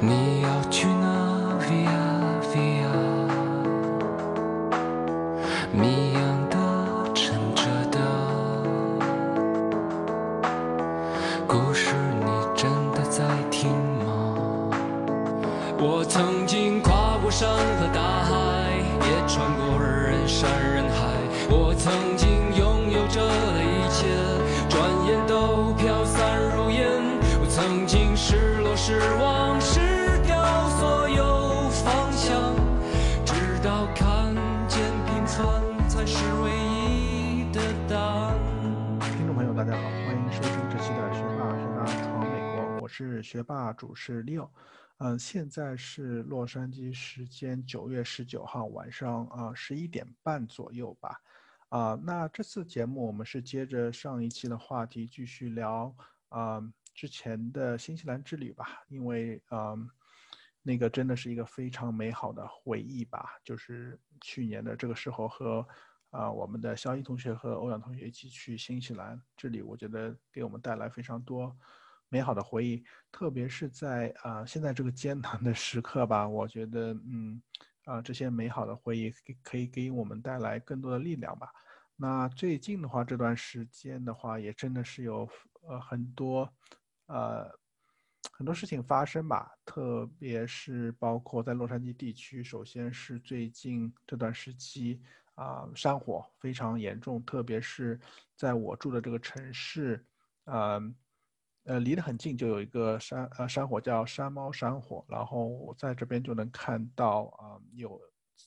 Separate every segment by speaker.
Speaker 1: 你要去哪？Via 啊 Via，谜样的、沉着的故事，你真的在听吗？我曾经跨过山和大海，也穿过人山人海。我曾经拥有着的一切，转眼都飘散如烟。我曾经失落、失望、失掉所有方向，直到看见平凡才是唯一的答案。
Speaker 2: 听众朋友，大家好，欢迎收听这期的《学霸学霸闯美国》，我是学霸主持 Leo。嗯，现在是洛杉矶时间九月十九号晚上啊十一点半左右吧。啊、那这次节目我们是接着上一期的话题继续聊啊、之前的新西兰之旅吧，因为啊、那个真的是一个非常美好的回忆吧，就是去年的这个时候和啊、我们的肖一同学和欧阳同学一起去新西兰之旅，我觉得给我们带来非常多美好的回忆，特别是在啊、现在这个艰难的时刻吧，我觉得嗯啊、这些美好的回忆可以可以给我们带来更多的力量吧。那最近的话，这段时间的话，也真的是有呃很多呃很多事情发生吧，特别是包括在洛杉矶地区，首先是最近这段时期啊、山火非常严重，特别是在我住的这个城市，嗯呃离得很近就有一个山呃山火叫山猫山火，然后我在这边就能看到啊、有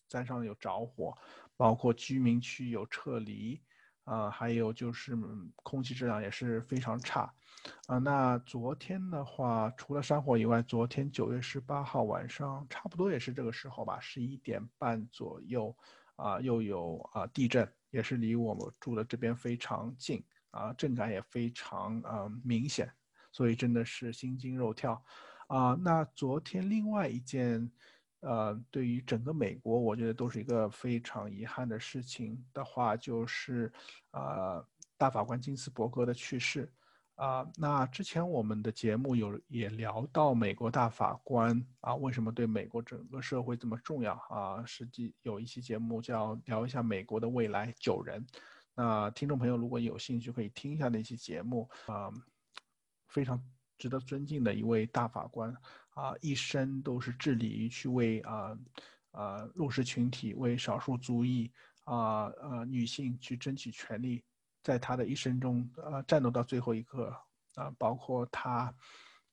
Speaker 2: 山上有着火，包括居民区有撤离，啊、还有就是嗯空气质量也是非常差，啊，那昨天的话，除了山火以外，昨天九月十八号晚上，差不多也是这个时候吧，十一点半左右，啊，又有啊地震，也是离我们住的这边非常近，啊，震感也非常啊、呃明显，所以真的是心惊肉跳，啊，那昨天另外一件，呃，对于整个美国，我觉得都是一个非常遗憾的事情的话，就是，呃，大法官金斯伯格的去世。啊、那之前我们的节目有也聊到美国大法官啊，为什么对美国整个社会这么重要啊？实际有一期节目叫聊一下美国的未来九人，那听众朋友如果有兴趣可以听一下那期节目啊、非常值得尊敬的一位大法官啊、一生都是致力于去为啊呃弱势群体、为少数族裔啊呃女性去争取权利，在他的一生中，呃，战斗到最后一刻，啊、包括他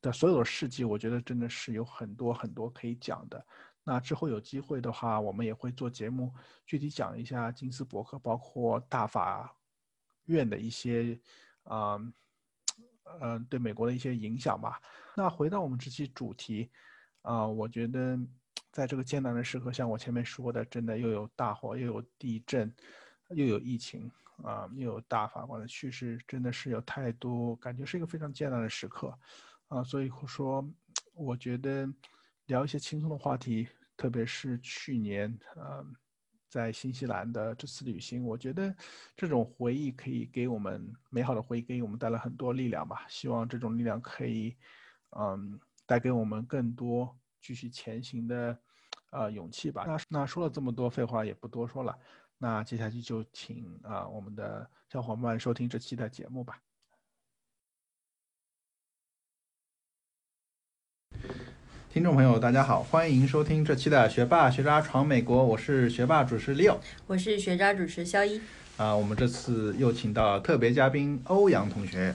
Speaker 2: 的所有的事迹，我觉得真的是有很多很多可以讲的。那之后有机会的话，我们也会做节目，具体讲一下金斯伯格，包括大法院的一些，啊、嗯，呃，对美国的一些影响吧。那回到我们这期主题，啊、我觉得在这个艰难的时刻，像我前面说的，真的又有大火，又有地震，又有疫情，啊、又有大法官的去世，真的是有太多，感觉是一个非常艰难的时刻，啊、所以说，我觉得聊一些轻松的话题，特别是去年，呃，在新西兰的这次旅行，我觉得这种回忆可以给我们美好的回忆，给我们带来很多力量吧。希望这种力量可以，嗯，带给我们更多继续前行的，呃，勇气吧。那那说了这么多废话，也不多说了。那接下去就请啊、我们的小伙伴们收听这期的节目吧。
Speaker 3: 听众朋友，大家好，欢迎收听这期的《学霸学渣啊闯美国》，我是学霸主持 Leo。
Speaker 4: 我是学渣主持肖一。
Speaker 3: 啊，我们这次又请到特别嘉宾欧阳同学。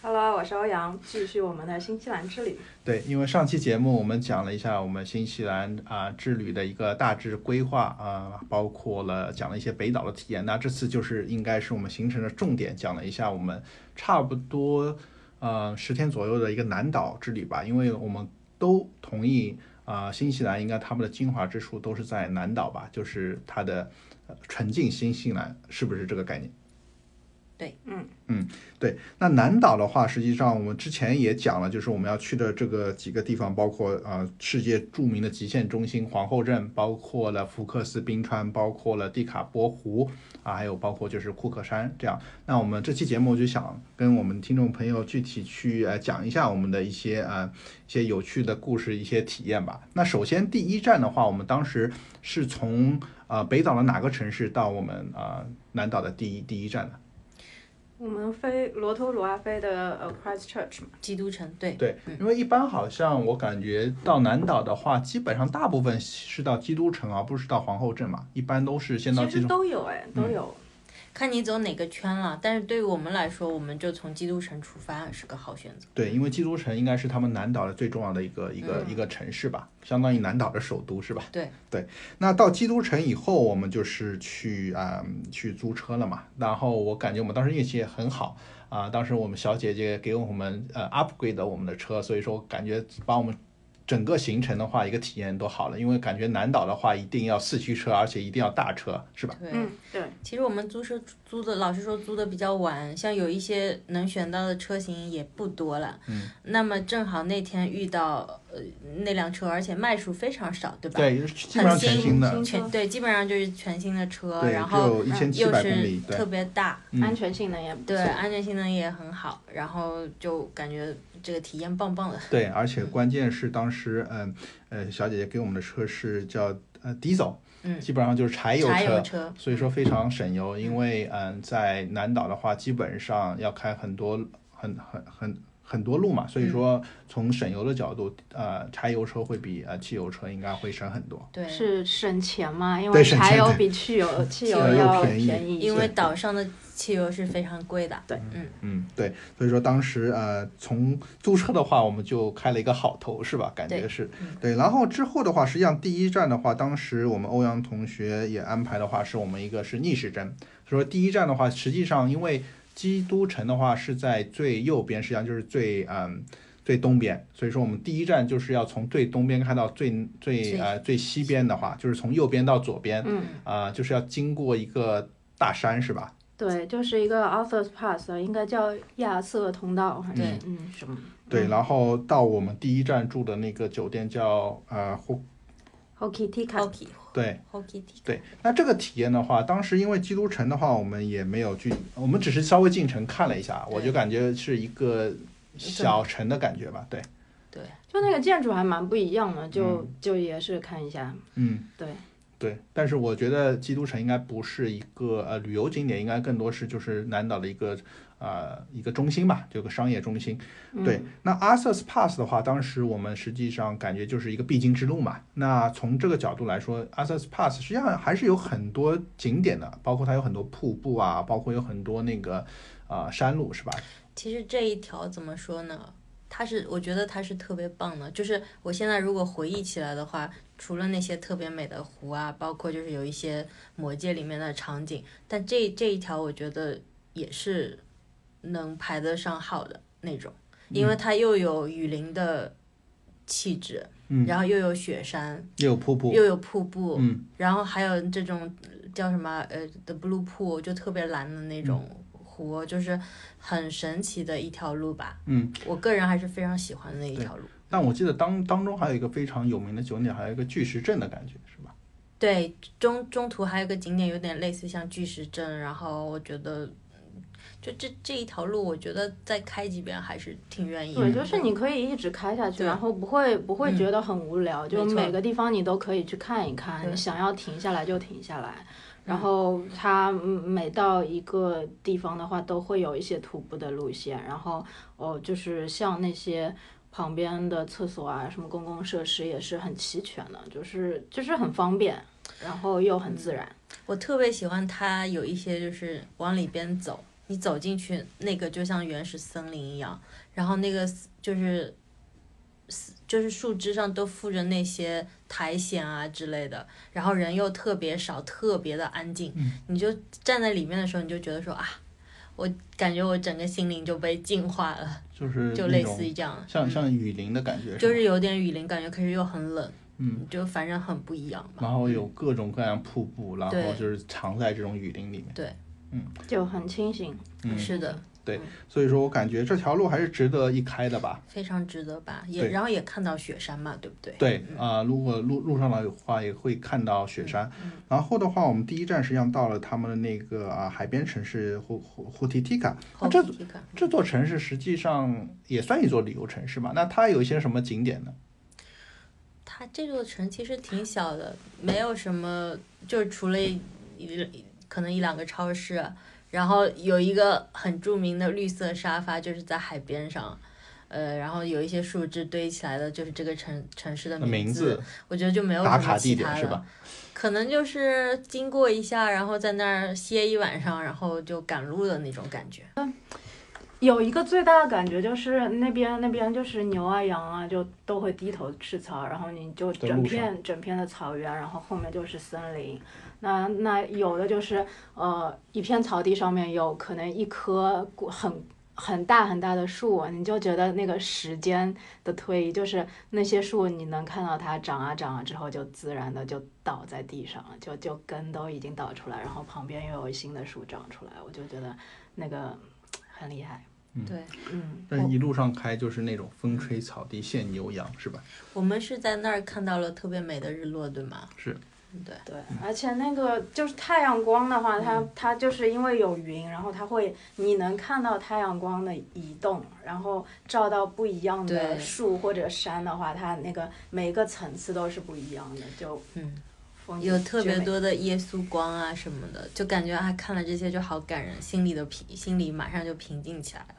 Speaker 5: Hello，我是欧阳，继续我们的新西兰之旅。
Speaker 3: 对，因为上期节目我们讲了一下我们新西兰啊、之旅的一个大致规划啊、包括了讲了一些北岛的体验。那这次就是应该是我们行程的重点，讲了一下我们差不多呃十天左右的一个南岛之旅吧，因为我们都同意啊、新西兰应该他们的精华之处都是在南岛吧，就是它的、呃、纯净新西兰，是不是这个概念？
Speaker 6: 嗯
Speaker 3: 对，那南岛的话，实际上我们之前也讲了，就是我们要去的这个几个地方，包括呃世界著名的极限中心皇后镇，包括了福克斯冰川，包括了蒂卡波湖啊，还有包括就是库克山这样。那我们这期节目就想跟我们听众朋友具体去呃讲一下我们的一些呃一些有趣的故事、一些体验吧。那首先第一站的话，我们当时是从呃北岛的哪个城市到我们呃南岛的第一第一站呢？
Speaker 6: 我们飞罗托鲁阿飞的呃 Christchurch 嘛，
Speaker 4: 基督城对，
Speaker 3: 对
Speaker 4: 嗯，
Speaker 3: 因为一般好像我感觉到南岛的话，基本上大部分是到基督城而啊不是到皇后镇嘛，一般都是先到
Speaker 6: 其
Speaker 3: 基督。嗯
Speaker 6: 实都有哎，都有。
Speaker 4: 看你走哪个圈了。但是对于我们来说，我们就从基督城出发是个好选择。
Speaker 3: 对，因为基督城应该是他们南岛的最重要的一个一个、一个城市吧，相当于南岛的首都是吧？
Speaker 4: 嗯对
Speaker 3: 对。那到基督城以后，我们就是去啊、嗯去租车了嘛。然后我感觉我们当时运气也很好啊、当时我们小姐姐给我们呃 upgrade 了我们的车，所以说感觉把我们整个行程的话一个体验都好了，因为感觉南岛的话一定要四驱车，而且一定要大车，是吧？
Speaker 4: 对，
Speaker 6: 嗯，对，
Speaker 4: 其实我们租车租的，老实说租的比较晚，像有一些能选到的车型也不多了。嗯，那么正好那天遇到呃那辆车，而且迈数非常少，对吧？
Speaker 3: 对，基本上全新的，
Speaker 6: 很新
Speaker 4: 全对，基本上就是全新的车，
Speaker 3: 对，
Speaker 4: 然
Speaker 3: 只
Speaker 4: 后嗯
Speaker 3: 有一千七
Speaker 4: 又
Speaker 3: 百公
Speaker 4: 是
Speaker 3: 里，对
Speaker 4: 特。别大，
Speaker 3: 嗯
Speaker 6: 安全性能也不
Speaker 4: 对，
Speaker 6: 错。
Speaker 4: 安全性能也很好，然后就感觉这个体验棒棒的。
Speaker 3: 对，而且关键是当时，嗯呃，小姐姐给我们的车是叫呃 diesel，
Speaker 4: 嗯
Speaker 3: 基本上就是柴油
Speaker 4: 柴
Speaker 3: 车
Speaker 4: 油，车，
Speaker 3: 所以说非常省油。因为嗯，在南岛的话，基本上要开很多很很很很多路嘛，所
Speaker 4: 嗯
Speaker 3: 以说从省油的角度，呃，柴油车会比呃汽油车应该会省很多。
Speaker 4: 对，
Speaker 6: 是省钱嘛，因
Speaker 3: 对
Speaker 6: 为
Speaker 3: 省钱
Speaker 6: 柴油
Speaker 3: 对
Speaker 6: 比汽油汽油
Speaker 4: 油
Speaker 6: 要
Speaker 3: 又便宜
Speaker 6: 便宜一
Speaker 4: 因
Speaker 6: 些。
Speaker 4: 为岛上的汽油是非常贵的。
Speaker 3: 嗯，对，所以说当时呃，从租车的话，我们就开了一个好头，是吧？感觉
Speaker 4: 对
Speaker 3: 是
Speaker 4: 嗯
Speaker 3: 对。然后之后的话，实际上第一站的话，当时我们欧阳同学也安排的话，是我们一个是逆时针，所以说第一站的话，实际上因为基督城的话是在最右边，实际上就是最嗯。最东边，所以说我们第一站就是要从最东边开到最最
Speaker 4: 最
Speaker 3: 呃最西边的话，就是从右边到左边，
Speaker 6: 嗯，
Speaker 3: 啊、就是要经过一个大山，是吧？
Speaker 6: 对，就是一个 Arthur's Pass，应呃该叫亚瑟通道，还是
Speaker 4: 对
Speaker 6: 嗯什么？
Speaker 3: 对，
Speaker 6: 嗯
Speaker 3: 然后到我们第一站住的那个酒店叫呃霍，
Speaker 6: Hoki Tika，
Speaker 4: Hockey
Speaker 3: 对
Speaker 4: Hockey T，
Speaker 3: 对。那这个体验的话，当时因为基督城的话，我们也没有去，我们只是稍微进城看了一下，我
Speaker 4: 对
Speaker 3: 就感觉是一个小城的感觉吧。对，
Speaker 4: 对，
Speaker 6: 就那个建筑还蛮不一样的，就、就也是看一下，
Speaker 3: 嗯，
Speaker 6: 对
Speaker 3: 对。但是我觉得基督城应该不是一个呃旅游景点，应该更多是就是南岛的一个呃一个中心吧，就有个商业中心。
Speaker 4: 嗯
Speaker 3: 对，那 Arthur's Pass 的话，当时我们实际上感觉就是一个必经之路嘛。那从这个角度来说，Arthur's Pass 实际上还是有很多景点的，包括它有很多瀑布啊，包括有很多那个呃山路，是吧？
Speaker 4: 其实这一条怎么说呢？它是，我觉得它是特别棒的。就是我现在如果回忆起来的话，除了那些特别美的湖啊，包括就是有一些魔界里面的场景，但这这一条我觉得也是能排得上号的那种，因为它又有雨林的气质，
Speaker 3: 嗯
Speaker 4: 然后又有雪山，
Speaker 3: 又有瀑布，
Speaker 4: 又有瀑布，
Speaker 3: 嗯，
Speaker 4: 然后还有这种叫什么呃的 blue pool，就特别蓝的那种湖，就是很神奇的一条路吧。
Speaker 3: 嗯，
Speaker 4: 我个人还是非常喜欢的那一条路。
Speaker 3: 但我记得当当中还有一个非常有名的景点，还有一个巨石阵的感觉，是吧？
Speaker 4: 对，中中途还有一个景点，有点类似像巨石阵，然后我觉得，嗯就这这一条路，我觉得再开几遍还是挺愿意的。
Speaker 6: 对，就是你可以一直开下去，
Speaker 4: 嗯对嗯
Speaker 6: 然后不会不会觉得很无聊，就
Speaker 4: 没错
Speaker 6: 每个地方你都可以去看一看，
Speaker 4: 对
Speaker 6: 你想要停下来就停下来。然后它嗯每到一个地方的话，都会有一些徒步的路线，然后哦，就是像那些旁边的厕所啊，什么公共设施也是很齐全的，就是就是很方便，然后又很
Speaker 4: 嗯
Speaker 6: 自然。
Speaker 4: 我特别喜欢它有一些就是往里边走，你走进去那个就像原始森林一样，然后那个丝就是丝就是树枝上都附着那些苔藓啊之类的，然后人又特别少，特别的安静，
Speaker 3: 嗯
Speaker 4: 你就站在里面的时候，你就觉得说啊，我感觉我整个心灵就被净化了，
Speaker 3: 就是
Speaker 4: 就
Speaker 3: 那
Speaker 4: 类似
Speaker 3: 种
Speaker 4: 于这样，
Speaker 3: 像
Speaker 4: 嗯
Speaker 3: 像雨林的感觉，
Speaker 4: 就
Speaker 3: 吧
Speaker 4: 是是有点雨林感觉，可是又很冷，
Speaker 3: 嗯，
Speaker 4: 就反正很不一样吧。
Speaker 3: 然后有各种各样瀑布，然后
Speaker 4: 嗯对
Speaker 3: 就是藏在这种雨林里面。
Speaker 4: 对，
Speaker 6: 就很清醒。
Speaker 3: 嗯，
Speaker 4: 是的，
Speaker 3: 所以说我感觉这条路还是值得一开的吧。
Speaker 4: 非常值得吧？也
Speaker 3: 对
Speaker 4: 然后也看到雪山嘛，对不对？
Speaker 3: 对啊、如果路路上的话，也会看到雪山。
Speaker 4: 嗯
Speaker 3: 然后的话，我们第一站实际上到了他们的那个啊海边城市呼呼呼提提卡。那
Speaker 4: 后
Speaker 3: 啊这
Speaker 4: 体感。
Speaker 3: 这座城市实际上也算一座旅游城市吧？那它有一些什么景点呢？
Speaker 4: 它这座城其实挺小的，没有什么，就是除了一一可能一两个超市，然后有一个很著名的绿色沙发，就是在海边上，呃，然后有一些树枝堆起来的，就是这个城城市的
Speaker 3: 名
Speaker 4: 字。
Speaker 3: 字、
Speaker 4: 我觉得就没有
Speaker 3: 打
Speaker 4: 什么
Speaker 3: 卡
Speaker 4: 其
Speaker 3: 地
Speaker 4: 他
Speaker 3: 点
Speaker 4: 的
Speaker 3: 是吧？
Speaker 4: 可能就是经过一下，然后在那儿歇一晚上，然后就赶路的那种感觉。
Speaker 6: 有一个最大的感觉就是那边那边就是牛啊羊啊就都会低头吃草，然后你就
Speaker 3: 在路
Speaker 6: 整片整片的草原，然后后面就是森林。那那有的就是呃一片草地上面有可能一棵古很很大很大的树，你就觉得那个时间的推移，就是那些树你能看到它长啊长啊之后就自然的就倒在地上了，就就根都已经倒出来，然后旁边又有新的树长出来，我就觉得那个很厉害。
Speaker 4: 对
Speaker 6: 嗯，
Speaker 3: 但是一路上开就是那种风吹草低见牛羊是吧？
Speaker 4: 我们是在那儿看到了特别美的日落，对吗？
Speaker 3: 是，
Speaker 4: 对，
Speaker 6: 对，而且那个就是太阳光的话，
Speaker 4: 嗯
Speaker 6: 它它就是因为有云，然后它会你能看到太阳光的移动，然后照到不一样的
Speaker 4: 对
Speaker 6: 树或者山的话，它那个每一个层次都是不一样的，就
Speaker 4: 嗯。
Speaker 6: 风景
Speaker 4: 有特别
Speaker 6: 绝美。
Speaker 4: 多的耶稣光啊什么的，就感觉啊看了这些就好感人，心里的平心里马上就平静起来了。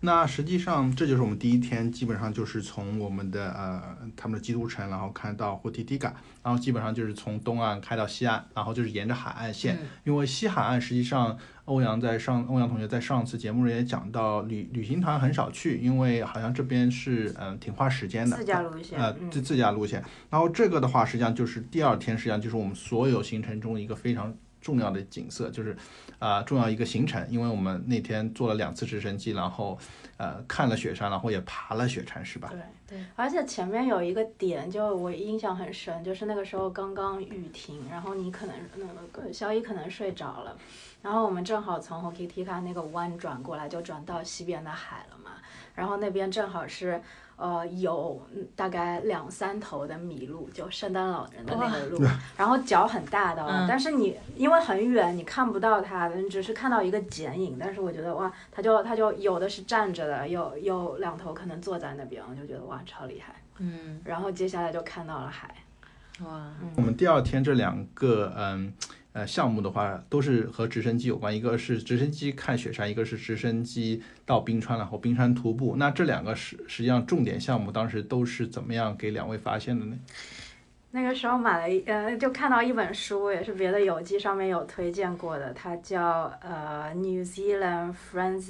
Speaker 3: 那实际上这就是我们第一天，基本上就是从我们的呃他们的基督城，然后看到霍提提嘎，然后基本上就是从东岸开到西岸，然后就是沿着海岸线，
Speaker 4: 嗯
Speaker 3: 因为西海岸实际上欧阳在上欧阳同学在上次节目里也讲到，旅旅行团很少去，因为好像这边是嗯、挺花时间的，
Speaker 6: 自驾路线，
Speaker 3: 呃，
Speaker 6: 嗯
Speaker 3: 自自驾路线。然后这个的话，实际上就是第二天，实际上就是我们所有行程中一个非常重要的景色，就是啊、重要一个行程，因为我们那天坐了两次直升机，然后呃看了雪山，然后也爬了雪山，是吧？
Speaker 6: 对
Speaker 4: 对，
Speaker 6: 而且前面有一个点，就我印象很深，就是那个时候刚刚雨停，然后你可能那个小乙可能睡着了，然后我们正好从 Hokitika 那个弯转过来，就转到西边的海了嘛，然后那边正好是。呃，有嗯大概两三头的麋鹿，就圣诞老人的那个鹿，然后脚很大的、哦，
Speaker 4: 嗯
Speaker 6: 但是你因为很远，你看不到它，你只是看到一个剪影。但是我觉得哇，它就它就有的是站着的，有有两头可能坐在那边，我就觉得哇，超厉害。
Speaker 4: 嗯，
Speaker 6: 然后接下来就看到了海，嗯
Speaker 4: 哇，
Speaker 3: 我们第二天这两个嗯呃项目的话，都是和直升机有关，一个是直升机看雪山，一个是直升机到冰川，然后冰川徒步。那这两个实实际上重点项目，当时都是怎么样给两位发现的呢？
Speaker 6: 那个时候买了一，呃，就看到一本书，也是别的游记上面有推荐过的，它叫呃《New Zealand Frenzy》，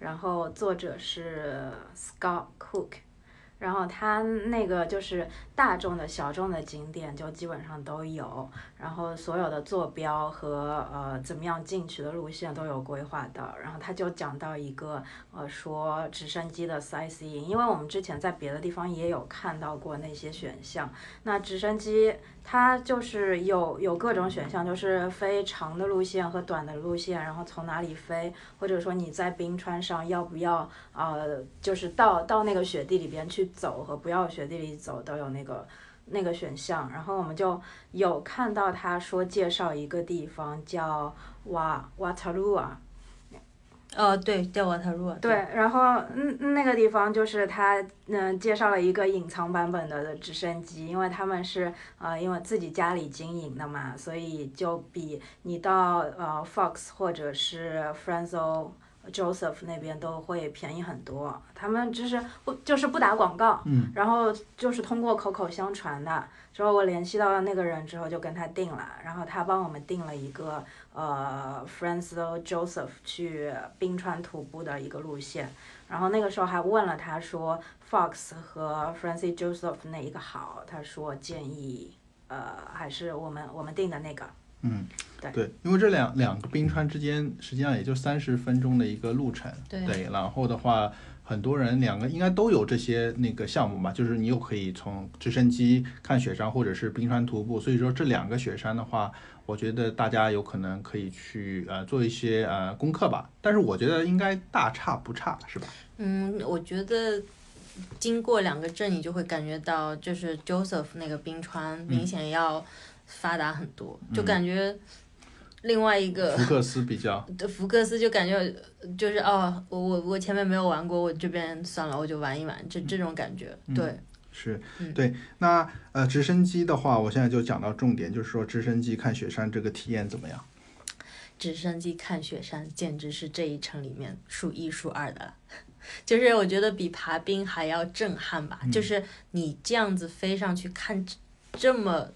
Speaker 6: 然后作者是 Scott Cook，然后他那个就是大众的、小众的景点就基本上都有，然后所有的坐标和呃怎么样进去的路线都有规划到，然后他就讲到一个呃说直升机的 sightseeing，因为我们之前在别的地方也有看到过那些选项。那直升机它就是有有各种选项，就是飞长的路线和短的路线，然后从哪里飞，或者说你在冰川上要不要呃，就是到到那个雪地里边去走和不要雪地里走都有那个那个选项。然后我们就有看到他说介绍一个地方叫瓦瓦塔鲁啊，
Speaker 4: 哦，对，掉瓦塔若，
Speaker 6: 对，，然后嗯，那个地方就是他嗯、介绍了一个隐藏版本的直升机，因为他们是呃因为自己家里经营的嘛，所以就比你到呃 Fox 或者是 Franzo Joseph 那边都会便宜很多。他们就是不就是不打广告，
Speaker 3: 嗯，
Speaker 6: 然后就是通过口口相传的。之后我联系到那个人之后就跟他定了，然后他帮我们定了一个呃 Franzo Joseph 去冰川徒步的一个路线，然后那个时候还问了他说 Fox 和 Francis Joseph 哪一个好，他说建议呃还是我们我们定的那个，
Speaker 3: 嗯，
Speaker 6: 对
Speaker 3: 对，因为这两两个冰川之间实际上也就三十分钟的一个路程，
Speaker 4: 对
Speaker 3: 然后的话，很多人两个应该都有这些那个项目吧，就是你又可以从直升机看雪山，或者是冰川徒步，所以说这两个雪山的话，我觉得大家有可能可以去呃做一些呃功课吧，但是我觉得应该大差不差，是吧？
Speaker 4: 嗯，我觉得经过两个镇，你就会感觉到，就是 Joseph 那个冰川明显要发达很多，就感觉另外一个
Speaker 3: 福克斯比较，
Speaker 4: 对福克斯就感觉就是哦，我我我前面没有玩过，我这边算了，我就玩一玩，这这种感觉，对，
Speaker 3: 是
Speaker 4: 嗯
Speaker 3: 对。那呃，直升机的话，我现在就讲到重点，就是说直升机看雪山这个体验怎么样？
Speaker 4: 直升机看雪山简直是这一程里面数一数二的了。 就是我觉得比爬冰还要震撼吧，
Speaker 3: 嗯
Speaker 4: 就是你这样子飞上去看这这么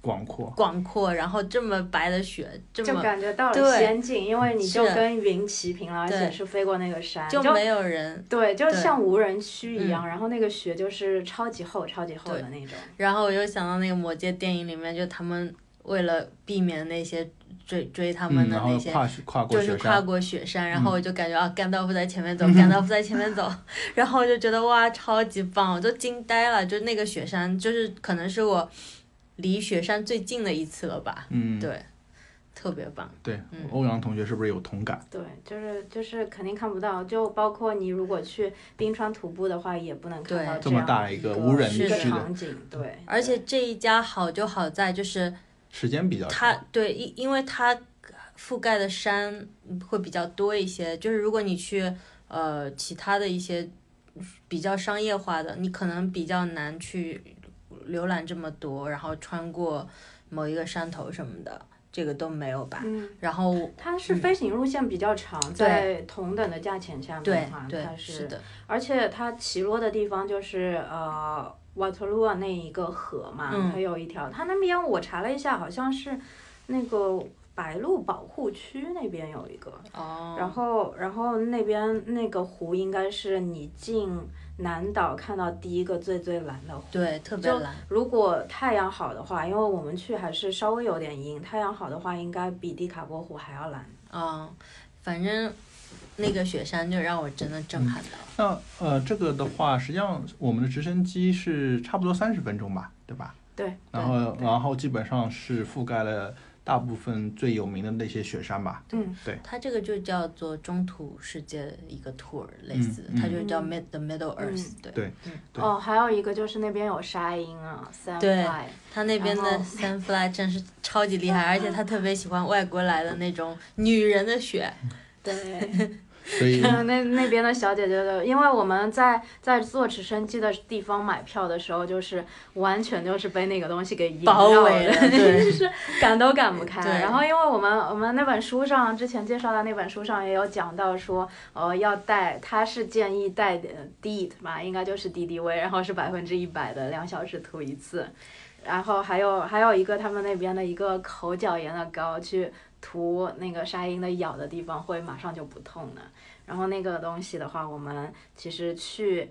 Speaker 3: 广阔，
Speaker 4: 广阔，然后这么白的雪，这
Speaker 6: 就
Speaker 4: 么
Speaker 6: 感觉到
Speaker 4: 对
Speaker 6: 了仙境，因为你就是跟云齐平了，而
Speaker 4: 对
Speaker 6: 且是飞过那个山，
Speaker 4: 就
Speaker 6: 就
Speaker 4: 没有人，
Speaker 6: 对，就
Speaker 4: 对嗯
Speaker 6: 像无人区一样，然后那个雪就是超级厚、超级厚的那种，
Speaker 4: 然后我又想到那个《魔戒》电影里面，就他们为了避免那些追追他们
Speaker 3: 嗯，
Speaker 4: 的
Speaker 3: 然
Speaker 4: 那
Speaker 3: 后
Speaker 4: 些，
Speaker 3: 跨跨过
Speaker 4: 就是
Speaker 3: 雪
Speaker 4: 跨
Speaker 3: 山，嗯
Speaker 4: 过雪山，然后我就感觉、啊，甘道夫在前面走，甘道夫在前面走， 然后我就觉得哇，超级棒，我都惊呆了，就那个雪山，就是可能是我离雪山最近的一次了吧，
Speaker 3: 嗯，
Speaker 4: 对，特别棒，
Speaker 3: 对
Speaker 4: 嗯，
Speaker 3: 欧阳同学是不是有同感？
Speaker 6: 对，就是就是肯定看不到，就包括你如果去冰川徒步的话，也不能看到
Speaker 4: 对
Speaker 3: 这
Speaker 6: 样
Speaker 3: 么大一
Speaker 6: 一
Speaker 3: 个无人
Speaker 6: 一
Speaker 3: 区
Speaker 6: 个
Speaker 4: 啊是
Speaker 3: 的嗯
Speaker 6: 场景，对，
Speaker 4: 而且这一家好就好在就是
Speaker 3: 时间比较长，
Speaker 4: 它对，因因为它覆盖的山会比较多一些，就是如果你去呃其他的一些比较商业化的，你可能比较难去浏览这么多，然后穿过某一个山头什么的，这个都没有吧。
Speaker 6: 嗯。
Speaker 4: 然后
Speaker 6: 它是飞行路线比较长，在同等的价钱下面
Speaker 4: 嗯对
Speaker 6: 的话，
Speaker 4: 对
Speaker 6: 它
Speaker 4: 是的，
Speaker 6: 而且它起落的地方就是呃瓦特鲁瓦那一个河嘛，
Speaker 4: 嗯
Speaker 6: 它有一条，它那边我查了一下，好像是那个白鹭保护区那边有一个，
Speaker 4: 哦，
Speaker 6: 然后然后那边那个湖应该是你进南岛看到第一个最最蓝的湖。
Speaker 4: 对特别
Speaker 6: 就
Speaker 4: 蓝，
Speaker 6: 如果太阳好的话，因为我们去还是稍微有点阴，太阳好的话，应该比迪卡波湖还要蓝。
Speaker 4: 嗯，反正那个雪山就让我真的震撼到了。
Speaker 3: 那呃，这个的话，实际上我们的直升机是差不多三十分钟吧，对吧？
Speaker 6: 对，
Speaker 3: 然后，然后基本上是覆盖了大部分最有名的那些雪山吧。
Speaker 6: 嗯，
Speaker 4: 它这个就叫做中途世界一个 tour 类似，
Speaker 3: 嗯
Speaker 4: 它就叫
Speaker 6: 嗯
Speaker 4: mid the middle
Speaker 6: 嗯
Speaker 4: earth，、对，
Speaker 3: 对对
Speaker 6: 哦，还有一个就是那边有沙鹰啊，三
Speaker 4: 对
Speaker 6: 派，
Speaker 4: 它那边的
Speaker 6: 然后
Speaker 4: Sunfly 真是超级 厉害，而且他特别喜欢外国来的那种女人的雪，
Speaker 6: 对，
Speaker 3: 所 以
Speaker 6: 那那边的小姐姐的，因为我们在在坐直升机的地方买票的时候，就是完全就是被那个东西给萦
Speaker 4: 包
Speaker 6: 绕
Speaker 4: 围了
Speaker 6: 了，
Speaker 4: 对
Speaker 6: 就是赶都赶不开。
Speaker 4: 对
Speaker 6: 然后，因为我们我们那本书上之前介绍的那本书上也有讲到说，呃，要带，他是建议带呃 DEET 吧，应该就是 DDV，然后是百分之一百的，两小时涂一次。然后还有还有一个他们那边的一个口角炎的膏去涂那个沙鹰的咬的地方会马上就不痛的。然后那个东西的话，我们其实去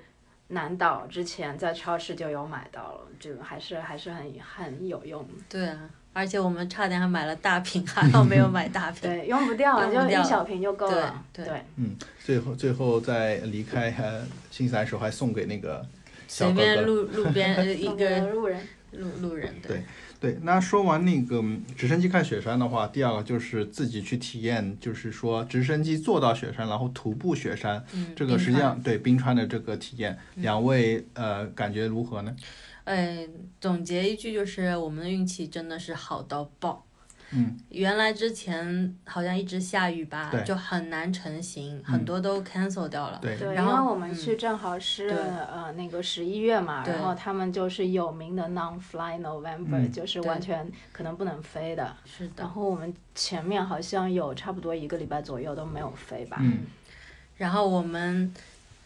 Speaker 6: 南岛之前在超市就有买到了，这个还是还是很很有用的。
Speaker 4: 对啊，而且我们差点还买了大瓶，还好没有买大 瓶，
Speaker 6: 对，用不掉啊，
Speaker 4: 用
Speaker 6: 就
Speaker 4: 不掉
Speaker 6: 一小瓶就够了。
Speaker 4: 对
Speaker 6: 对，
Speaker 4: 对
Speaker 3: 最后最后在离开呃新西兰时候还送给那个小
Speaker 4: 随
Speaker 3: 哥
Speaker 4: 便
Speaker 3: 哥。
Speaker 4: 路路边呃一
Speaker 6: 送给
Speaker 4: 个
Speaker 6: 路人。
Speaker 4: 路路人，对，
Speaker 3: 对，那说完那个嗯直升机看雪山的话，第二个就是自己去体验，就是说直升机坐到雪山，然后徒步雪山，
Speaker 4: 嗯，
Speaker 3: 这个
Speaker 4: 冰
Speaker 3: 实际
Speaker 4: 川嗯
Speaker 3: 上对冰川的这个体验，两位呃感觉如何呢？
Speaker 4: 哎，总结一句就是我们的运气真的是好到爆。
Speaker 3: 嗯，
Speaker 4: 原来之前好像一直下雨吧
Speaker 3: 对，嗯
Speaker 4: 就很难成行，很多都 cancel 掉了。
Speaker 3: 对，
Speaker 6: 对，
Speaker 4: 然
Speaker 6: 因为
Speaker 4: 后嗯
Speaker 6: 我们去正好是、
Speaker 4: 对
Speaker 6: 呃那个十一月嘛，
Speaker 4: 对
Speaker 6: 然后他们就是有名的 non-fly November，、
Speaker 3: 嗯
Speaker 6: 就是
Speaker 4: 对
Speaker 6: 完全可能不能飞的。
Speaker 4: 是的
Speaker 6: 然。后我们前面好像有差不多一个礼拜左右都没有飞吧。
Speaker 3: 嗯
Speaker 4: 然后我们，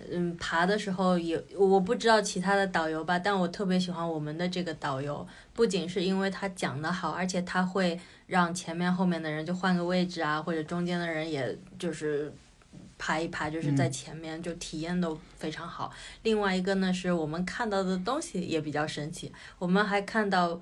Speaker 4: 嗯，爬的时候也，我不知道其他的导游吧，但我特别喜欢我们的这个导游，不仅是因为他讲得好，而且他会让前面后面的人就换个位置啊，或者中间的人也就是。爬一爬，就是在前面就体验都非常好。另外一个呢，是我们看到的东西也比较神奇。我们还看到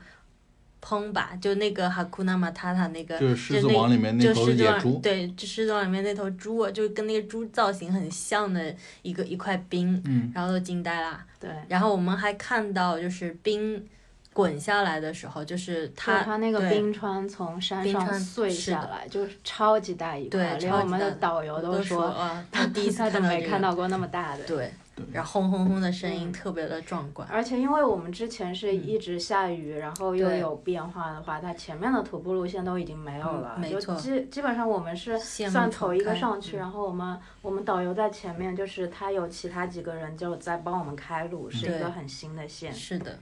Speaker 4: 烹吧，就那个哈库纳马塔塔那个
Speaker 3: 就是《狮
Speaker 4: 就
Speaker 3: 子
Speaker 4: 那
Speaker 3: 王》里面那
Speaker 4: 就
Speaker 3: 头
Speaker 4: 狮子
Speaker 3: 野
Speaker 4: 王
Speaker 3: 猪，
Speaker 4: 对，就狮子王里面那头猪啊，就跟那个猪造型很像的一个一块冰，
Speaker 3: 嗯
Speaker 4: 然后都惊呆啦。
Speaker 6: 对，
Speaker 4: 然后我们还看到就是冰，滚下来的时候，就是
Speaker 6: 它
Speaker 4: 它
Speaker 6: 它那个
Speaker 4: 对
Speaker 6: 冰川从山
Speaker 4: 冰
Speaker 6: 上
Speaker 4: 川
Speaker 6: 碎
Speaker 4: 是
Speaker 6: 下
Speaker 4: 的
Speaker 6: 来，就是超级大一块，
Speaker 4: 对
Speaker 6: 连
Speaker 4: 超
Speaker 6: 我
Speaker 4: 级
Speaker 6: 们
Speaker 4: 大
Speaker 6: 的导游
Speaker 4: 都
Speaker 6: 说
Speaker 4: 啊，他第一次
Speaker 6: 他都
Speaker 4: 看到
Speaker 6: 没
Speaker 4: 这
Speaker 6: 看
Speaker 4: 个
Speaker 6: 到过那么大的。
Speaker 4: 对，
Speaker 3: 对
Speaker 4: 然后轰轰轰的声音
Speaker 6: 嗯
Speaker 4: 特别的壮观，
Speaker 6: 而且因为我们之前
Speaker 4: 嗯
Speaker 6: 是一直下雨，然后又
Speaker 4: 对
Speaker 6: 有变化的话，它前面的徒步路线都已经没有了，
Speaker 4: 嗯没
Speaker 6: 就
Speaker 4: 错
Speaker 6: 基基本上我们是
Speaker 4: 线路
Speaker 6: 算
Speaker 4: 重
Speaker 6: 头一个
Speaker 4: 开
Speaker 6: 上去，
Speaker 4: 嗯
Speaker 6: 然后我们我们导游在前面，就是他有其他几个人就在帮我们开路，是一
Speaker 4: 对
Speaker 6: 个很新的线。
Speaker 4: 是的，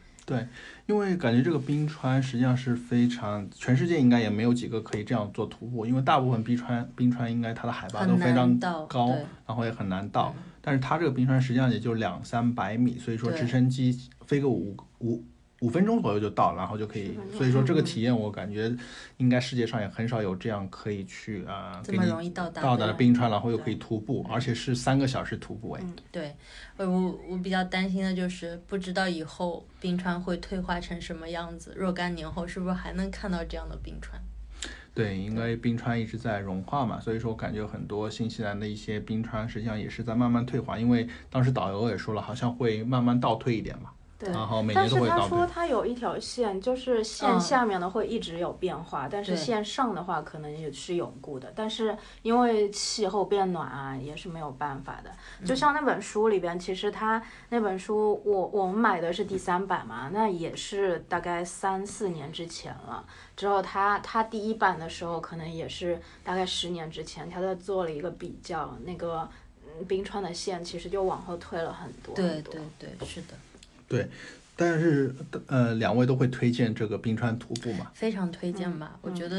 Speaker 3: 因为感觉这个冰川实际上是非常，全世界应该也没有几个可以这样做徒步，因为大部分冰川冰川应该它的海拔都
Speaker 4: 很
Speaker 3: 非
Speaker 4: 难
Speaker 3: 常
Speaker 4: 到，
Speaker 3: 高，
Speaker 4: 对
Speaker 3: 然后也很难到。但是它这个冰川实际上也就两三百米，所以说
Speaker 4: 嗯对
Speaker 3: 直升机飞个五五五分钟左右就到了，然后就可以
Speaker 6: 10分。钟
Speaker 3: 所以说这个
Speaker 6: 嗯
Speaker 3: 体验我感觉应该世界上也很少有这样可以去啊、呃
Speaker 4: 这
Speaker 3: 给
Speaker 4: 么
Speaker 3: 你
Speaker 4: 容易到达
Speaker 3: 到达的
Speaker 4: 的
Speaker 6: 对
Speaker 3: 冰川，然后又可
Speaker 4: 对
Speaker 3: 以徒步，而且是三个小时徒步哎。
Speaker 6: 嗯
Speaker 4: 对，呃，我我比较担心的就是不知道以后冰川会退化成什么样子，若干年后是不是还能看到这样的冰川？
Speaker 3: 对，因为冰川一直在融化嘛，所以说我感觉很多新西兰的一些冰川实际上也是在慢慢退化。因为当时导游也说了，好像会慢慢倒退一点嘛，
Speaker 6: 对
Speaker 3: 然后每
Speaker 6: 但
Speaker 3: 年都
Speaker 6: 是
Speaker 3: 会
Speaker 6: 他
Speaker 3: 倒退
Speaker 6: 说。他有一条线，就是线
Speaker 4: 嗯
Speaker 6: 下面的会一直有变化，但是
Speaker 4: 对
Speaker 6: 线上的话可能也是永固的。但是因为气候变暖啊，也是没有办法的。
Speaker 3: 嗯
Speaker 6: 就像那本书里边，其实他那本书我我们买的是第三版嘛，那也是大概三四年之前了。之后他他第一版的时候，可能也是大概十年之前，他在做了一个比较，那个嗯冰川的线其实就往后退了很多
Speaker 4: 对
Speaker 6: 很多。
Speaker 4: 对对，是的，
Speaker 3: 但是呃，两位都会推荐这个冰川徒步嘛？
Speaker 4: 非常推荐吧。我觉得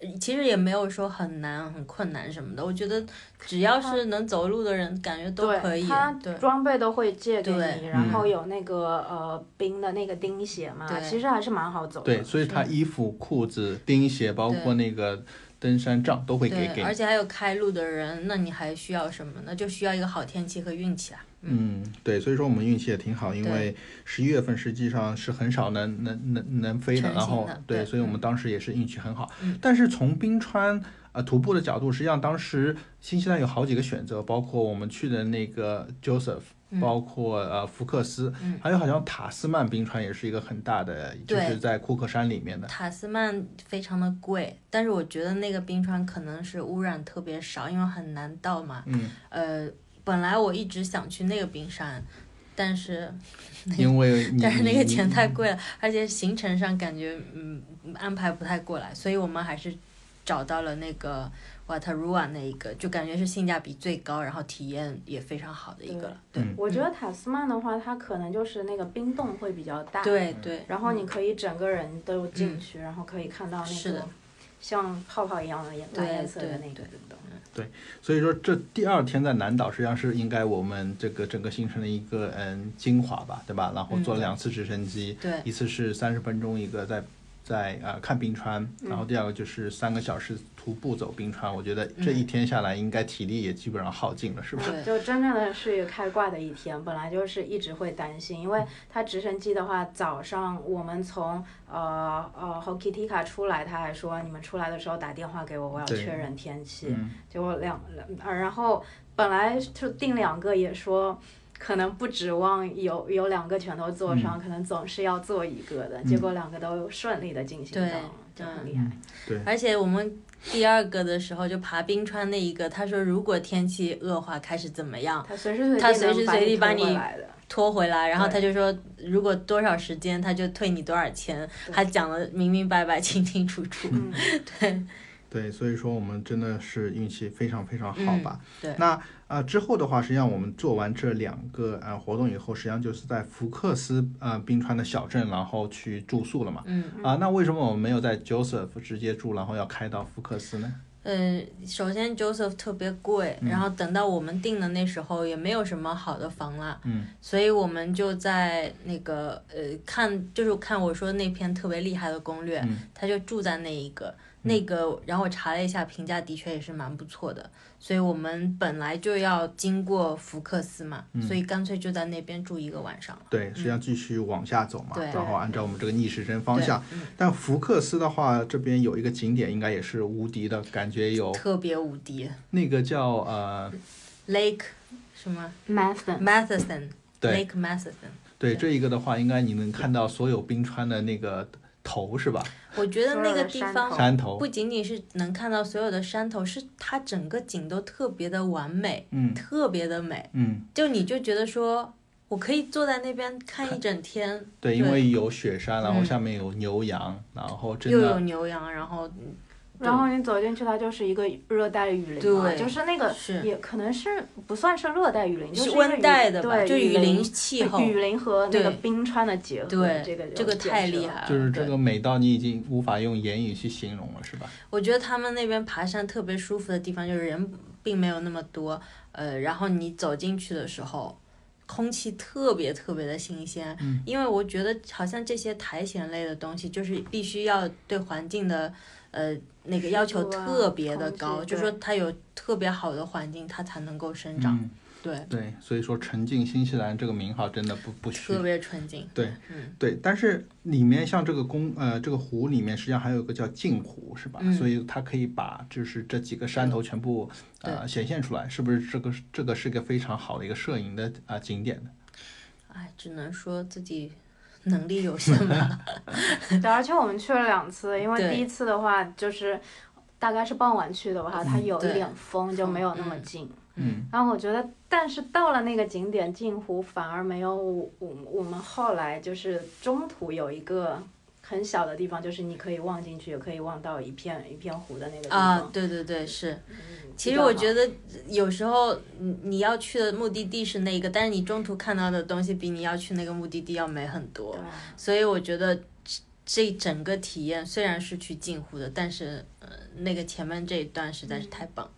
Speaker 4: 呃其实也没有说很难、很困难什么的，我觉得只要是能走路的人，感觉都
Speaker 6: 对，
Speaker 4: 可以
Speaker 6: 它。
Speaker 4: 对，
Speaker 6: 装备都会借给
Speaker 4: 对
Speaker 6: 你，然
Speaker 3: 嗯
Speaker 6: 后有那个、呃冰的那个钉鞋嘛，
Speaker 4: 对
Speaker 6: 其实还是蛮好走的。
Speaker 3: 对，所以他衣服、裤子、钉鞋，包括
Speaker 4: 哦对
Speaker 3: 那个登山杖都会给
Speaker 4: 对，
Speaker 3: 给
Speaker 4: 而
Speaker 3: 你。
Speaker 4: 且还有开路的人，那你还需要什么呢？就需要一个好天气和运气啊。
Speaker 3: 嗯，对，所以说我们运气也挺好，因为十一月份实际上是很少能能能能飞的，
Speaker 4: 成
Speaker 3: 然
Speaker 4: 型
Speaker 3: 后
Speaker 4: 的
Speaker 3: 对，
Speaker 4: 对
Speaker 3: 所以我们当时也是运气很好。
Speaker 4: 嗯
Speaker 3: 但是从冰川呃徒步的角度，实际上当时新西兰有好几个选择，包括我们去的那个 Joseph，、
Speaker 4: 嗯
Speaker 3: 包括呃福克斯，
Speaker 4: 嗯
Speaker 3: 还有好像塔斯曼冰川也是一个很大的，就
Speaker 4: 对
Speaker 3: 是在库克山里面的。
Speaker 4: 塔斯曼非常的贵，但是我觉得那个冰川可能是污染特别少，因为很难到嘛。
Speaker 3: 嗯，
Speaker 4: 呃，本来我一直想去那个冰山，但是
Speaker 3: 因为你
Speaker 4: 但 是那
Speaker 3: 你
Speaker 4: 个
Speaker 3: 你
Speaker 4: 钱太贵了，而且行程上感觉嗯安排不太过来，所以我们还是找到了那个瓦特鲁瓦那一个，就感觉是性价比最高，然后体验也非常好的一个了。对
Speaker 3: 嗯
Speaker 6: 我觉得塔斯曼的话，它可能就是那个冰洞会比较大，，
Speaker 4: 对
Speaker 6: 嗯
Speaker 4: 对，嗯
Speaker 6: 然后你可以整个人都进去，然后可以看到那
Speaker 4: 是
Speaker 6: 个
Speaker 4: 的
Speaker 6: 像泡泡一样的颜
Speaker 4: 对
Speaker 6: 蓝颜色的那个
Speaker 4: 对
Speaker 6: 冰洞。
Speaker 3: 所以说，这第二天在南岛实际上是应该我们这个整个行程的一个嗯精华吧，对吧？然后坐了
Speaker 4: 嗯
Speaker 3: 两次直升机，
Speaker 4: 对
Speaker 3: 一次是三十分钟，一个在在呃看冰川，
Speaker 4: 嗯
Speaker 3: 然后第二个就是三个小时徒步走冰川。我觉得这
Speaker 4: 嗯
Speaker 3: 一天下来，应该体力也基本上耗尽了，是吧？
Speaker 4: 对
Speaker 6: 就真正的是开挂的一天，本来就是一直会担心，因为它直升机的话，早上我们从呃呃 Hokitika 出来，他还说你们出来的时候打电话给我，我要
Speaker 3: 对
Speaker 6: 确认天气。
Speaker 3: 嗯，
Speaker 6: 结果两两，呃然后本来就定两个，也说可能不指望有有两个全都坐上，可能总是要做一个的。结果两个都顺利的进行到
Speaker 4: 对
Speaker 6: 了，就很
Speaker 4: 对
Speaker 6: 厉害。
Speaker 4: 而且我们第二个的时候就爬冰川那一个，他说如果天气恶化开始怎么样，
Speaker 6: 他随时随地
Speaker 4: 他随时
Speaker 6: 能
Speaker 4: 随地
Speaker 6: 把
Speaker 4: 把
Speaker 6: 你推回
Speaker 4: 你
Speaker 6: 来的。
Speaker 4: 拖回来，然后
Speaker 6: 对
Speaker 4: 他就说如果多少时间他就退你多少钱，
Speaker 6: 对
Speaker 4: 还讲的明明白 白、清清楚 楚。
Speaker 6: 嗯，
Speaker 3: 对，所以说我们真的是运气非常非常好
Speaker 4: 嗯
Speaker 3: 吧。
Speaker 4: 对
Speaker 3: 那啊、呃之后的话，实际上我们做完这两个呃活动以后，实际上就是在福克斯呃冰川的小镇，然后去住宿了嘛。
Speaker 4: 嗯
Speaker 3: 啊、那为什么我们没有在 Joseph 直接住，然后要开到福克斯呢？
Speaker 4: 呃，首先 Joseph 特别贵，
Speaker 3: 嗯
Speaker 4: 然后等到我们订的那时候也没有什么好的房啦，
Speaker 3: 嗯，
Speaker 4: 所以我们就在那个呃看，就是看我说那篇特别厉害的攻略，
Speaker 3: 嗯
Speaker 4: 他就住在那一个那个，然后我查了一下评价，的确也是蛮不错的，所以我们本来就要经过福克斯嘛，
Speaker 3: 嗯
Speaker 4: 所以干脆就在那边住一个晚上了。
Speaker 3: 对，实际上继续往下走嘛，
Speaker 4: 嗯对
Speaker 3: 然后按照我们这个逆时针方向。但福克斯的话，这边有一个景点应该也是无敌的感觉，有
Speaker 4: 特别无敌
Speaker 3: 那个叫呃，
Speaker 4: ，Lake 什么
Speaker 6: Mathen，
Speaker 4: Matheson。
Speaker 3: 对
Speaker 4: Lake Matheson，
Speaker 3: 对这一个的话，应该你能看到所有冰川的那个头是吧？
Speaker 4: 我觉得那个
Speaker 6: 所
Speaker 4: 地
Speaker 6: 有的山
Speaker 4: 方
Speaker 6: 头
Speaker 3: 山头
Speaker 4: 不，仅仅是能看到所有的山头，是它整个景都特别的完美，
Speaker 3: 嗯
Speaker 4: 特别的美。
Speaker 3: 嗯，
Speaker 4: 就你就觉得说，我可以坐在那边看一整天，
Speaker 3: 对，因为有雪山，然后
Speaker 4: 嗯
Speaker 3: 下面有牛羊，然后真
Speaker 4: 又有
Speaker 3: 的
Speaker 4: 牛羊，然后对
Speaker 6: 然后你走进去，它就是一个热带雨林嘛，
Speaker 4: 对
Speaker 6: 就是那个
Speaker 4: 是
Speaker 6: 也可能是不算是热带雨林，就是
Speaker 4: 是
Speaker 6: 一个
Speaker 4: 温带的吧，
Speaker 6: 对，
Speaker 4: 就雨林
Speaker 6: 林
Speaker 4: 气候，
Speaker 6: 雨林和那个
Speaker 4: 对
Speaker 6: 冰川的结合，
Speaker 4: 对
Speaker 6: 这个
Speaker 4: 这个太厉害了。
Speaker 3: 就是这
Speaker 4: 对
Speaker 3: 个美到你已经无法用言语去形容了，是吧？
Speaker 4: 我觉得他们那边爬山特别舒服的地方就是人并没有那么多，呃，然后你走进去的时候，空气特别特别的新鲜，
Speaker 3: 嗯
Speaker 4: 因为我觉得好像这些苔藓类的东西就是必须要对环境的呃那个要求
Speaker 6: 湿度啊
Speaker 4: 特别的
Speaker 6: 空气
Speaker 4: 高，就
Speaker 6: 对
Speaker 4: 说它有特别好的环境，它才能够生长，
Speaker 3: 嗯，
Speaker 4: 对，
Speaker 3: 对，所以说沉浸新西兰这个名号真的不不虚
Speaker 4: 特别纯净，
Speaker 3: 对，
Speaker 4: 嗯，
Speaker 3: 对，但是里面像这个宫呃这个湖里面，实际上还有一个叫镜湖，是吧？
Speaker 4: 嗯
Speaker 3: 所以它可以把就是这几个山头全部呃显现出来，是不是？这个是这个是个非常好的一个摄影的啊、景点的。
Speaker 4: 哎，只能说自己能力有限吧，
Speaker 6: 对，而且我们去了两次，因为
Speaker 4: 对嗯
Speaker 6: 第一次的话就是大概是傍晚去的话，它有一
Speaker 4: 对
Speaker 6: 点风，就没有那么
Speaker 4: 嗯
Speaker 6: 近。
Speaker 3: 嗯，
Speaker 6: 然后我觉得，但是到了那个景点镜湖，反而没有我我我们后来就是中途有一个很小的地方，就是你可以望进去，也可以望到一片一片湖的那个地方。
Speaker 4: 啊，对对对，是。
Speaker 6: 嗯比
Speaker 4: 其实
Speaker 6: 较
Speaker 4: 我
Speaker 6: 好
Speaker 4: 觉得有时候你你要去的目的地是那个，但是你中途看到的东西比你要去那个目的地要美很多
Speaker 6: 对，
Speaker 4: 所以我觉得这这整个体验虽然是去镜湖的，但是呃那个前面这一段实在是太棒，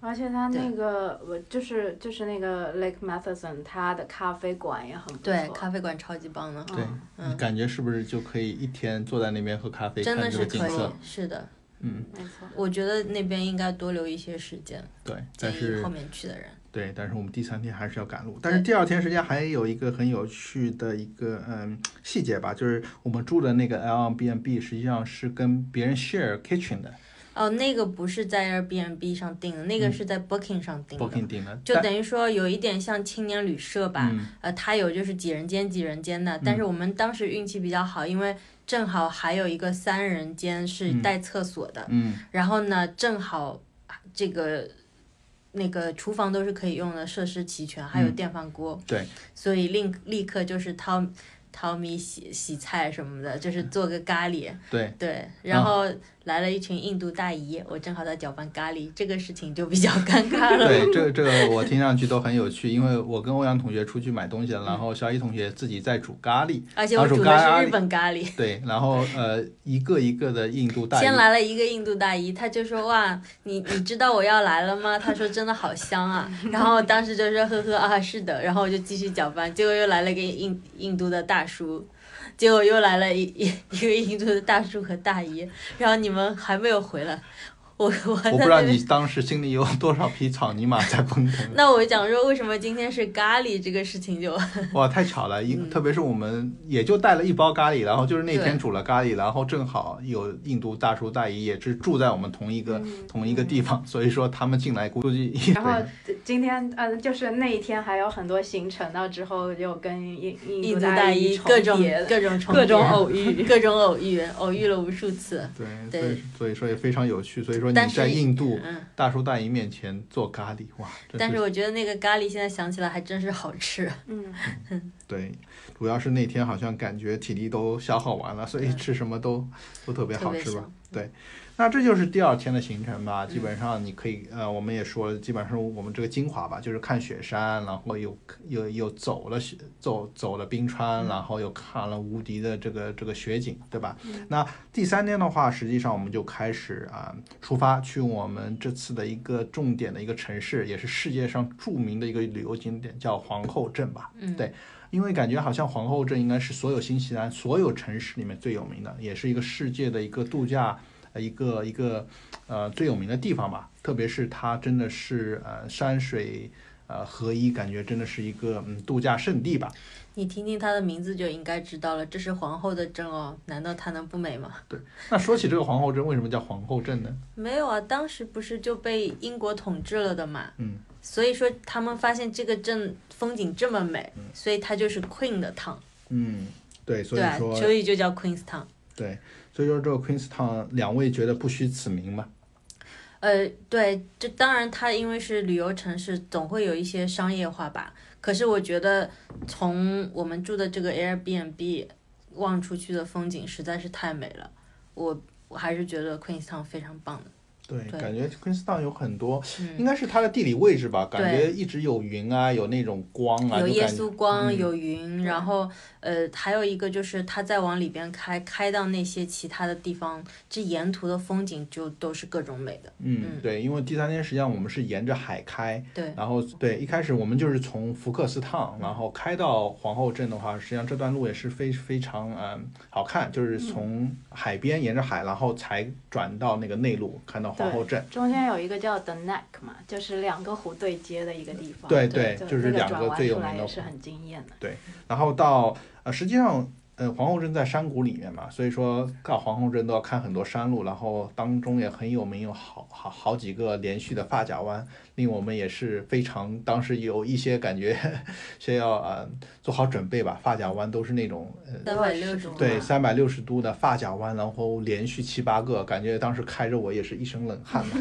Speaker 6: 而且它
Speaker 4: 对
Speaker 6: 那个我就是就是那个 Lake Matheson，它的咖啡馆也很不错。嗯
Speaker 4: 对，咖啡馆超级棒的，
Speaker 3: 对，你嗯感觉是不是就可以一天坐在那边喝咖啡，
Speaker 4: 嗯真
Speaker 3: 看
Speaker 4: 的
Speaker 3: 这个
Speaker 4: 是
Speaker 3: 景
Speaker 4: 可以
Speaker 3: 色？，
Speaker 4: 是的，
Speaker 3: 嗯，
Speaker 6: 没错。
Speaker 4: 我觉得那边应该多留一些时间，
Speaker 3: 对。但
Speaker 4: 建议
Speaker 3: 是
Speaker 4: 后面去的人，
Speaker 3: 对，但是我们第三天还是要赶路。但是第二天实际上还有一个很有趣的一个嗯细节吧，就是我们住的那个 Airbnb 实际上是跟别人 share kitchen 的
Speaker 4: 哦，那个不是在 Airbnb 上订的，那个
Speaker 3: 嗯
Speaker 4: 是在 Booking 上订的。
Speaker 3: booking 订的，
Speaker 4: 就
Speaker 3: 但
Speaker 4: 等于说有一点像青年旅社吧，
Speaker 3: 嗯
Speaker 4: 呃，它有就是几人间几人间的，但是我们当时运气比较好，因为正好还有一个三人间是
Speaker 3: 嗯
Speaker 4: 带厕所的，
Speaker 3: 嗯。
Speaker 4: 然后呢，正好这个那个厨房都是可以用的，设施齐全，还有
Speaker 3: 嗯
Speaker 4: 电饭锅，
Speaker 3: 对，
Speaker 4: 所以立立刻就是淘淘米洗洗菜什么的，就是做个咖喱，
Speaker 3: 对，
Speaker 4: 对，
Speaker 3: 啊
Speaker 4: 然后来了一群印度大姨，我正好在搅拌咖喱，这个事情就比较尴尬了。
Speaker 3: 对，这个这个我听上去都很有趣，因为我跟欧阳同学出去买东西了，
Speaker 4: 嗯
Speaker 3: 然后小一同学自己在煮咖喱，
Speaker 4: 而且
Speaker 3: 然
Speaker 4: 我
Speaker 3: 后
Speaker 4: 煮
Speaker 3: 咖
Speaker 4: 的是
Speaker 3: 喱
Speaker 4: 日本咖喱。
Speaker 3: 对，然后呃一个一个的印度大
Speaker 4: 先
Speaker 3: 姨
Speaker 4: 来了一个印度大姨，她就说：“哇，你你知道我要来了 吗？”她说：“真的好香啊。”然后当时就说：“呵呵啊，是的。”然后我就继续搅拌，结果又来了一个印印度的大叔，结果又来了一 一一个印度的大叔和大姨，然后你们还没有回来，我我还
Speaker 3: 我不
Speaker 4: 在
Speaker 3: 知道
Speaker 4: 那边。
Speaker 3: 你当时心里有多少匹草泥马在奔腾
Speaker 4: 那我讲说为什么今天是咖喱这个事情就
Speaker 3: 哇，太巧了！因特别是我们也就带了一包咖喱，然后就是那天
Speaker 4: 嗯对
Speaker 3: 煮了咖喱，然后正好有印度大叔大姨也是住在我们同一
Speaker 4: 嗯
Speaker 3: 个、
Speaker 6: 嗯
Speaker 3: 同一个地方，所以说他们进来估计
Speaker 6: 然后今天，呃，就是那一天还有很多行程，到之后又跟印印
Speaker 4: 印度
Speaker 6: 大
Speaker 4: 大姨
Speaker 6: 重
Speaker 4: 各种
Speaker 6: 叠
Speaker 4: 各种重
Speaker 6: 各种
Speaker 4: 叠
Speaker 6: 偶遇。
Speaker 4: 各种偶遇，偶遇了无数次，
Speaker 3: 对对，所以所
Speaker 4: 对
Speaker 3: 以说也非常有趣。所以说你
Speaker 4: 但是
Speaker 3: 在印度。
Speaker 4: 嗯。
Speaker 3: 大叔大姨面前做咖喱，哇！真
Speaker 4: 但是我觉得那个咖喱现在想起来还真是好吃。
Speaker 6: 嗯，
Speaker 3: 对，主要是那天好像感觉体力都消耗完了，所以
Speaker 4: 嗯
Speaker 3: 吃什么都都特别
Speaker 4: 特
Speaker 3: 好
Speaker 4: 别
Speaker 3: 吃吧
Speaker 4: 香。
Speaker 3: 对，那这就是第二天的行程吧。基本上你可以，呃，我们也说了，基本上我们这个精华吧，就是看雪山，然后又又又走了雪，走走了冰川，然后又看了无敌的这个这个雪景，对吧？那第三天的话，实际上我们就开始啊、出发去我们这次的一个重点的一个城市，也是世界上著名的一个旅游景点，叫皇后镇吧。
Speaker 4: 嗯，
Speaker 3: 对因为感觉好像皇后镇应该是所有新西兰所有城市里面最有名的，也是一个世界的一个度假，呃，一个一个呃最有名的地方吧。特别是它真的是呃山水呃合一，感觉真的是一个嗯度假胜地吧。
Speaker 4: 你听听它的名字就应该知道了，这是皇后的镇哦，难道它能不美吗？
Speaker 3: 那说起这个皇后镇，为什么叫皇后镇呢？
Speaker 4: 没有啊，当时不是就被英国统治了的嘛，
Speaker 3: 嗯，
Speaker 4: 所以说他们发现这个镇风景这么美，所以它就是 Queen 的 town，
Speaker 3: 嗯，对，所
Speaker 4: 对
Speaker 3: 以
Speaker 4: 吧？
Speaker 3: 说
Speaker 4: 所以就叫 Queen's town。
Speaker 3: 对，所以说这个 Queenstown 两位觉得不虚此名嘛？
Speaker 4: 呃，对，这当然它因为是旅游城市，总会有一些商业化吧。可是我觉得从我们住的这个 Airbnb 望出去的风景实在是太美了，我我还是觉得 Queenstown 非常棒的。
Speaker 3: 对，
Speaker 4: 对
Speaker 3: 感觉 Queenstown 有很多，应
Speaker 4: 嗯，
Speaker 3: 该是它的地理位置吧，感
Speaker 4: 对
Speaker 3: 觉一直有云啊，有那种光啊，
Speaker 4: 有
Speaker 3: 就
Speaker 4: 耶
Speaker 3: 感觉
Speaker 4: 稣光，
Speaker 3: 嗯
Speaker 4: 有云，然后呃，还有一个就是它再往里边开，开到那些其他的地方，这沿途的风景就都是各种美的。
Speaker 3: 嗯，对，因为第三天实际上我们是沿着海开，
Speaker 4: 对
Speaker 3: 然后对，一开始我们就是从福克斯烫，然后开到皇后镇的话，实际上这段路也是非非常嗯好看，就是从海边沿着海，然后才转到那个内陆，看到皇后镇。
Speaker 6: 中间有一个叫 The Neck 嘛，就是两个湖对接的一个地方。
Speaker 3: 对
Speaker 6: 对，
Speaker 3: 对就是
Speaker 6: 那
Speaker 3: 两
Speaker 6: 转
Speaker 3: 个
Speaker 6: 弯
Speaker 3: 最有
Speaker 6: 出来
Speaker 3: 名的
Speaker 6: 也是
Speaker 3: 湖
Speaker 6: 很惊艳的。
Speaker 3: 然后到呃，实际上呃，皇后镇在山谷里面嘛，所以说到皇后镇都要看很多山路，然后当中也很有名，有好好好几个连续的发夹弯，令我们也是非常当时有一些感觉 先要呃做好准备吧，发夹弯都是那种呃。
Speaker 4: 三百六十度。
Speaker 3: 对，三百六十度的发夹弯，然后连续七八个，感觉当时开着我也是一身冷汗呐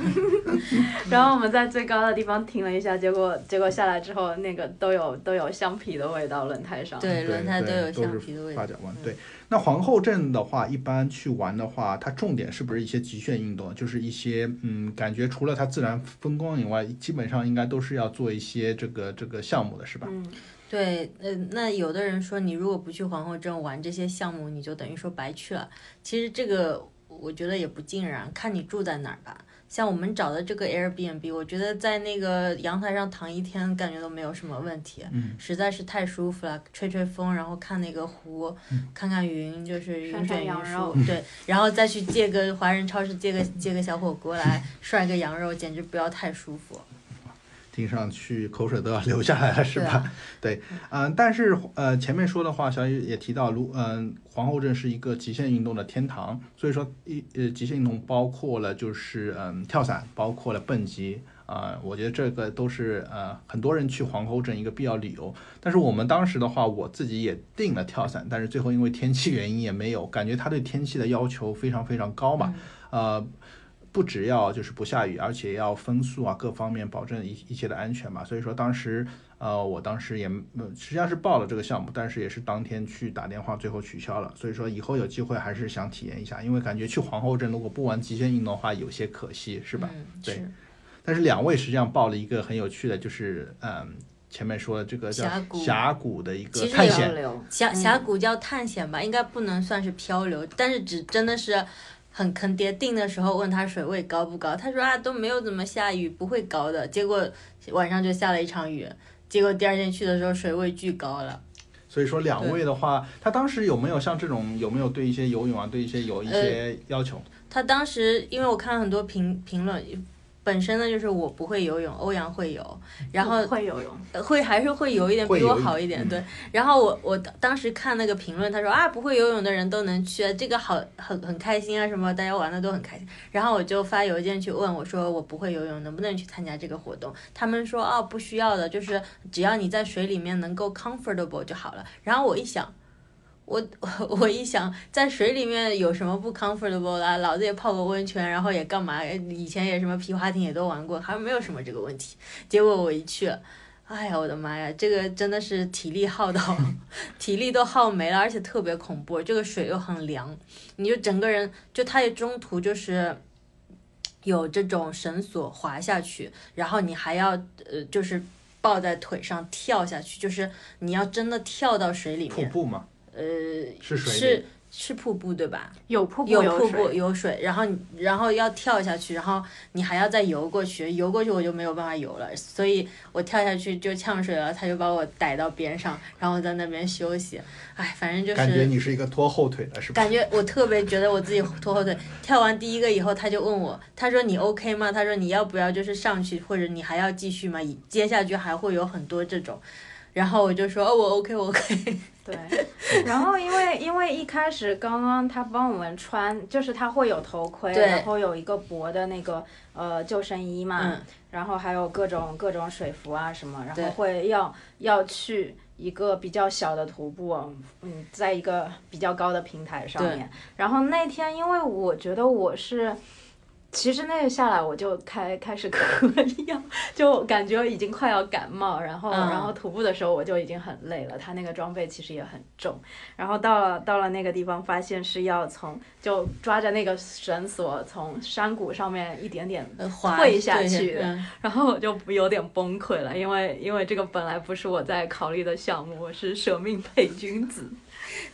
Speaker 6: 然后我们在最高的地方停了一下，结果结果下来之后，那个都有都有橡皮的味道，轮胎上。
Speaker 4: 对，轮胎都
Speaker 3: 对
Speaker 4: 有
Speaker 3: 都是
Speaker 4: 橡皮的味道
Speaker 3: 发。夹弯
Speaker 4: 嗯
Speaker 3: 对，那皇后镇的话，一般去玩的话，它重点是不是一些极限运动？就是一些嗯，感觉除了它自然风光以外，基本上应该都是要做一些这个这个项目的，是吧？
Speaker 6: 嗯，
Speaker 4: 对，呃，那有的人说，你如果不去皇后镇玩这些项目，你就等于说白去了。其实这个我觉得也不尽然，看你住在哪儿吧。像我们找的这个 Airbnb，我觉得在那个阳台上躺一天，感觉都没有什么问题，
Speaker 3: 嗯
Speaker 4: 实在是太舒服了。吹吹风，然后看那个湖，
Speaker 3: 嗯
Speaker 4: 看看云，就是
Speaker 6: 涮涮
Speaker 4: 云卷云
Speaker 6: 羊
Speaker 4: 舒
Speaker 6: 肉，
Speaker 4: 对，然后再去借个华人超市借个借个小火锅 来涮个羊肉，简直不要太舒服。
Speaker 3: 听上去口水都要流下来了，是
Speaker 4: 对啊
Speaker 3: 吧？对，嗯、但是呃，前面说的话，小雨也提到，如嗯、皇后镇是一个极限运动的天堂，所以说一呃，极限运动包括了就是嗯、跳伞，包括了蹦极。啊、我觉得这个都是呃很多人去皇后镇一个必要理由。但是我们当时的话，我自己也订了跳伞，但是最后因为天气原因也没有，感觉他对天气的要求非常非常高嘛。呃，不只要就是不下雨，而且要风速啊各方面保证一一切的安全嘛。所以说当时呃，我当时也呃实际上是报了这个项目，但是也是当天去打电话，最后取消了。所以说以后有机会还是想体验一下，因为感觉去皇后镇如果不玩极限运动的话，有些可惜，是吧？
Speaker 4: 嗯、
Speaker 3: 对
Speaker 4: 是
Speaker 3: 但是两位实际上报了一个很有趣的，就是嗯。前面说的这个叫
Speaker 4: 峡谷
Speaker 3: 峡谷的一个
Speaker 4: 其实
Speaker 3: 探
Speaker 4: 也
Speaker 3: 险
Speaker 5: 交，流，
Speaker 4: 峡
Speaker 6: 嗯
Speaker 4: 峡谷叫探险吧，应该不能算是漂流，但是只真的是很坑爹。定的时候问他水位高不高，他说啊都没有怎么下雨，不会高的。结果晚上就下了一场雨，结果第二天去的时候水位巨高了。
Speaker 3: 所以说两位的话，他当时有没有像这种有没有对一些游泳啊，对一些有一
Speaker 4: 呃
Speaker 3: 些要求？
Speaker 4: 他当时因为我看很多评评论，本身呢就是我不会游泳，欧阳会游，然后
Speaker 6: 会游泳，
Speaker 4: 呃会还是会游一点，
Speaker 3: 会
Speaker 4: 比我
Speaker 3: 游一
Speaker 4: 好一点。
Speaker 3: 嗯
Speaker 4: 对，然后我我当当时看那个评论，他说啊，不会游泳的人都能去，啊这个好很很开心啊，什么大家玩的都很开心。然后我就发邮件去问我说我不会游泳，能不能去参加这个活动？他们说啊，不需要的，就是只要你在水里面能够 comfortable 就好了。然后我一想。我 我我一想，在水里面有什么不 comfortable 的啊、老子也泡过温泉，然后也干嘛？以前也什么皮划艇也都玩过，还没有什么这个问题。结果我一去，哎呀，我的妈呀，这个真的是体力耗到， 体力都耗没了，而且特别恐怖。这个水又很凉，你就整个人就它也中途就是有这种绳索滑下去，然后你还要呃就是抱在腿上跳下去，就是你要真的跳到水里
Speaker 3: 瀑
Speaker 4: 面，
Speaker 3: 布嘛，
Speaker 4: 呃，
Speaker 3: 是水里
Speaker 4: 是是瀑布对吧？
Speaker 6: 有瀑布
Speaker 4: 有
Speaker 6: 有
Speaker 4: 瀑布
Speaker 6: 水。
Speaker 4: 有水，然后你然后要跳下去，然后你还要再游过去，游过去我就没有办法游了，所以我跳下去就呛水了，他就把我逮到边上，然后我在那边休息，哎，反正就
Speaker 3: 感觉
Speaker 4: 是。
Speaker 3: 你是一个拖后腿的，是吧？
Speaker 4: 感觉我特别觉得我自己拖后腿，跳完第一个以后，他就问我，他说你 OK 吗？他说你要不要就是上去，或者你还要继续吗？以接下去还会有很多这种，然后我就说哦我 OK 我 OK，
Speaker 6: 对，然后因为因为一开始刚刚他帮我们穿，就是他会有头盔，
Speaker 4: 对
Speaker 6: 然后有一个薄的那个呃救生衣嘛，
Speaker 4: 嗯，
Speaker 6: 然后还有各种各种水服啊什么，然
Speaker 4: 对
Speaker 6: 后会要要去一个比较小的徒步，嗯，在一个比较高的平台上
Speaker 4: 对
Speaker 6: 面。然后那天，因为我觉得我是，其实那个下来我就开开始 咳药，就感觉已经快要感冒，然后、
Speaker 4: 嗯
Speaker 6: 然后徒步的时候我就已经很累了，他那个装备其实也很重，然后到了到了那个地方，发现是要从就抓着那个绳索从山谷上面一点点
Speaker 4: 呃滑
Speaker 6: 退下
Speaker 4: 对
Speaker 6: 去的
Speaker 4: 嗯
Speaker 6: 然后我就有点崩溃了，因为因为这个本来不是我在考虑的项目，我是舍命陪君子。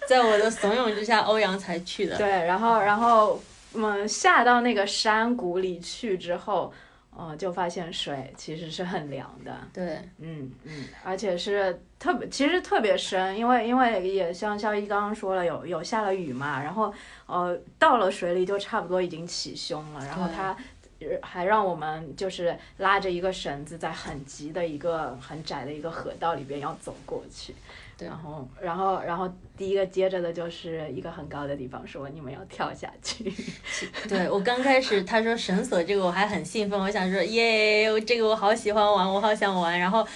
Speaker 4: 在我的怂恿之下，欧阳才去 的。
Speaker 6: 对，然后然后嗯，下到那个山谷里去之后，呃，就发现水其实是很凉的，
Speaker 4: 对，
Speaker 6: 嗯嗯，而且是特别，其实特别深，因为因为也像肖一刚刚说了，有有下了雨嘛，然后呃到了水里就差不多已经起胸了，然后
Speaker 4: 对
Speaker 6: 他呃还让我们就是拉着一个绳子，在很急的一个很窄的一个河道里边要走过去，
Speaker 4: 对
Speaker 6: 然后然后然后第一个接着的就是一个很高的地方说你们要跳下去，
Speaker 4: 对我刚开始他说绳索这个我还很兴奋，我想说耶，我这个我好喜欢玩，我好想玩。然后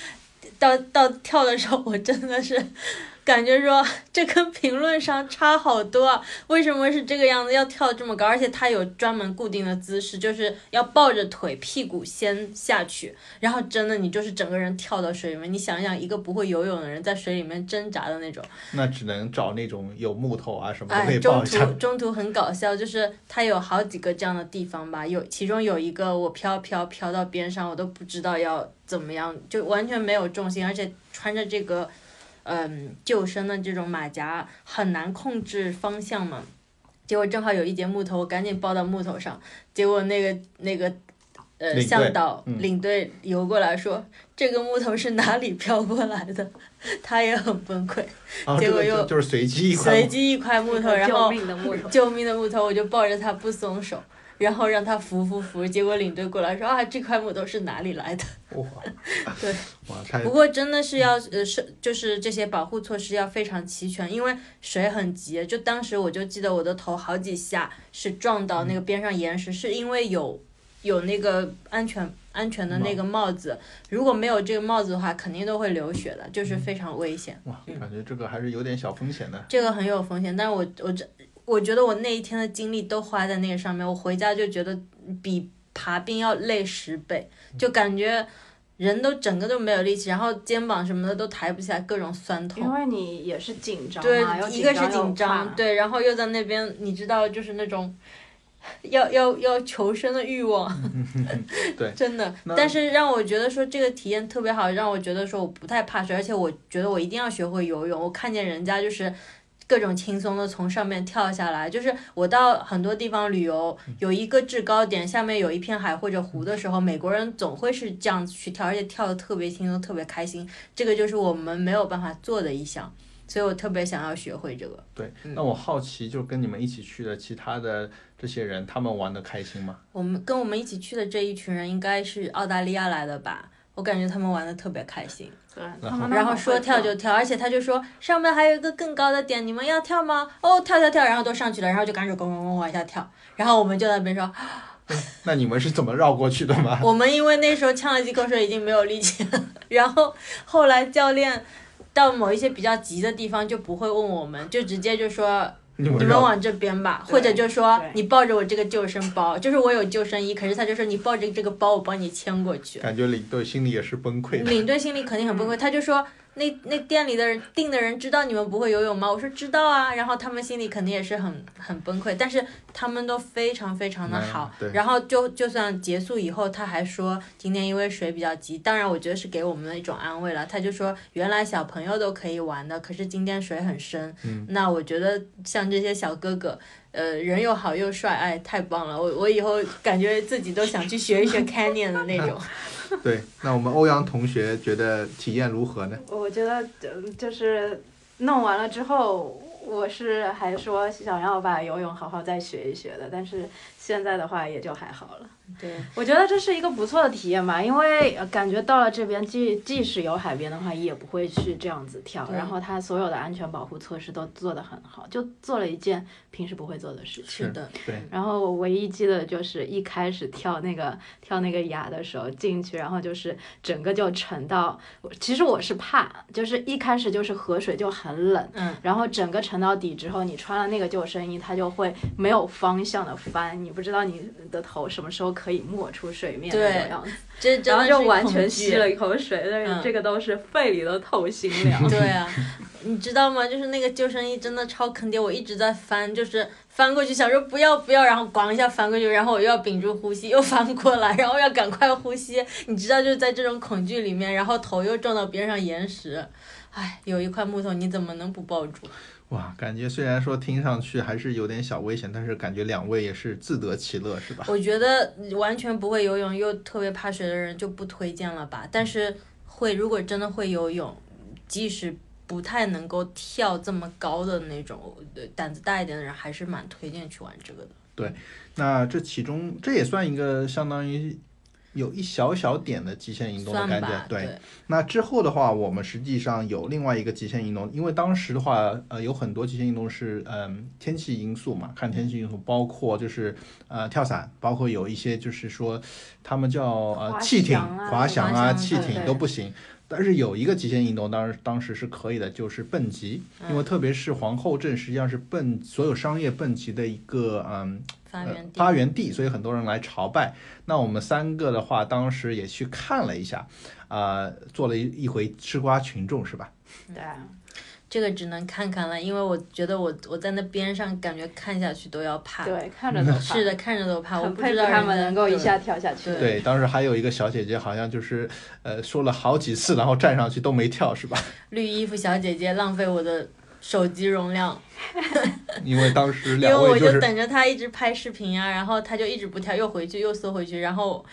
Speaker 4: 到到跳的时候，我真的是感觉说这跟评论上差好多啊！为什么是这个样子？要跳这么高，而且它有专门固定的姿势，就是要抱着腿，屁股先下去，然后真的你就是整个人跳到水里面。你想想，一个不会游泳的人在水里面挣扎的那种。
Speaker 3: 那只能找那种有木头啊什么的可
Speaker 4: 哎，
Speaker 3: 以
Speaker 4: 中
Speaker 3: 抱一下
Speaker 4: 途。中途很搞笑，就是它有好几个这样的地方吧，有其中有一个我飘飘飘到边上，我都不知道要怎么样，就完全没有重心，而且穿着这个，嗯，救生的这种马甲很难控制方向嘛。结果正好有一节木头，我赶紧抱到木头上，结果那个那个。呃，
Speaker 3: 领队
Speaker 4: 向导
Speaker 3: 嗯
Speaker 4: 领队游过来说：“这个木头是哪里飘过来的？” 他也很崩溃，
Speaker 3: 然后
Speaker 4: 结
Speaker 3: 啊这
Speaker 4: 果
Speaker 3: 个就
Speaker 4: 又
Speaker 3: 就是随机一块
Speaker 4: 随
Speaker 3: 木，
Speaker 4: 机一块木 头，
Speaker 6: 一个
Speaker 4: 然
Speaker 6: 救
Speaker 4: 后
Speaker 6: 命的木头，
Speaker 4: 救命的木头，我就抱着它不松手，然后让它扶扶扶。结果领队过来说啊，这块木头是哪里来的？
Speaker 3: 哇，
Speaker 4: 对，
Speaker 3: 哇，太
Speaker 4: 不过真的是要呃是就是这些保护措施要非常齐全，因为水很急。就当时我就记得我的头好几下是撞到那个边上岩石，是因为有有那个安全安全的那个帽子，如果没有这个帽子的话，肯定都会流血的，就是非常危险。
Speaker 3: 哇，
Speaker 4: 嗯
Speaker 3: 感觉这个还是有点小风险的。
Speaker 4: 这个很有风险，但是我我这我觉得我那一天的精力都花在那个上面，我回家就觉得比爬冰要累十倍，就感觉人都整个都没有力气，然后肩膀什么的都抬不起来，各种酸
Speaker 6: 因
Speaker 4: 痛。
Speaker 6: 为你也是紧张
Speaker 4: 对
Speaker 6: 嘛，又，
Speaker 4: 一个是
Speaker 6: 又
Speaker 4: 紧
Speaker 6: 怕
Speaker 4: 张，对，然后又在那边，你知道，就是那种要要要求生的欲望，
Speaker 3: 对
Speaker 4: 真的。
Speaker 3: 那
Speaker 4: 但是让我觉得说这个体验特别好，让我觉得说我不太怕水，而且我觉得我一定要学会游泳。我看见人家就是。各种轻松的从上面跳下来，就是我到很多地方旅游，有一个制高点，下面有一片海或者湖的时候，美国人总会是这样子去跳，而且跳的特别轻松，特别开心。这个就是我们没有办法做的一项，所以我特别想要学会这个。
Speaker 3: 对，
Speaker 4: 嗯
Speaker 3: 那我好奇，就跟你们一起去的其他的这些人，他们玩的开心吗？
Speaker 4: 我们跟我们一起去的这一群人应该是澳大利亚来的吧？我感觉他们玩的特别开心，
Speaker 6: 对，
Speaker 3: 然
Speaker 6: 他们
Speaker 3: 后
Speaker 6: 都
Speaker 4: 然后
Speaker 6: 很
Speaker 4: 说
Speaker 6: 会
Speaker 4: 跳就跳，而且他就说上面还有一个更高的点，你们要跳吗？哦，跳跳跳，然后都上去了，然后就赶紧咣咣咣往下跳，然后我们就在那边说，
Speaker 3: 那你们是怎么绕过去的吗？
Speaker 4: 我们因为那时候呛了几口水，已经没有力气了。 然后后来教练到某一些比较急的地方就不会问我们，就直接就说
Speaker 3: 你们
Speaker 4: 你们
Speaker 3: 绕，
Speaker 4: 往这边吧，
Speaker 6: 对
Speaker 4: 或者就说
Speaker 6: 对
Speaker 4: 你抱着我这个救生包，就是我有救生衣，可是他就说你抱着这个包，我帮你牵过去。
Speaker 3: 感觉领队心里也是崩溃的。
Speaker 4: 领队心里肯定很
Speaker 3: 嗯
Speaker 4: 崩溃，他就说那那店里的人订的人知道你们不会游泳吗？我说知道啊，然后他们心里肯定也是很很崩溃，但是他们都非常非常的
Speaker 3: 嗯
Speaker 4: 好，
Speaker 3: 对
Speaker 4: 然后就就算结束以后，他还说今天因为水比较急，当然我觉得是给我们的一种安慰了，他就说原来小朋友都可以玩的，可是今天水很深，
Speaker 3: 嗯
Speaker 4: 那我觉得像这些小哥哥。呃，人又好又帅，哎，太棒了！我我以后感觉自己都想去学一 学 Canyon 的那种。
Speaker 3: 对，那我们欧阳同学觉得体验如何呢？
Speaker 6: 我觉得，嗯，就是弄完了之后，我是还说想要把游泳好好再学一学的，但是现在的话也就还好了。
Speaker 4: 对，
Speaker 6: 我觉得这是一个不错的体验吧，因为呃感觉到了这边，即即使有海边的话，也不会去这样子跳。
Speaker 4: 对
Speaker 6: 然后它所有的安全保护措施都做得很好，就做了一件平时不会做的事情。
Speaker 4: 是的，
Speaker 3: 对，
Speaker 6: 然后我唯一记得就是一开始跳那个跳那个崖的时候进去，然后就是整个就沉到，我其实我是怕，就是一开始就是河水就很冷，
Speaker 4: 嗯，
Speaker 6: 然后整个沉到底之后，你穿了那个救生衣，它就会没有方向的翻，你不知道你的头什么时候可以没出水面那
Speaker 4: 对
Speaker 6: 种样子，
Speaker 4: 这真
Speaker 6: 然
Speaker 4: 的
Speaker 6: 后
Speaker 4: 是
Speaker 6: 就完
Speaker 4: 恐
Speaker 6: 全
Speaker 4: 惧
Speaker 6: 吸了一口水，但
Speaker 4: 嗯
Speaker 6: 是这个都是肺里都透心 凉。
Speaker 4: 对啊，你知道吗？就是那个救生衣真的超坑爹，我一直在翻，就是翻过去想说不要不要，然后咣一下翻过去，然后我又要屏住呼吸，又翻过来，然后要赶快呼吸。你知道，就是在这种恐惧里面，然后头又撞到边上岩石，哎，有一块木头，你怎么能不抱住？
Speaker 3: 哇，感觉虽然说听上去还是有点小危险，但是感觉两位也是自得其乐，是吧？
Speaker 4: 我觉得完全不会游泳又特别怕水的人就不推荐了吧。但是会，如果真的会游泳，即使不太能够跳这么高的那种，呃胆子大一点的人，还是蛮推荐去玩这个的。
Speaker 3: 那这其中这也算一个相当于有一小小点的极限运动的
Speaker 4: 算
Speaker 3: 感觉
Speaker 4: 吧，，
Speaker 3: 对。那之后的话，我们实际上有另外一个极限运动，因为当时的话，呃，有很多极限运动是嗯天气因素嘛，看天气因素，包括就是呃跳伞，包括有一些就是说他们叫呃
Speaker 6: 滑
Speaker 3: 气艇、
Speaker 6: 翔啊
Speaker 3: 滑翔
Speaker 4: 滑
Speaker 3: 啊、
Speaker 4: 翔
Speaker 3: 气
Speaker 4: 对
Speaker 3: 艇
Speaker 6: 对
Speaker 3: 都不行。但是有一个极限运动，当时当时是可以的，就是蹦极，
Speaker 4: 嗯
Speaker 6: 嗯
Speaker 3: 因为特别是皇后镇实际上是蹦所有商业蹦极的一个嗯
Speaker 4: 发
Speaker 3: 呃
Speaker 4: 源地，
Speaker 3: 发源地，所以很多人来朝拜。那我们三个的话，当时也去看了一下，呃，做了一一回吃瓜群众，是吧？
Speaker 6: 对啊，
Speaker 4: 这个只能看看了，因为我觉得我我在那边上感觉看下去都要怕，
Speaker 6: 对，看着都怕
Speaker 4: 啊是的，，看着都怕，我
Speaker 6: 很
Speaker 4: 不
Speaker 6: 佩
Speaker 4: 知
Speaker 6: 服
Speaker 4: 道
Speaker 6: 他
Speaker 4: 人
Speaker 6: 们
Speaker 4: 家
Speaker 6: 能够一
Speaker 4: 对
Speaker 6: 下跳下去。
Speaker 4: 对
Speaker 3: 对，当时还有一个小姐姐，好像就是呃说了好几次，然后站上去都没跳，是 吧？
Speaker 4: 绿衣服小姐姐浪费我的手机容量，
Speaker 3: 因为当时
Speaker 4: 因为
Speaker 3: 两
Speaker 4: 我
Speaker 3: 位就
Speaker 4: 就是等着她一直拍视频啊，然后她就一直不跳，又回去又缩回去，然后，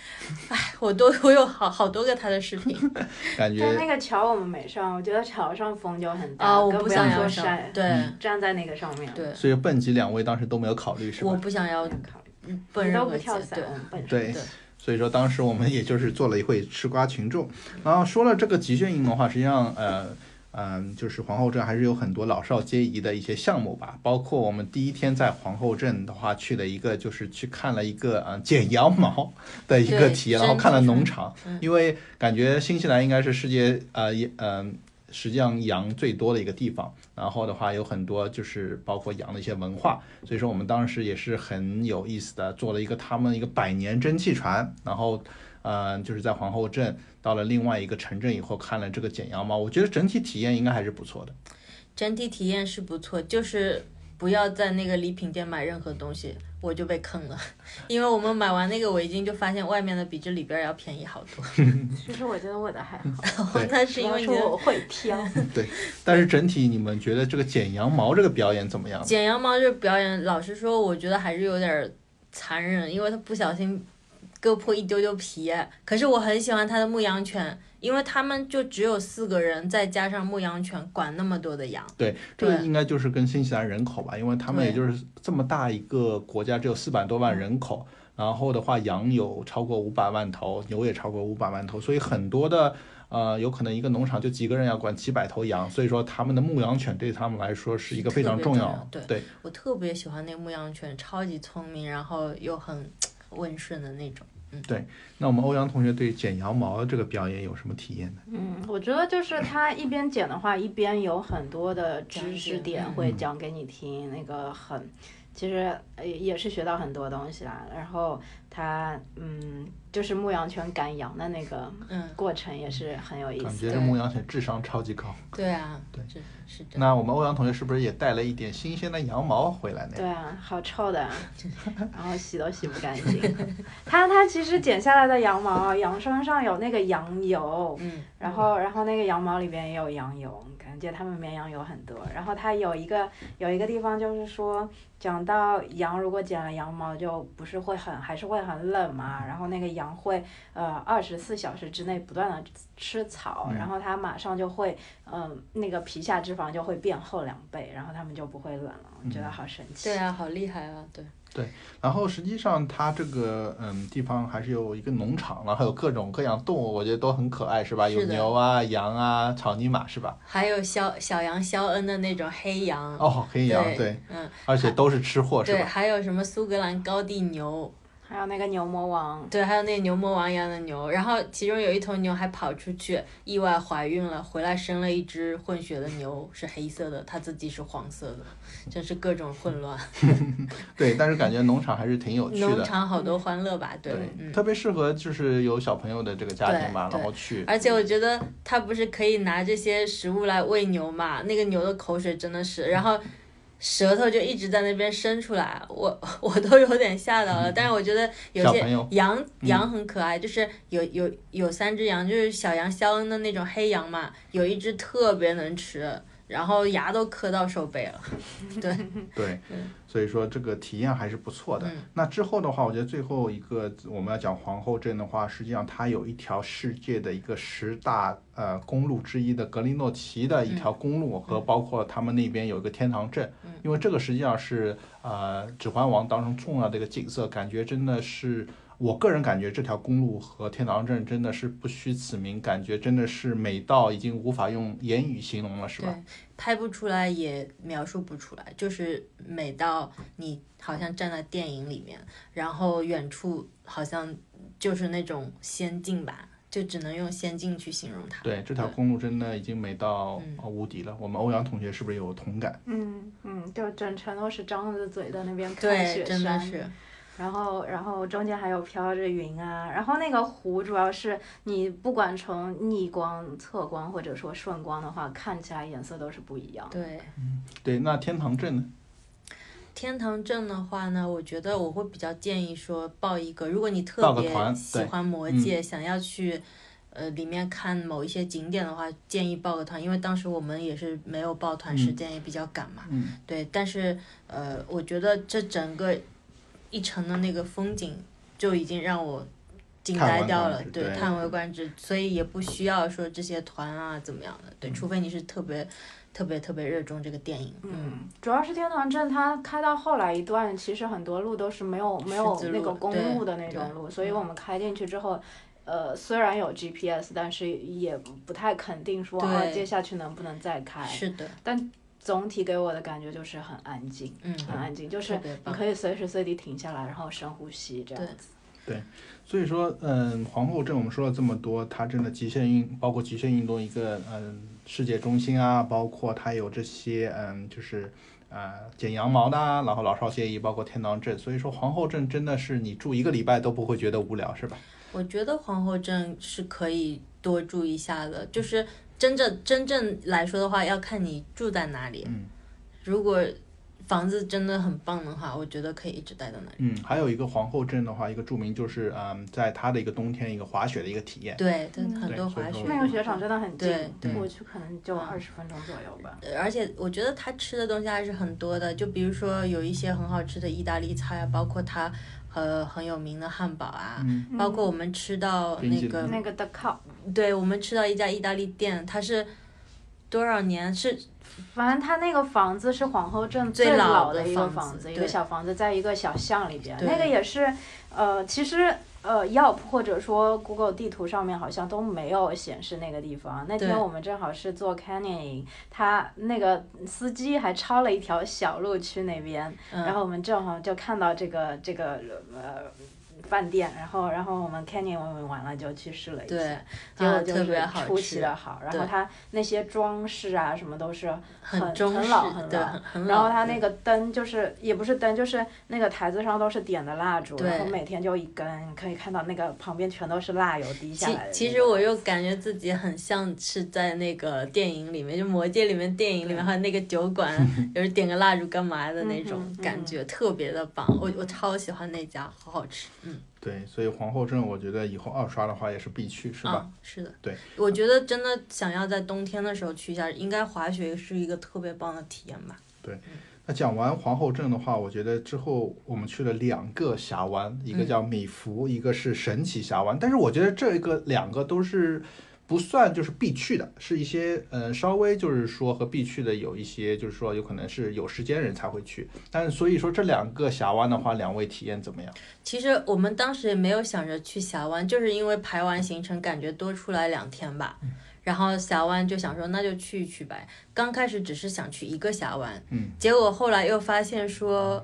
Speaker 4: 唉，我多我有好好多个她的视 频
Speaker 3: 感
Speaker 6: 但那
Speaker 3: 觉
Speaker 6: 个桥我们没上，我觉得桥上风就很大，
Speaker 4: 啊，我
Speaker 6: 更不
Speaker 4: 想
Speaker 6: 要
Speaker 4: 要
Speaker 6: 说嗯
Speaker 4: 上
Speaker 6: 山，，
Speaker 4: 对
Speaker 6: 站在那个上面，
Speaker 4: 对，
Speaker 3: 所以蹦极两位当时都没有考虑，是
Speaker 4: 我
Speaker 3: 吧？
Speaker 4: 不想要
Speaker 6: 不想考虑，
Speaker 4: 奔
Speaker 6: 你
Speaker 4: 任
Speaker 6: 都
Speaker 4: 何
Speaker 6: 不
Speaker 4: 节
Speaker 6: 跳伞，啊
Speaker 4: 对
Speaker 6: 我。们本身
Speaker 3: 对
Speaker 4: 对
Speaker 3: 所以说当时我们也就是做了一回吃瓜群众。然后说了这个极限运动的话，实际上呃。嗯，就是皇后镇还是有很多老少皆宜的一些项目吧，包括我们第一天在皇后镇的话，去了一个就是去看了一个呃剪羊毛的一个
Speaker 4: 对
Speaker 3: 体验，
Speaker 4: 真
Speaker 3: 然后看了
Speaker 4: 的是
Speaker 3: 农场，
Speaker 4: 嗯
Speaker 3: 因为感觉新西兰应该是世界呃也呃实际上羊最多的一个地方，然后的话有很多就是包括羊的一些文化，所以说我们当时也是很有意思的，做了一个他们一个百年蒸汽船，然后呃就是在皇后镇。到了另外一个城镇以后，看了这个剪羊毛，我觉得整体体验应该还是不错的。
Speaker 4: 整体体验是不错，就是不要在那个礼品店买任何东西，我就被坑了， 因为我们买完那个围巾就发现外面的比这里边要便宜好多，
Speaker 6: 其实我觉得我的还好，
Speaker 3: 对
Speaker 4: 那是
Speaker 6: 主
Speaker 4: 因
Speaker 6: 要
Speaker 4: 为
Speaker 6: 是
Speaker 4: 你的
Speaker 6: 我会挑。
Speaker 3: 但是整体你们觉得这个剪羊毛这个表演怎么样？
Speaker 4: 剪羊毛这表演，老实说，我觉得还是有点儿残忍，因为他不小心割破一丢丢皮。可是我很喜欢他的牧羊犬，因为他们就只有四个人，再加上牧羊犬管那么多的羊，
Speaker 3: 对，这个
Speaker 4: 对
Speaker 3: 应该就是跟新西兰人口吧，因为他们
Speaker 4: 对
Speaker 3: 也就是这么大一个国家，只有四百多万人口，然后的话，羊有超过五百万头，牛也超过五百万头，所以很多的。呃，有可能一个农场就几个人要管几百头羊，所以说他们的牧羊犬对他们来说是一个非常
Speaker 4: 特别
Speaker 3: 重
Speaker 4: 重
Speaker 3: 要。
Speaker 4: 要对
Speaker 3: 对，
Speaker 4: 我特别喜欢那个牧羊犬，超级聪明，然后又很温顺的那种。
Speaker 3: 那我们欧阳同学对剪羊毛这个表演有什么体验呢？
Speaker 6: 嗯，我觉得就是他一边剪的话，一边有很多的知识点
Speaker 4: 讲解嗯
Speaker 6: 会
Speaker 3: 嗯
Speaker 6: 讲给你听，那个很，其实呃也是学到很多东西啦。然后他嗯，就是牧羊犬赶羊的那个
Speaker 4: 嗯，
Speaker 6: 过程也是很有意
Speaker 3: 感
Speaker 6: 思
Speaker 3: 觉
Speaker 6: 的。
Speaker 3: 这牧羊犬智商超级高。
Speaker 4: 对啊，
Speaker 3: 对
Speaker 4: 这是这样。
Speaker 3: 那我们欧阳同学是不是也带了一点新鲜的羊毛回来呢？
Speaker 6: 对啊，好臭的， 然后洗都洗不干净。它它其实剪下来的羊毛，羊身上有那个羊油，
Speaker 4: 嗯，
Speaker 6: 然后然后那个羊毛里边也有羊油，感人街，他们绵羊有很多。然后它有一个有一个地方就是说，讲到羊如果剪了羊毛就不是会很还是会很冷嘛，然后那个羊会呃二十四小时之内不断的吃草，
Speaker 3: 嗯
Speaker 6: 然后它马上就会嗯、呃那个皮下脂肪就会变厚两倍，然后它们就不会冷了。我觉得
Speaker 3: 嗯
Speaker 6: 好神奇。
Speaker 4: 对啊，好厉害啊！对，
Speaker 3: 然后实际上它这个嗯地方还是有一个农场了，还有各种各样动物，我觉得都很可爱，是吧？有
Speaker 4: 是的
Speaker 3: 牛啊、羊啊、草泥马，是吧？
Speaker 4: 还有肖小羊肖恩的那种黑羊，
Speaker 3: 哦，黑羊，
Speaker 4: 嗯对
Speaker 3: 对，
Speaker 4: 嗯，
Speaker 3: 而且都是吃货，是
Speaker 4: 对，
Speaker 3: 吧？
Speaker 4: 还有什么苏格兰高地牛，
Speaker 6: 还有那个牛魔王，
Speaker 4: 对，还有那牛魔王一样的牛，然后其中有一头牛还跑出去，意外怀孕了，回来生了一只混血的牛，是黑色的，它自己是黄色的，真是各种混乱。
Speaker 3: 对，但是感觉农场还是挺有趣
Speaker 4: 农
Speaker 3: 的，
Speaker 4: 场好多欢乐吧？对，嗯。
Speaker 3: 特别适合就是有小朋友的这个家庭吧，
Speaker 4: 对
Speaker 3: 然后去，
Speaker 4: 而且我觉得它不是可以拿这些食物来喂牛嘛？那个牛的口水真的是，然后舌头就一直在那边伸出来，我 我都有点吓到了。但是我觉得有
Speaker 3: 小
Speaker 4: 些
Speaker 3: 朋友
Speaker 4: 羊
Speaker 3: 嗯
Speaker 4: 羊很可爱，就是有有有三只羊，就是小羊肖恩的那种黑羊嘛，有一只特别能吃，然后牙都磕到手背了。
Speaker 3: 对，所以说这个体验还是不错的。
Speaker 4: 嗯
Speaker 3: 那之后的话，我觉得最后一个我们要讲皇后镇的话，实际上它有一条世界的一个十大呃公路之一的格林诺奇的一条公路，和包括他们那边有一个天堂镇，因为这个实际上是呃《指环王》当中重要的一个景色，感觉真的是。我个人感觉这条公路和天堂镇真的是不虚此名，感觉真的是美到已经无法用言语形容了，是
Speaker 4: 对
Speaker 3: 吧？，
Speaker 4: 拍不出来也描述不出来，就是美到你好像站在电影里面，然后远处好像就是那种仙境吧，就只能用仙境去形容它。
Speaker 3: 对，这条公路真的已经美到
Speaker 4: 嗯
Speaker 3: 呃无敌了。我们欧阳同学是不是有同感？
Speaker 6: 嗯嗯，就整程都是张着嘴在那边看
Speaker 4: 对，
Speaker 6: 雪
Speaker 4: 真的
Speaker 6: 山，
Speaker 4: 是，
Speaker 6: 然后，然后中间还有飘着云啊，然后那个湖主要是你不管从逆光、侧光或者说顺光的话，看起来颜色都是不一样的。嗯
Speaker 4: 对。
Speaker 3: 对，那天堂镇呢？
Speaker 4: 天堂镇的话呢，我觉得我会比较建议说报一个，如果你特
Speaker 3: 报个
Speaker 4: 别
Speaker 3: 团
Speaker 4: 喜
Speaker 3: 对嗯
Speaker 4: 欢魔戒，想要去呃里面看某一些景点的话，建议报个团，因为当时我们也是没有报团，
Speaker 3: 嗯
Speaker 4: 时间也比较赶嘛。
Speaker 3: 嗯，
Speaker 4: 对，但是呃，我觉得这整个一城的那个风景就已经让我惊
Speaker 3: 叹
Speaker 4: 呆
Speaker 3: 为
Speaker 4: 掉
Speaker 3: 观
Speaker 4: 了，
Speaker 3: 止
Speaker 4: 对，
Speaker 3: 对
Speaker 4: 叹为观止，所以也不需要说这些团啊怎么样的，
Speaker 3: 嗯
Speaker 4: 对，除非你是特别特别特别热衷这个电影，嗯，
Speaker 6: 嗯，主要是天堂镇，它开到后来一段，其实很多路都是没有没有
Speaker 4: 十字路
Speaker 6: 那个公
Speaker 4: 对嗯
Speaker 6: 路的那种路，所以我们开进去之后，呃，虽然有 GPS，但是也不太肯定说
Speaker 4: 对
Speaker 6: 啊，接下去能不能再开。
Speaker 4: 嗯是的，
Speaker 6: 总体给我的感觉就是很安静，
Speaker 4: 嗯，
Speaker 6: 很安静，就
Speaker 4: 特
Speaker 6: 是
Speaker 4: 别
Speaker 6: 你
Speaker 4: 棒，
Speaker 6: 可以随时随地停下来，然后深呼吸这样
Speaker 4: 对
Speaker 6: 子。
Speaker 3: 所以说，嗯，皇后镇我们说了这么多，它真的极限运，包括极限运动一个嗯世界中心啊，包括它有这些嗯就是。呃，剪羊毛的啊，然后老少皆宜，包括天堂镇，所以说皇后镇真的是你住一个礼拜都不会觉得无聊，是吧？
Speaker 4: 我觉得皇后镇是可以多住一下的，就是真正真正来说的话，要看你住在哪里，
Speaker 3: 嗯
Speaker 4: 如果房子真的很棒的话，我觉得可以一直待到那里。
Speaker 3: 嗯，还有一个皇后镇的话，一个著名就是嗯，在它的一个冬天一个滑雪的一个体验，
Speaker 4: 对，对，
Speaker 6: 嗯
Speaker 4: 很
Speaker 3: 对
Speaker 4: 多
Speaker 3: 所以
Speaker 4: 滑
Speaker 3: 说
Speaker 4: 雪，
Speaker 6: 那个雪场真的很
Speaker 4: 对
Speaker 6: 近，
Speaker 3: 对
Speaker 6: 过去可能就
Speaker 4: 嗯
Speaker 6: 二十分钟左右吧。
Speaker 4: 呃而且我觉得他吃的东西还是很多的，就比如说有一些很好吃的意大利菜啊，包括他呃很有名的汉堡啊，
Speaker 3: 嗯，
Speaker 4: 包括我们吃到
Speaker 3: 冰
Speaker 4: 那
Speaker 3: 淇
Speaker 4: 个
Speaker 3: 淋
Speaker 6: 嗯那个 The Cup，
Speaker 4: 对我们吃到一家意大利店，它是多少年是
Speaker 6: 反正它那个房子是皇后镇
Speaker 4: 最
Speaker 6: 最
Speaker 4: 老
Speaker 6: 老
Speaker 4: 的
Speaker 6: 的一个
Speaker 4: 房
Speaker 6: 房
Speaker 4: 子
Speaker 6: 子，一
Speaker 4: 对
Speaker 6: 个小房子，在一个小巷里边。
Speaker 4: 对
Speaker 6: 那个也是，呃，其实呃，Yelp 或者说 Google 地图上面好像都没有显示那个地方。那
Speaker 4: 对
Speaker 6: 天我们正好是做 canyoning，他那个司机还抄了一条小路去那边，
Speaker 4: 嗯，
Speaker 6: 然后我们正好就看到这个这个呃饭店，然后然后我们 Canyon 我们完了就去试了一下，
Speaker 4: 对
Speaker 6: 结
Speaker 4: 啊
Speaker 6: 果就
Speaker 4: 特别
Speaker 6: 是
Speaker 4: 好
Speaker 6: 出
Speaker 4: 吃
Speaker 6: 奇的好，然后
Speaker 4: 对
Speaker 6: 它那些装饰啊什么都是
Speaker 4: 很
Speaker 6: 很
Speaker 4: 中
Speaker 6: 很
Speaker 4: 式，
Speaker 6: 老很
Speaker 4: 对，
Speaker 6: 老
Speaker 4: 很很
Speaker 6: 然后它
Speaker 4: 的
Speaker 6: 那个灯就是也不是灯，就是那个台子上都是点的蜡烛，然后
Speaker 4: 对
Speaker 6: 每天就一根，可以看到那个旁边全都是蜡油滴下
Speaker 4: 其
Speaker 6: 来的
Speaker 4: 其
Speaker 6: 那
Speaker 4: 实
Speaker 6: 种
Speaker 4: 我又感觉自己很像是在那个电影里面，就《魔戒》里面电影里面，还有那个酒馆， 就是点个蜡烛干嘛的那种
Speaker 6: 嗯哼
Speaker 4: 感
Speaker 6: 嗯
Speaker 4: 觉，特别的棒。我我超喜欢那家，好好吃。嗯，
Speaker 3: 对，所以皇后镇我觉得以后二刷的话也是必去，是吧？
Speaker 4: 嗯，是的，
Speaker 3: 对，
Speaker 4: 我觉得真的想要在冬天的时候去一下，应该滑雪是一个特别棒的体验吧。
Speaker 3: 那讲完皇后镇的话，我觉得之后我们去了两个峡湾，一
Speaker 4: 嗯
Speaker 3: 个叫米福，一个是神奇峡湾。但是我觉得这个两个都是不算就是必去的，是一些呃稍微就是说和必去的有一些就是说有可能是有时间人才会去。但是所以说这两个峡湾的话，两位体验怎么样？
Speaker 4: 其实我们当时也没有想着去峡湾，就是因为排完行程，感觉多出来两天吧。
Speaker 3: 嗯
Speaker 4: 然后峡湾就想说那就去一去呗。刚开始只是想去一个峡湾，
Speaker 3: 嗯，
Speaker 4: 结果后来又发现说，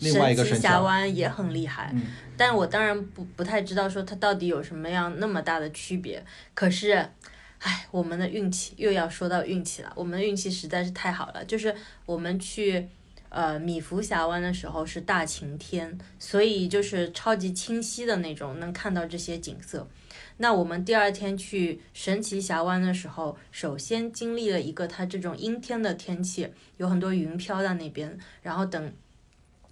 Speaker 3: 另外一个
Speaker 4: 神奇
Speaker 3: 神峡
Speaker 4: 峡湾也很厉害，
Speaker 3: 嗯
Speaker 4: 但我当然不不太知道说它到底有什么样那么大的区别。可是，唉，我们的运气又要说到运气了，我们的运气实在是太好了，就是我们去。呃，米福峡湾的时候是大晴天，所以就是超级清晰的那种，能看到这些景色。那我们第二天去神奇峡湾的时候，首先经历了一个它这种阴天的天气，有很多云飘在那边，然后等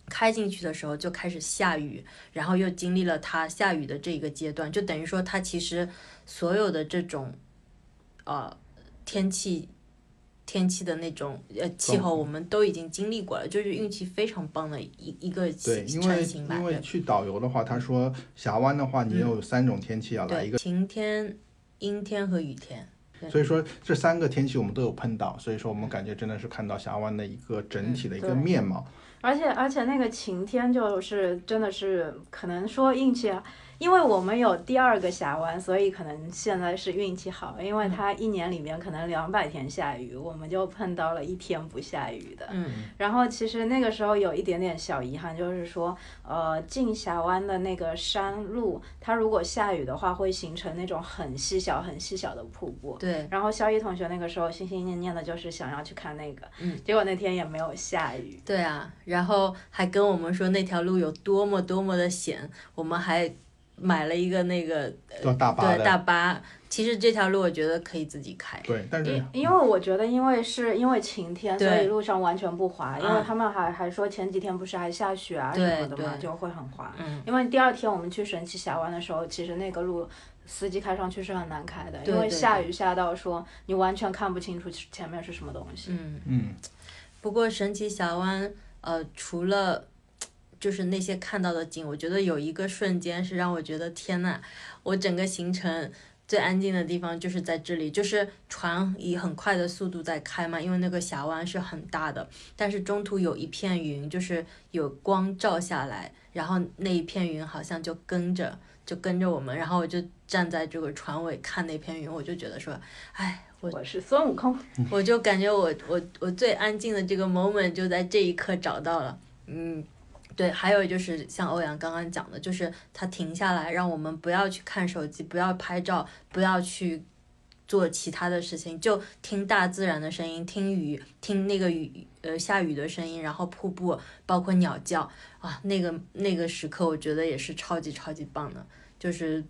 Speaker 4: 开进去的时候就开始下雨，然后又经历了它下雨的这一个阶段，就等于说它其实所有的这种呃天气。天气的那种呃气候，我们都已经经历过了，就是运气非常棒的一一个
Speaker 3: 对，因为
Speaker 4: 成型吧。
Speaker 3: 因为
Speaker 4: 对
Speaker 3: 去导游的话，他说峡湾的话，你有三种天气要来一
Speaker 4: 对，
Speaker 3: 个，
Speaker 4: 晴天、阴天和雨天。对
Speaker 3: 所以说这三个天气我们都有碰到，所以说我们感觉真的是看到峡湾的一个整体的
Speaker 4: 嗯
Speaker 3: 一个
Speaker 6: 对
Speaker 3: 面貌。
Speaker 6: 而且而且那个晴天就是真的是可能说运气啊，因为我们有第二个峡湾，所以可能现在是运气好，因
Speaker 4: 嗯
Speaker 6: 为它一年里面可能两百天下雨，我们就碰到了一天不下雨的。
Speaker 4: 嗯，
Speaker 6: 然后其实那个时候有一点点小遗憾，就是说，呃，进峡湾的那个山路，它如果下雨的话，会形成那种很细小、很细小的瀑布。
Speaker 4: 对，
Speaker 6: 然后肖一同学那个时候心心念念的就是想要去看那个，
Speaker 4: 嗯
Speaker 6: 结果那天也没有下雨。
Speaker 4: 对啊，然后还跟我们说那条路有多么多么的险，我们还买了一个那个
Speaker 3: 叫大巴
Speaker 4: 对
Speaker 3: 的，
Speaker 4: 大巴。其实这条路我觉得可以自己开。
Speaker 3: 对，但是
Speaker 6: 因因为我觉得，因为是因为晴天，所
Speaker 4: 对
Speaker 6: 以路上完全不滑。因为
Speaker 4: 嗯
Speaker 6: 他们还还说前几天不是还下雪啊什
Speaker 4: 对
Speaker 6: 么的嘛，
Speaker 4: 对
Speaker 6: 就会很滑。
Speaker 4: 嗯，
Speaker 6: 因为第二天我们去神奇峡湾的时候，其实那个路司机开上去是很难开的，
Speaker 4: 对
Speaker 6: 因为
Speaker 4: 对
Speaker 6: 下
Speaker 4: 对
Speaker 6: 雨下到说你完全看不清楚前面是什么东西。
Speaker 4: 嗯，
Speaker 3: 嗯，
Speaker 4: 不过神奇峡湾，呃，除了就是那些看到的景，我觉得有一个瞬间是让我觉得天呐，我整个行程最安静的地方就是在这里，就是船以很快的速度在开嘛，因为那个峡湾是很大的，但是中途有一片云，就是有光照下来，然后那一片云好像就跟着就跟着我们，然后我就站在这个船尾看那片云，我就觉得说，哎，我
Speaker 6: 我是孙悟空，
Speaker 4: 我就感觉我我我最安静的这个 moment 就在这一刻找到了，嗯，对，还有就是像欧阳刚刚讲的，就是他停下来，让我们不要去看手机，不要拍照，不要去做其他的事情，就听大自然的声音，听雨，听那个雨呃下雨的声音，然后瀑布，包括鸟叫啊，那个那个时刻我觉得也是超级超级棒的，就是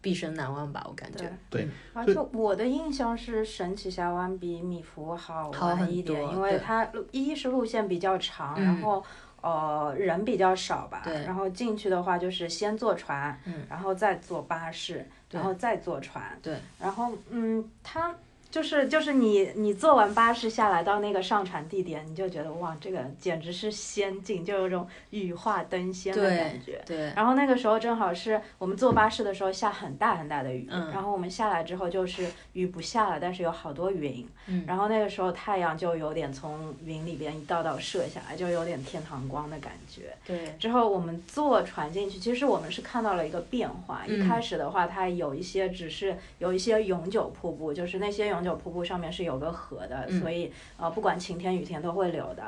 Speaker 4: 毕生难忘吧，我感觉。
Speaker 3: 对
Speaker 6: 而
Speaker 3: 所
Speaker 6: 且我的印象是神奇峡湾比米福好
Speaker 4: 好
Speaker 6: 玩
Speaker 4: 很
Speaker 6: 一点，
Speaker 4: 多
Speaker 6: 因为
Speaker 4: 对
Speaker 6: 它路一是路线比较长，
Speaker 4: 嗯
Speaker 6: 然后呃人比较少吧，
Speaker 4: 对
Speaker 6: 然后进去的话就是先坐船，
Speaker 4: 嗯
Speaker 6: 然后再坐巴士，
Speaker 4: 对
Speaker 6: 然后再坐船，
Speaker 4: 对，
Speaker 6: 然后嗯它。就是就是你你坐完巴士下来到那个上船地点，你就觉得哇，这个简直是仙境，就有种羽化登仙的
Speaker 4: 对
Speaker 6: 感觉。
Speaker 4: 对，
Speaker 6: 然后那个时候正好是我们坐巴士的时候下很大很大的雨，
Speaker 4: 嗯
Speaker 6: 然后我们下来之后就是雨不下了，但是有好多云，
Speaker 4: 嗯
Speaker 6: 然后那个时候太阳就有点从云里边一道道射下来，就有点天堂光的感觉。
Speaker 4: 对，
Speaker 6: 之后我们坐船进去，其实我们是看到了一个变化。一
Speaker 4: 嗯
Speaker 6: 开始的话，它有一些只是有一些永久瀑布，就是那些永久瀑布上面是有个河的，
Speaker 4: 嗯
Speaker 6: 所以呃不管晴天雨天都会流的。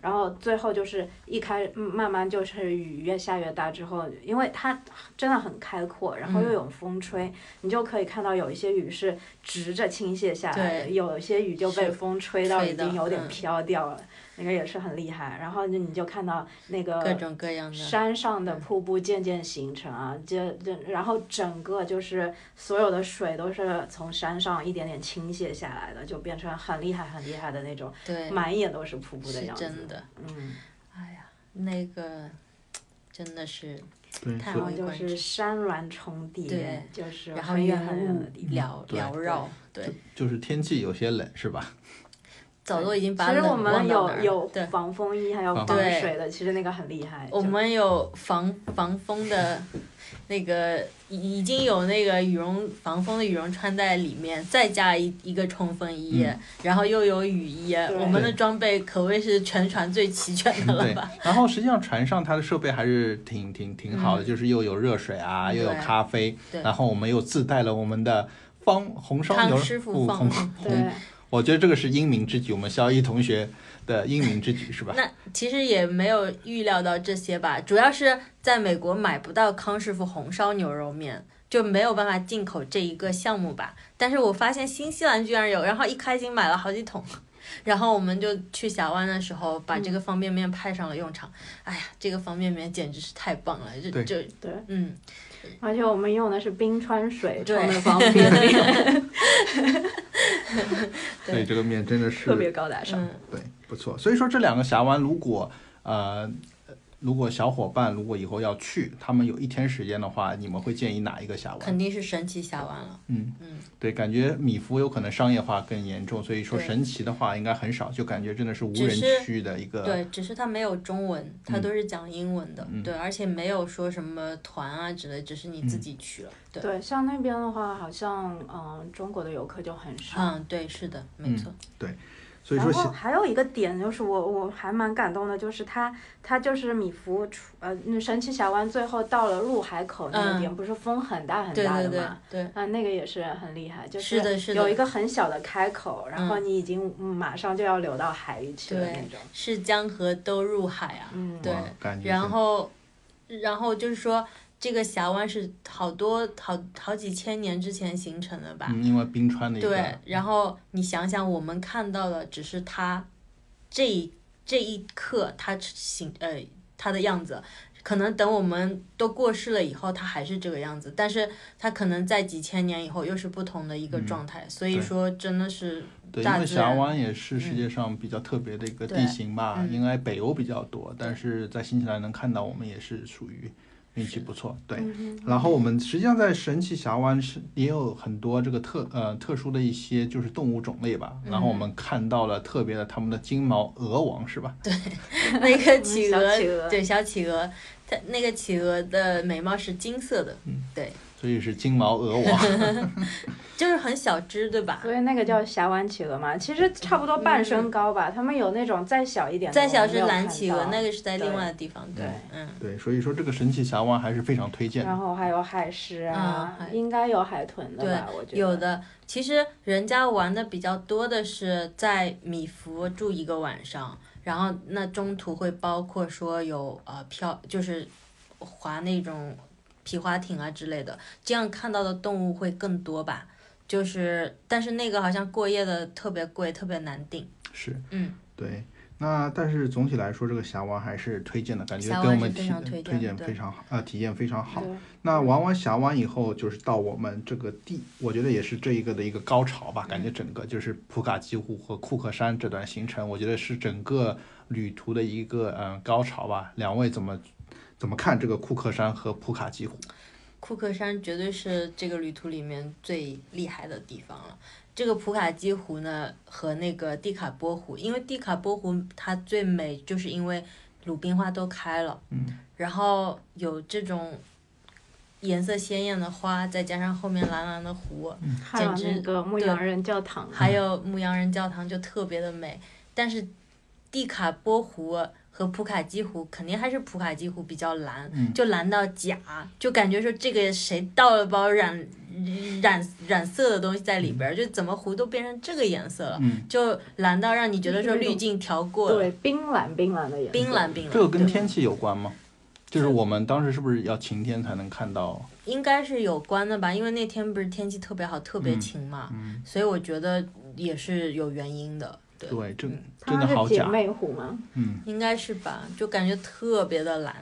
Speaker 6: 然后最后就是一开，嗯慢慢就是雨越下越大之后，因为它真的很开阔，然后又
Speaker 4: 嗯
Speaker 6: 有风吹，你就可以看到有一些雨是直着倾泻下来的，
Speaker 4: 对
Speaker 6: 有一些雨就被
Speaker 4: 是
Speaker 6: 风吹到已
Speaker 4: 吹的
Speaker 6: 经有点
Speaker 4: 嗯
Speaker 6: 飘掉了，那个也是很厉害。然后你就看到那个
Speaker 4: 各种各样的。
Speaker 6: 山上的瀑布渐渐形成啊，这这然后整个就是所有的水都是从山上一点点倾泻下来的，就变成很厉害很厉害的那种，
Speaker 4: 对，
Speaker 6: 满眼都是瀑布
Speaker 4: 是
Speaker 6: 样子。
Speaker 4: 真的，
Speaker 6: 嗯，
Speaker 4: 哎呀，那个真的是
Speaker 2: 对，
Speaker 4: 太
Speaker 6: 然后
Speaker 4: 微
Speaker 6: 就
Speaker 4: 观
Speaker 6: 是
Speaker 4: 之
Speaker 6: 山峦重叠
Speaker 4: 对，
Speaker 6: 就是
Speaker 4: 然后
Speaker 6: 很远
Speaker 4: 云
Speaker 6: 很远的嗯地
Speaker 4: 雾
Speaker 6: 方。
Speaker 4: 缭
Speaker 3: 对
Speaker 4: 缭绕，对，
Speaker 3: 就是天气有些冷，是 吧？
Speaker 4: 早都已经
Speaker 6: 嗯
Speaker 4: 把
Speaker 6: 其实
Speaker 4: 冷
Speaker 6: 我们
Speaker 4: 忘到哪
Speaker 6: 有
Speaker 4: 儿
Speaker 6: 有
Speaker 4: 对，
Speaker 6: 防风衣，还有
Speaker 3: 防
Speaker 6: 防
Speaker 4: 风衣
Speaker 6: 水的，其实那个很厉害。
Speaker 4: 我
Speaker 6: 就
Speaker 4: 们有防防风的，那个已已经有那个羽绒防风的羽绒穿在里面，再加一一个冲锋衣，
Speaker 3: 嗯
Speaker 4: 然后又有雨衣，
Speaker 6: 对
Speaker 4: 我们的
Speaker 3: 对
Speaker 4: 装备可谓是全船最齐全的了
Speaker 3: 嗯对
Speaker 4: 吧？。
Speaker 3: 然后实际上船上它的设备还是挺挺挺好的，就是又有热水啊，
Speaker 4: 嗯对
Speaker 3: 又有咖啡，
Speaker 4: 对
Speaker 3: 然后我们又自带了我们的方红烧牛
Speaker 4: 康师傅
Speaker 3: 不
Speaker 4: 放
Speaker 3: 红
Speaker 4: 的
Speaker 3: 红，
Speaker 6: 对，
Speaker 3: 我觉得这个是英明之举，我们肖一同学的英明之举是吧？
Speaker 4: 那其实也没有预料到这些吧，主要是在美国买不到康师傅红烧牛肉面，就没有办法进口这一个项目吧。但是我发现新西兰居然有，然后一开心买了好几桶， 然后我们就去峡湾的时候把这个方便面派上了用场。哎呀，这个方便面简直是太棒了，这
Speaker 3: 对
Speaker 4: 这
Speaker 6: 对
Speaker 4: 嗯，
Speaker 6: 而且我们用的是冰川水
Speaker 4: 对
Speaker 6: 冲的方便 面，
Speaker 4: 对
Speaker 3: 这个面真的是
Speaker 6: 特别高大上。
Speaker 4: 嗯
Speaker 3: 对，不错。所以说这两个峡湾，如果呃，如果小伙伴如果以后要去，他们有一天时间的话，你们会建议哪一个峡湾
Speaker 4: 肯？定是神奇峡湾了。
Speaker 3: 嗯
Speaker 4: 嗯，
Speaker 3: 对，感觉米芾有可能商业化更严重，所以说
Speaker 4: 对
Speaker 3: 神奇的话应该很少，就感觉真的是无
Speaker 4: 只
Speaker 3: 人
Speaker 4: 是
Speaker 3: 区的一个。
Speaker 4: 对，只是它没有中文，它
Speaker 3: 嗯
Speaker 4: 都是讲英文的。
Speaker 3: 嗯
Speaker 4: 对，而且没有说什么团啊之类，只是你自己去了。对，
Speaker 6: 对，像那边的话，好像嗯、中国的游客就很少。
Speaker 4: 嗯，对，是的，没
Speaker 3: 嗯
Speaker 4: 错。
Speaker 3: 所以
Speaker 6: 然
Speaker 3: 说
Speaker 6: 后
Speaker 3: 现
Speaker 6: 还有一个点就是我我还蛮感动的，就是他他就是米芾出呃那神奇峡湾最后到了入海口那个点，不是风很大很
Speaker 4: 嗯对
Speaker 6: 大的
Speaker 4: 对
Speaker 6: 吗？
Speaker 4: 对对，
Speaker 6: 啊，那个也是很厉害，就是
Speaker 4: 的是的
Speaker 6: 有一个很小的开口，然后
Speaker 4: 嗯
Speaker 6: 你已经嗯马上就要流到海里去了
Speaker 4: 对
Speaker 6: 那种。
Speaker 4: 是江河都入海啊。
Speaker 6: 嗯，
Speaker 4: 对
Speaker 3: 哇感觉
Speaker 4: 然
Speaker 3: 真
Speaker 4: 后，然后就是说，这个峡湾是好多好好几千年之前形成的吧？
Speaker 3: 嗯，因为冰川的一个
Speaker 4: 对。然后你想想，我们看到的只是它这一这一刻它形呃它的样子。可能等我们都过世了以后，它还是这个样子，但是它可能在几千年以后又是不同的一个
Speaker 3: 嗯
Speaker 4: 状态，所以
Speaker 3: 对
Speaker 4: 说真的是
Speaker 3: 对，
Speaker 4: 大
Speaker 3: 因为
Speaker 4: 自
Speaker 3: 峡
Speaker 4: 然嗯
Speaker 3: 湾也是世界上比较特别的一个地
Speaker 4: 对
Speaker 3: 形吧，
Speaker 4: 嗯
Speaker 3: 应该北欧比较多，但
Speaker 4: 对
Speaker 3: 是在新西兰能看到，我们也是属于运气不错。对，
Speaker 6: 嗯
Speaker 3: 然后我们实际上在神奇峡湾是也有很多这个特呃特殊的一些就是动物种类吧，然后我
Speaker 4: 嗯
Speaker 3: 们看到了特别的它们的金毛鹅王是吧？
Speaker 4: 那个企
Speaker 6: 小
Speaker 4: 鹅，
Speaker 6: 企鹅
Speaker 4: 对小企鹅，它那个企鹅的眉毛是金色的，
Speaker 3: 所以是金毛鹅王，
Speaker 4: 就是很小只，对吧？
Speaker 6: 所以那个叫峡湾企鹅嘛，其实差不多半身高吧。他们有那种再小一点的，
Speaker 4: 嗯再小
Speaker 6: 我们
Speaker 4: 只
Speaker 6: 没有
Speaker 4: 蓝
Speaker 6: 看
Speaker 4: 企鹅
Speaker 6: 到，
Speaker 4: 那个是在另
Speaker 6: 对
Speaker 4: 外的地方，
Speaker 6: 对
Speaker 4: 嗯，
Speaker 3: 对，所以说这个神奇峡湾还是非常推荐
Speaker 6: 然
Speaker 3: 的。
Speaker 6: 后还有海狮啊
Speaker 4: 啊，海
Speaker 6: 应该有海豚的
Speaker 4: 对
Speaker 6: 吧？我觉得
Speaker 4: 有。的。其实人家玩的比较多的是在米福住一个晚上，然后那中途会包括说有呃漂，就是划那种皮划艇啊之类的，这样看到的动物会更多吧。就是，但是那个好像过夜的特别贵，特别难订。
Speaker 3: 是，
Speaker 4: 嗯，
Speaker 3: 对。那但是总体来说，这个峡湾还是推荐的，感觉
Speaker 4: 峡
Speaker 3: 给我
Speaker 4: 湾
Speaker 3: 们
Speaker 4: 是非
Speaker 3: 体
Speaker 4: 常推荐的
Speaker 3: 荐
Speaker 4: 对
Speaker 3: 非常好，呃，体验非常好
Speaker 6: 对。
Speaker 3: 那玩完峡湾以后，就是到我们这个地，我觉得也是这一个的一个高潮吧。感觉整个就是普卡基湖和库克山这段行程，我觉得是整个旅途的一个嗯高潮吧。两位怎么怎么看这个库克山和普卡基湖？
Speaker 4: 库克山绝对是这个旅途里面最厉害的地方了。这个普卡基湖呢和那个蒂卡波湖，因为蒂卡波湖它最美，就是因为鲁冰花都开了，
Speaker 3: 嗯，
Speaker 4: 然后有这种颜色鲜艳的花，再加上后面蓝蓝的湖，
Speaker 6: 还有
Speaker 4: 简直
Speaker 6: 那个牧
Speaker 4: 对
Speaker 6: 羊人教堂，
Speaker 4: 还有牧羊人教堂就特别的美。但是蒂卡波湖和普卡基湖肯定还是普卡基湖比较蓝，
Speaker 3: 嗯
Speaker 4: 就蓝到假，就感觉说这个谁倒了包染染染色的东西在里边儿，就怎么湖都变成这个颜色了，
Speaker 3: 嗯，
Speaker 4: 就蓝到让你觉得
Speaker 6: 就
Speaker 4: 说
Speaker 6: 是那种
Speaker 4: 滤镜调过了，
Speaker 6: 对，冰蓝冰蓝的颜色，
Speaker 4: 冰蓝冰蓝。
Speaker 3: 这个跟
Speaker 4: 对
Speaker 3: 天气有关吗？就是我们当时是不是要晴天才能看到？
Speaker 4: 应该是有关的吧，因为那天不是天气特别好，特别
Speaker 3: 嗯
Speaker 4: 晴嘛，
Speaker 3: 嗯
Speaker 4: 所以我觉得也是有原因的。对，
Speaker 3: 对，真真
Speaker 6: 它
Speaker 3: 的好
Speaker 6: 是姐
Speaker 3: 假，
Speaker 6: 妹湖吗？
Speaker 3: 嗯。
Speaker 4: 应该是吧？就感觉特别的蓝，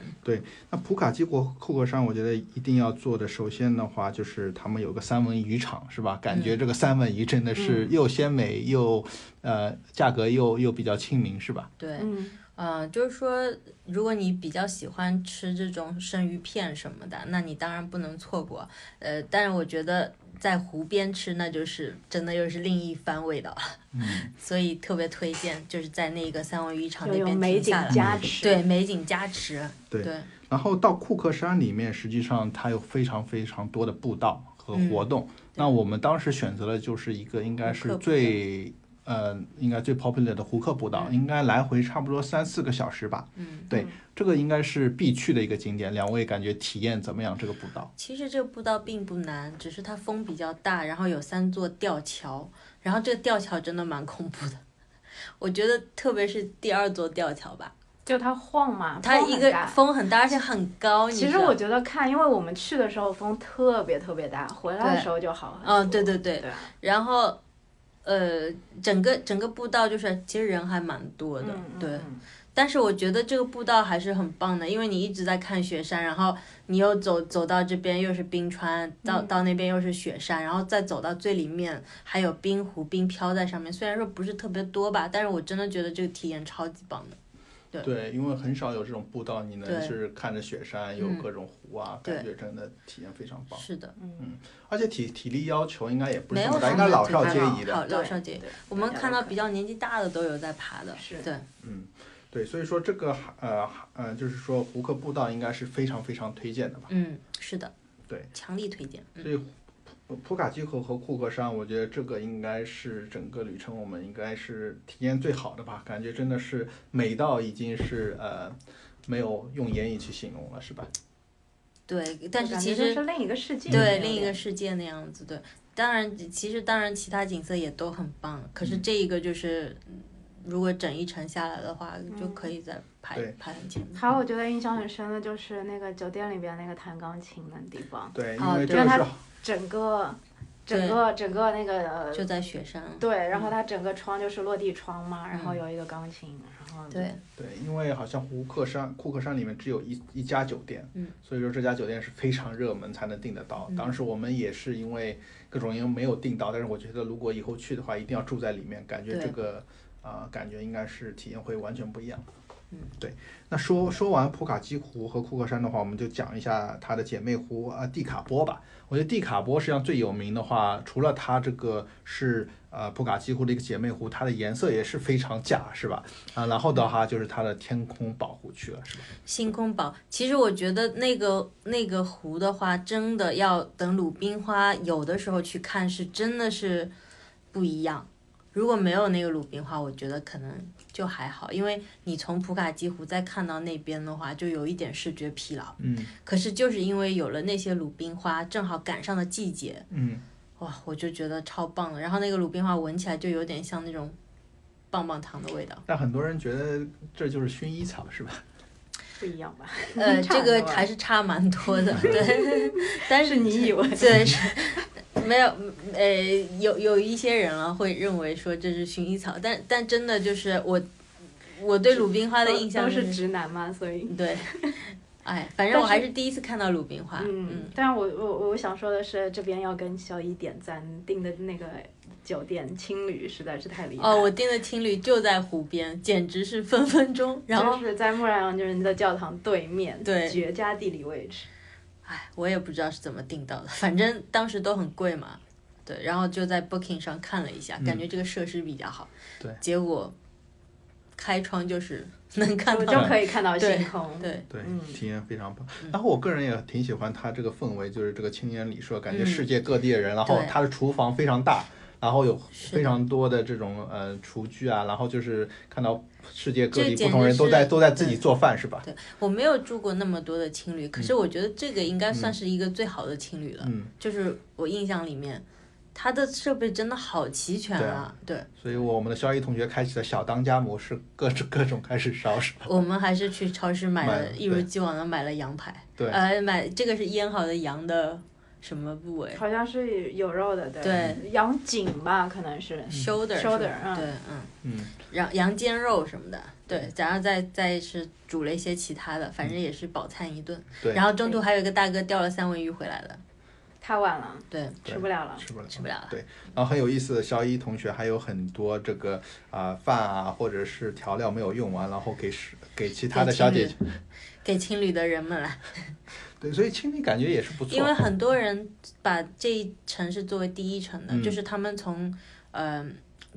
Speaker 3: 那普卡基国库克山，我觉得一定要做的，首先的话就是他们有个三文鱼场，是吧？感
Speaker 4: 嗯
Speaker 3: 觉这个三文鱼真的是又鲜美又呃价格又又比较亲民，是吧？
Speaker 4: 对，
Speaker 6: 嗯，
Speaker 4: 呃，就是说，如果你比较喜欢吃这种生鱼片什么的，那你当然不能错过。呃，但是我觉得在湖边吃，那就是真的又是另一番味道，
Speaker 3: 嗯，
Speaker 4: 所以特别推荐，就是在那个三文鱼场
Speaker 6: 就
Speaker 4: 那
Speaker 6: 有
Speaker 4: 边
Speaker 6: 美
Speaker 4: 停
Speaker 6: 景
Speaker 4: 下来，
Speaker 6: 加持。
Speaker 4: 对，美景加持，
Speaker 3: 对
Speaker 4: 对
Speaker 3: 然后到库克山里面，实际上它有非常非常多的步道和活动。那我们当时选择的就是一个应该
Speaker 4: 嗯胡克
Speaker 3: 是
Speaker 4: 步道
Speaker 3: 最呃应该最 popular 的胡克步道，应该来回差不多三四个小时吧。
Speaker 4: 嗯。
Speaker 3: 对
Speaker 6: 嗯，
Speaker 3: 这个应该是必去的一个景点。两位感觉体验怎么样？这个步道？
Speaker 4: 其实这个步道并不难，只是它风比较大，然后有三座吊桥，然后这个吊桥真的蛮恐怖的， 我觉得特别是第二座吊桥吧，
Speaker 6: 就它晃嘛，
Speaker 4: 它
Speaker 6: 风很
Speaker 4: 一个
Speaker 6: 大
Speaker 4: 风很大，而且很高。你
Speaker 6: 其
Speaker 4: 知
Speaker 6: 实
Speaker 4: 道
Speaker 6: 我觉得看，因为我们去的时候风特别特别大，回来的
Speaker 4: 对
Speaker 6: 时候就好很多。
Speaker 4: 嗯对对对
Speaker 6: 对啊，
Speaker 4: 然后，呃，整个整个步道就是其实人还蛮多的，
Speaker 6: 嗯
Speaker 4: 对。
Speaker 6: 嗯
Speaker 4: 但是我觉得这个步道还是很棒的，因为你一直在看雪山，然后你又走走到这边又是冰川，到
Speaker 6: 嗯
Speaker 4: 到那边又是雪山，然后再走到最里面还有冰湖、冰飘在上面。虽然说不是特别多吧，但是我真的觉得这个体验超级棒的。
Speaker 3: 对，因为很少有这种步道，你能
Speaker 4: 对
Speaker 3: 是看着雪山，有
Speaker 4: 嗯
Speaker 3: 各种湖啊，
Speaker 4: 对
Speaker 3: 感觉真的体验非常棒。
Speaker 4: 是的，
Speaker 6: 嗯
Speaker 3: 而且体体力要求应该也不是
Speaker 4: 没
Speaker 3: 这
Speaker 4: 有
Speaker 3: 么大，
Speaker 4: 什
Speaker 3: 应
Speaker 4: 么
Speaker 3: 该老
Speaker 4: 体
Speaker 3: 少
Speaker 6: 力
Speaker 3: 皆
Speaker 6: 要
Speaker 3: 宜
Speaker 6: 求
Speaker 3: 的。
Speaker 4: 好
Speaker 6: 对
Speaker 4: 老少皆宜。
Speaker 6: 对
Speaker 4: 我们
Speaker 6: 大家
Speaker 4: 看
Speaker 6: 都
Speaker 4: 到
Speaker 6: 可以
Speaker 4: 比较年纪大的都有在爬的，
Speaker 6: 是
Speaker 4: 对，
Speaker 3: 嗯，对，所以说这个呃呃，就是说胡克步道应该是非常非常推荐的吧。
Speaker 4: 嗯，是的，
Speaker 3: 对，
Speaker 4: 强力推荐，嗯
Speaker 3: 所以普呃普卡基口和库克山，我觉得这个应该是整个旅程我们应该是体验最好的吧，感觉真的是美到已经是呃没有用言语去形容了，是吧？
Speaker 4: 对，但是
Speaker 6: 感
Speaker 4: 其
Speaker 6: 觉
Speaker 4: 实
Speaker 6: 就是另一个世界，
Speaker 4: 对，另一个世界那样子。对，当然，其实当然，其他景色也都很棒。可是这一个就是，嗯如果整一程下来的话，就可以再排
Speaker 3: 对
Speaker 4: 排很前面。
Speaker 6: 还有我觉得印象很深的就是那个酒店里边那个弹钢琴的地方，
Speaker 3: 对，因
Speaker 4: 啊
Speaker 3: 为
Speaker 4: 对
Speaker 3: 这个
Speaker 6: 让
Speaker 3: 是
Speaker 6: 它整个整
Speaker 4: 对
Speaker 6: 个整个那个呃
Speaker 4: 就在雪山。
Speaker 6: 对，然后它整个窗就是落地窗嘛，然后有一个钢琴，然后
Speaker 4: 嗯对，
Speaker 3: 对，因为好像胡克山库克山里面只有一一家酒店，
Speaker 4: 嗯，
Speaker 3: 所以说这家酒店是非常热门才能订得到。
Speaker 4: 嗯
Speaker 3: 当时我们也是因为各种因为没有订到，但是我觉得如果以后去的话，一定要住在里面，感觉
Speaker 4: 对
Speaker 3: 这个啊、呃感觉应该是体验会完全不一样。
Speaker 4: 嗯，
Speaker 3: 对。那说说完普卡基湖和库克山的话，我们就讲一下它的姐妹湖啊、呃蒂卡波吧。我觉得蒂卡波实际上最有名的话，除了它这个是呃普卡基湖的一个姐妹湖，它的颜色也是非常假，是吧？啊，然后的话就是它的天空保护区了，是吧？
Speaker 4: 星空堡，其实我觉得那个那个湖的话，真的要等鲁冰花有的时候去看，是真的是不一样。如果没有那个鲁冰花，我觉得可能就还好，因为你从普卡基湖再看到那边的话，就有一点视觉疲劳。
Speaker 3: 嗯
Speaker 4: 可是就是因为有了那些鲁冰花，正好赶上了季节，
Speaker 3: 嗯，
Speaker 4: 哇，我就觉得超棒了。然后那个鲁冰花闻起来就有点像那种棒棒糖的 味道。
Speaker 3: 但很多人觉得这就是薰衣草，是吧？
Speaker 6: 不一样吧？
Speaker 4: 呃，
Speaker 6: 差
Speaker 4: 这
Speaker 6: 很
Speaker 4: 个
Speaker 6: 多啊
Speaker 4: 还是差蛮多的，对。但
Speaker 6: 是你 以为
Speaker 4: 对是。没有，呃，有有一些人啊会认为说这是薰衣草，但但真的就是我，我对鲁冰花的
Speaker 6: 都
Speaker 4: 印象
Speaker 6: 都
Speaker 4: 就是
Speaker 6: 直男嘛，所以
Speaker 4: 对，哎，反正我还是第一次看到鲁冰花，
Speaker 6: 嗯，但是我我我想说的是，这边要跟小姨点赞订的那个酒店青旅实在是太厉害了。
Speaker 4: 哦，我订的青旅就在湖边，简直是分分钟。然后，
Speaker 6: 就是在木兰羊人的教堂对面，
Speaker 4: 对
Speaker 6: 绝佳地理位置。
Speaker 4: 哎，我也不知道是怎么订到的，反正当时都很贵嘛。对，然后就在 Booking 上看了一下，感觉这个设施比较好。
Speaker 3: 对
Speaker 4: 结果开窗就是能看
Speaker 6: 我
Speaker 4: 到
Speaker 6: 就可以看到
Speaker 4: 对
Speaker 6: 星空。
Speaker 4: 对，
Speaker 3: 对
Speaker 6: 嗯
Speaker 3: 体验非常棒
Speaker 4: 嗯。
Speaker 3: 然后我个人也挺喜欢它这个氛围，就是这个青年旅社，感觉
Speaker 4: 嗯
Speaker 3: 世界各地的人，然后
Speaker 4: 对
Speaker 3: 它的厨房非常大，然后有
Speaker 4: 是的
Speaker 3: 非常多的这种呃厨具啊，然后就是看到世界各
Speaker 4: 这
Speaker 3: 地不
Speaker 4: 简
Speaker 3: 同
Speaker 4: 直
Speaker 3: 人都在
Speaker 4: 是
Speaker 3: 都在自己
Speaker 4: 对
Speaker 3: 做饭，是吧？
Speaker 4: 我没有住过那么多的青旅，可是我觉得这个应该算是一个最好的青旅了。
Speaker 3: 嗯，
Speaker 4: 就是我印象里面，它的设备真的好齐全
Speaker 3: 对
Speaker 4: 啊
Speaker 3: 啊！
Speaker 4: 对
Speaker 3: 所以我们的肖一同学开启了小当家模式，各种各种开始烧，是吧？
Speaker 4: 我们还是去超市买
Speaker 3: 买了
Speaker 4: 了，一如
Speaker 3: 对
Speaker 4: 既往的买了羊排。
Speaker 3: 对
Speaker 4: 呃，买这个是腌好的羊的什么部位
Speaker 6: 好像是有肉的，对，
Speaker 4: 对嗯
Speaker 6: 羊颈吧，可能是，
Speaker 4: ，shoulder 是
Speaker 6: shoulder，
Speaker 4: 吧
Speaker 6: 嗯
Speaker 4: 对，嗯，
Speaker 3: 嗯，
Speaker 4: 羊羊肩肉什么的，对，然后再再是煮了一些其他的，反正也是饱餐一顿。
Speaker 3: 嗯对
Speaker 4: 然后中途还有一个大哥钓了三文鱼回来了，
Speaker 6: 太晚了，
Speaker 4: 对，
Speaker 3: 对
Speaker 6: 吃不了了。
Speaker 3: 吃不了，
Speaker 4: 吃不了了。
Speaker 3: 对，然后很有意思的，肖一同学还有很多这个啊、饭啊，或者是调料没有用完，然后给是给其他的小姐姐，
Speaker 4: 给情侣的人们来，
Speaker 3: 对，所以清理感觉也是不错。
Speaker 4: 因为很多人把这一城市作为第一城的，
Speaker 3: 嗯
Speaker 4: 就是他们从呃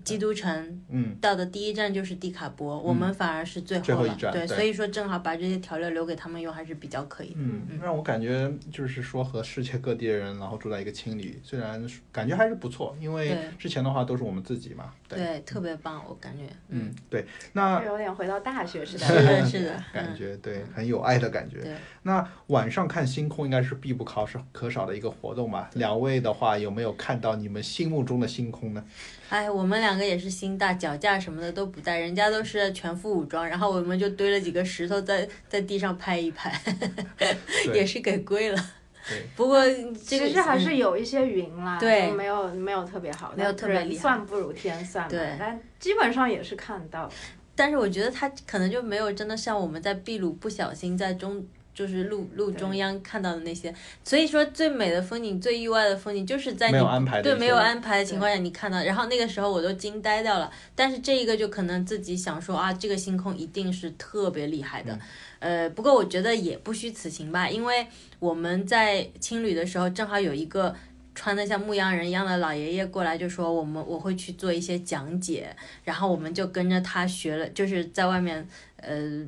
Speaker 4: 基督城
Speaker 3: 嗯，
Speaker 4: 到的第一站就是蒂卡波，我们反而是最
Speaker 3: 最后
Speaker 4: 后
Speaker 3: 一
Speaker 4: 了，
Speaker 3: 站
Speaker 4: 对，
Speaker 3: 对
Speaker 4: 所以说正好把这些调料留给他们用还是比较可以的。
Speaker 3: 嗯，让我感觉就是说和世界各地的人，然后住在一个青旅，虽然是感觉还是不错，因为
Speaker 4: 对
Speaker 3: 之前的话都是我们自己嘛。
Speaker 4: 对，特别棒，我感觉，
Speaker 3: 嗯，对，那
Speaker 6: 这有点回到大学时代
Speaker 4: 是
Speaker 6: 了。
Speaker 4: 的，是的，
Speaker 3: 感
Speaker 4: 嗯，
Speaker 3: 觉对，很有爱的感觉。
Speaker 4: 对
Speaker 3: 那晚上看星空应该是必不可少可少的一个活动吧？两位的话有没有看到你们心目中的星空 呢？
Speaker 4: 哎，我们两个也是心大，脚架什么的都不带，人家都是全副武装，然后我们就堆了几个石头在在地上拍一拍， 也是给跪了。
Speaker 3: 对，
Speaker 4: 不过这个
Speaker 6: 其实还
Speaker 4: 嗯
Speaker 6: 是有一些云啦，
Speaker 4: 对
Speaker 6: 就没有没有特别好，
Speaker 4: 没有特别
Speaker 6: 人
Speaker 4: 厉害
Speaker 6: 算不如天算嘛，
Speaker 4: 对
Speaker 6: 但基本上也是看到的。
Speaker 4: 但是我觉得他可能就没有真的像我们在秘鲁不小心在中就是路路中央看到的那些，所以说最美的风景、最意外的风景，就是在
Speaker 3: 没有
Speaker 4: 你
Speaker 3: 安排的
Speaker 4: 对
Speaker 3: 一些
Speaker 4: 没有安排的情况下你看到，然后那个时候我都惊呆掉了。但是这一个就可能自己想说啊，这个星空一定是特别厉害
Speaker 3: 嗯
Speaker 4: 的，呃，不过我觉得也不虚此行吧，因为我们在青旅的时候正好有一个。穿的像牧羊人一样的老爷爷过来就说我们我会去做一些讲解，然后我们就跟着他学了，就是在外面呃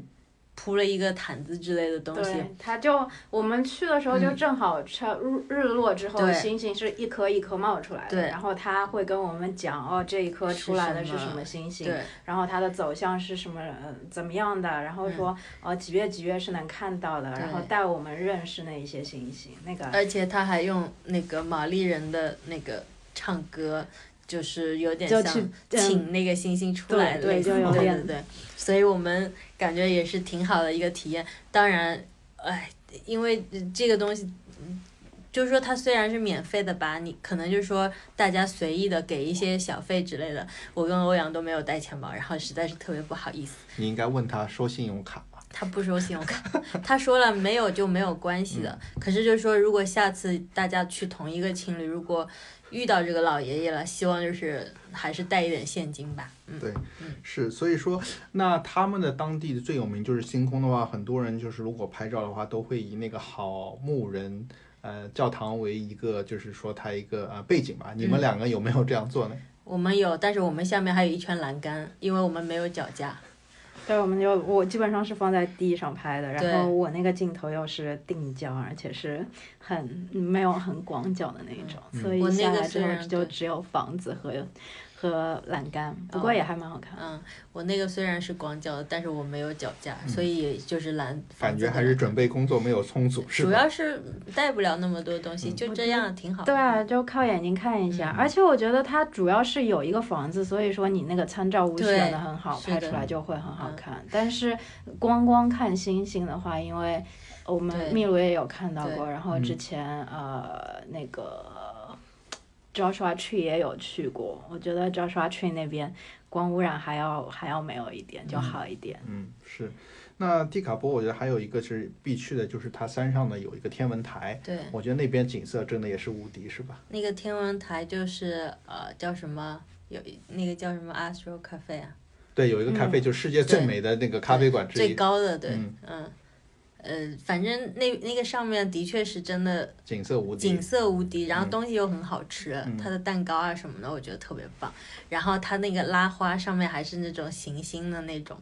Speaker 4: 铺了一个毯子之类的东西，嗯
Speaker 6: 对，它就我们去的时候就正好差日日落之后，
Speaker 4: 对
Speaker 6: 星星是一颗一颗冒出来的，
Speaker 4: 对
Speaker 6: 然后他会跟我们讲哦，这一颗
Speaker 4: 是
Speaker 6: 出来的
Speaker 4: 什
Speaker 6: 是
Speaker 4: 么
Speaker 6: 什么星星，
Speaker 4: 对
Speaker 6: 然后它的走向是什么，呃，怎么样的，然后说、呃几月几月是能看到的，然后
Speaker 4: 嗯对呃
Speaker 6: 带我们认识那一些星星，那个
Speaker 4: 而且他还用那个玛丽人的那个唱歌。就是有点
Speaker 6: 就去
Speaker 4: 像
Speaker 6: 嗯
Speaker 4: 请那个星星出来
Speaker 6: 对对
Speaker 4: 类似
Speaker 6: 就有
Speaker 4: 对对
Speaker 6: 点
Speaker 4: 对，所以我们感觉也是挺好的一个体验。当然，哎，因为这个东西，嗯就是说它虽然是免费的吧，你可能就是说大家随意的给一些小费之类的。我跟欧阳都没有带钱包，然后实在是特别不好意思。
Speaker 3: 你应该问他收信用卡吧。
Speaker 4: 他不收信用卡， 他说了没有就没有关系的。
Speaker 3: 嗯
Speaker 4: 可是就是说，如果下次大家去同一个情侣，如果遇到这个老爷爷了，希望就是还是带一点现金吧。嗯，
Speaker 3: 对，是，所以说，那他们的当地最有名就是星空的话，很多人就是如果拍照的话，都会以那个好牧人呃教堂为一个，就是说它一个呃背景吧。你
Speaker 4: 嗯
Speaker 3: 们两个有没有这样做呢？
Speaker 4: 我们有，但是我们下面还有一圈栏杆，因为我们没有脚架。
Speaker 6: 对，我们就我基本上是放在地上拍的，
Speaker 4: 对
Speaker 6: 然后我那个镜头又是定焦，而且是很没有很广角的那一种，所
Speaker 4: 嗯我
Speaker 6: 以
Speaker 4: 那
Speaker 6: 下
Speaker 4: 个
Speaker 6: 来之
Speaker 4: 虽
Speaker 6: 后
Speaker 4: 然
Speaker 6: 就
Speaker 4: 对
Speaker 6: 只有房子和和栏杆，不过
Speaker 4: 哦
Speaker 6: 也还蛮好看。
Speaker 4: 嗯，我那个虽然是广角的，但是我没有脚架，所以也就是栏。
Speaker 3: 感嗯觉
Speaker 4: 房子的
Speaker 3: 还是准备工作没有充足，是
Speaker 4: 主
Speaker 3: 吧？嗯
Speaker 4: 要是带不了那么多东西，就这样挺好的。
Speaker 6: 对啊，就靠眼睛看一
Speaker 4: 嗯
Speaker 6: 下，而且我觉得它主要是有一个房子，所以说你那个参照物
Speaker 4: 对
Speaker 6: 选的很好，
Speaker 4: 是
Speaker 6: 拍
Speaker 4: 的嗯
Speaker 6: 出来就会很好看。但是光光看星星的话，因为我
Speaker 4: 对
Speaker 6: 们秘鲁也有看到
Speaker 4: 对
Speaker 6: 过，然后之前、呃那个 Joshua Tree 也有去过，我觉得 Joshua Tree 那边光污染还要还要没有一点就好一点。
Speaker 3: 嗯，是。那蒂卡波，我觉得还有一个是必去的，就是它山上呢有一个天文台，
Speaker 4: 对，
Speaker 3: 我觉得那边景色真的也是无敌，是吧？
Speaker 4: 那个天文台就是呃叫什么？有那个叫什么 Astro Cafe 啊？
Speaker 3: 对，有一个咖啡，就是世界最
Speaker 4: 对
Speaker 3: 美的那个咖啡馆之
Speaker 4: 最
Speaker 3: 一，
Speaker 4: 高的，对，
Speaker 3: 嗯
Speaker 4: 嗯。呃，反正那那个上面的确是真的
Speaker 3: 景色无敌
Speaker 4: 景。色无敌，然后
Speaker 3: 嗯
Speaker 4: 东西又很好吃，它的蛋糕啊什么的，我觉得特别棒。然后它那个拉花上面还是那种行星的那种，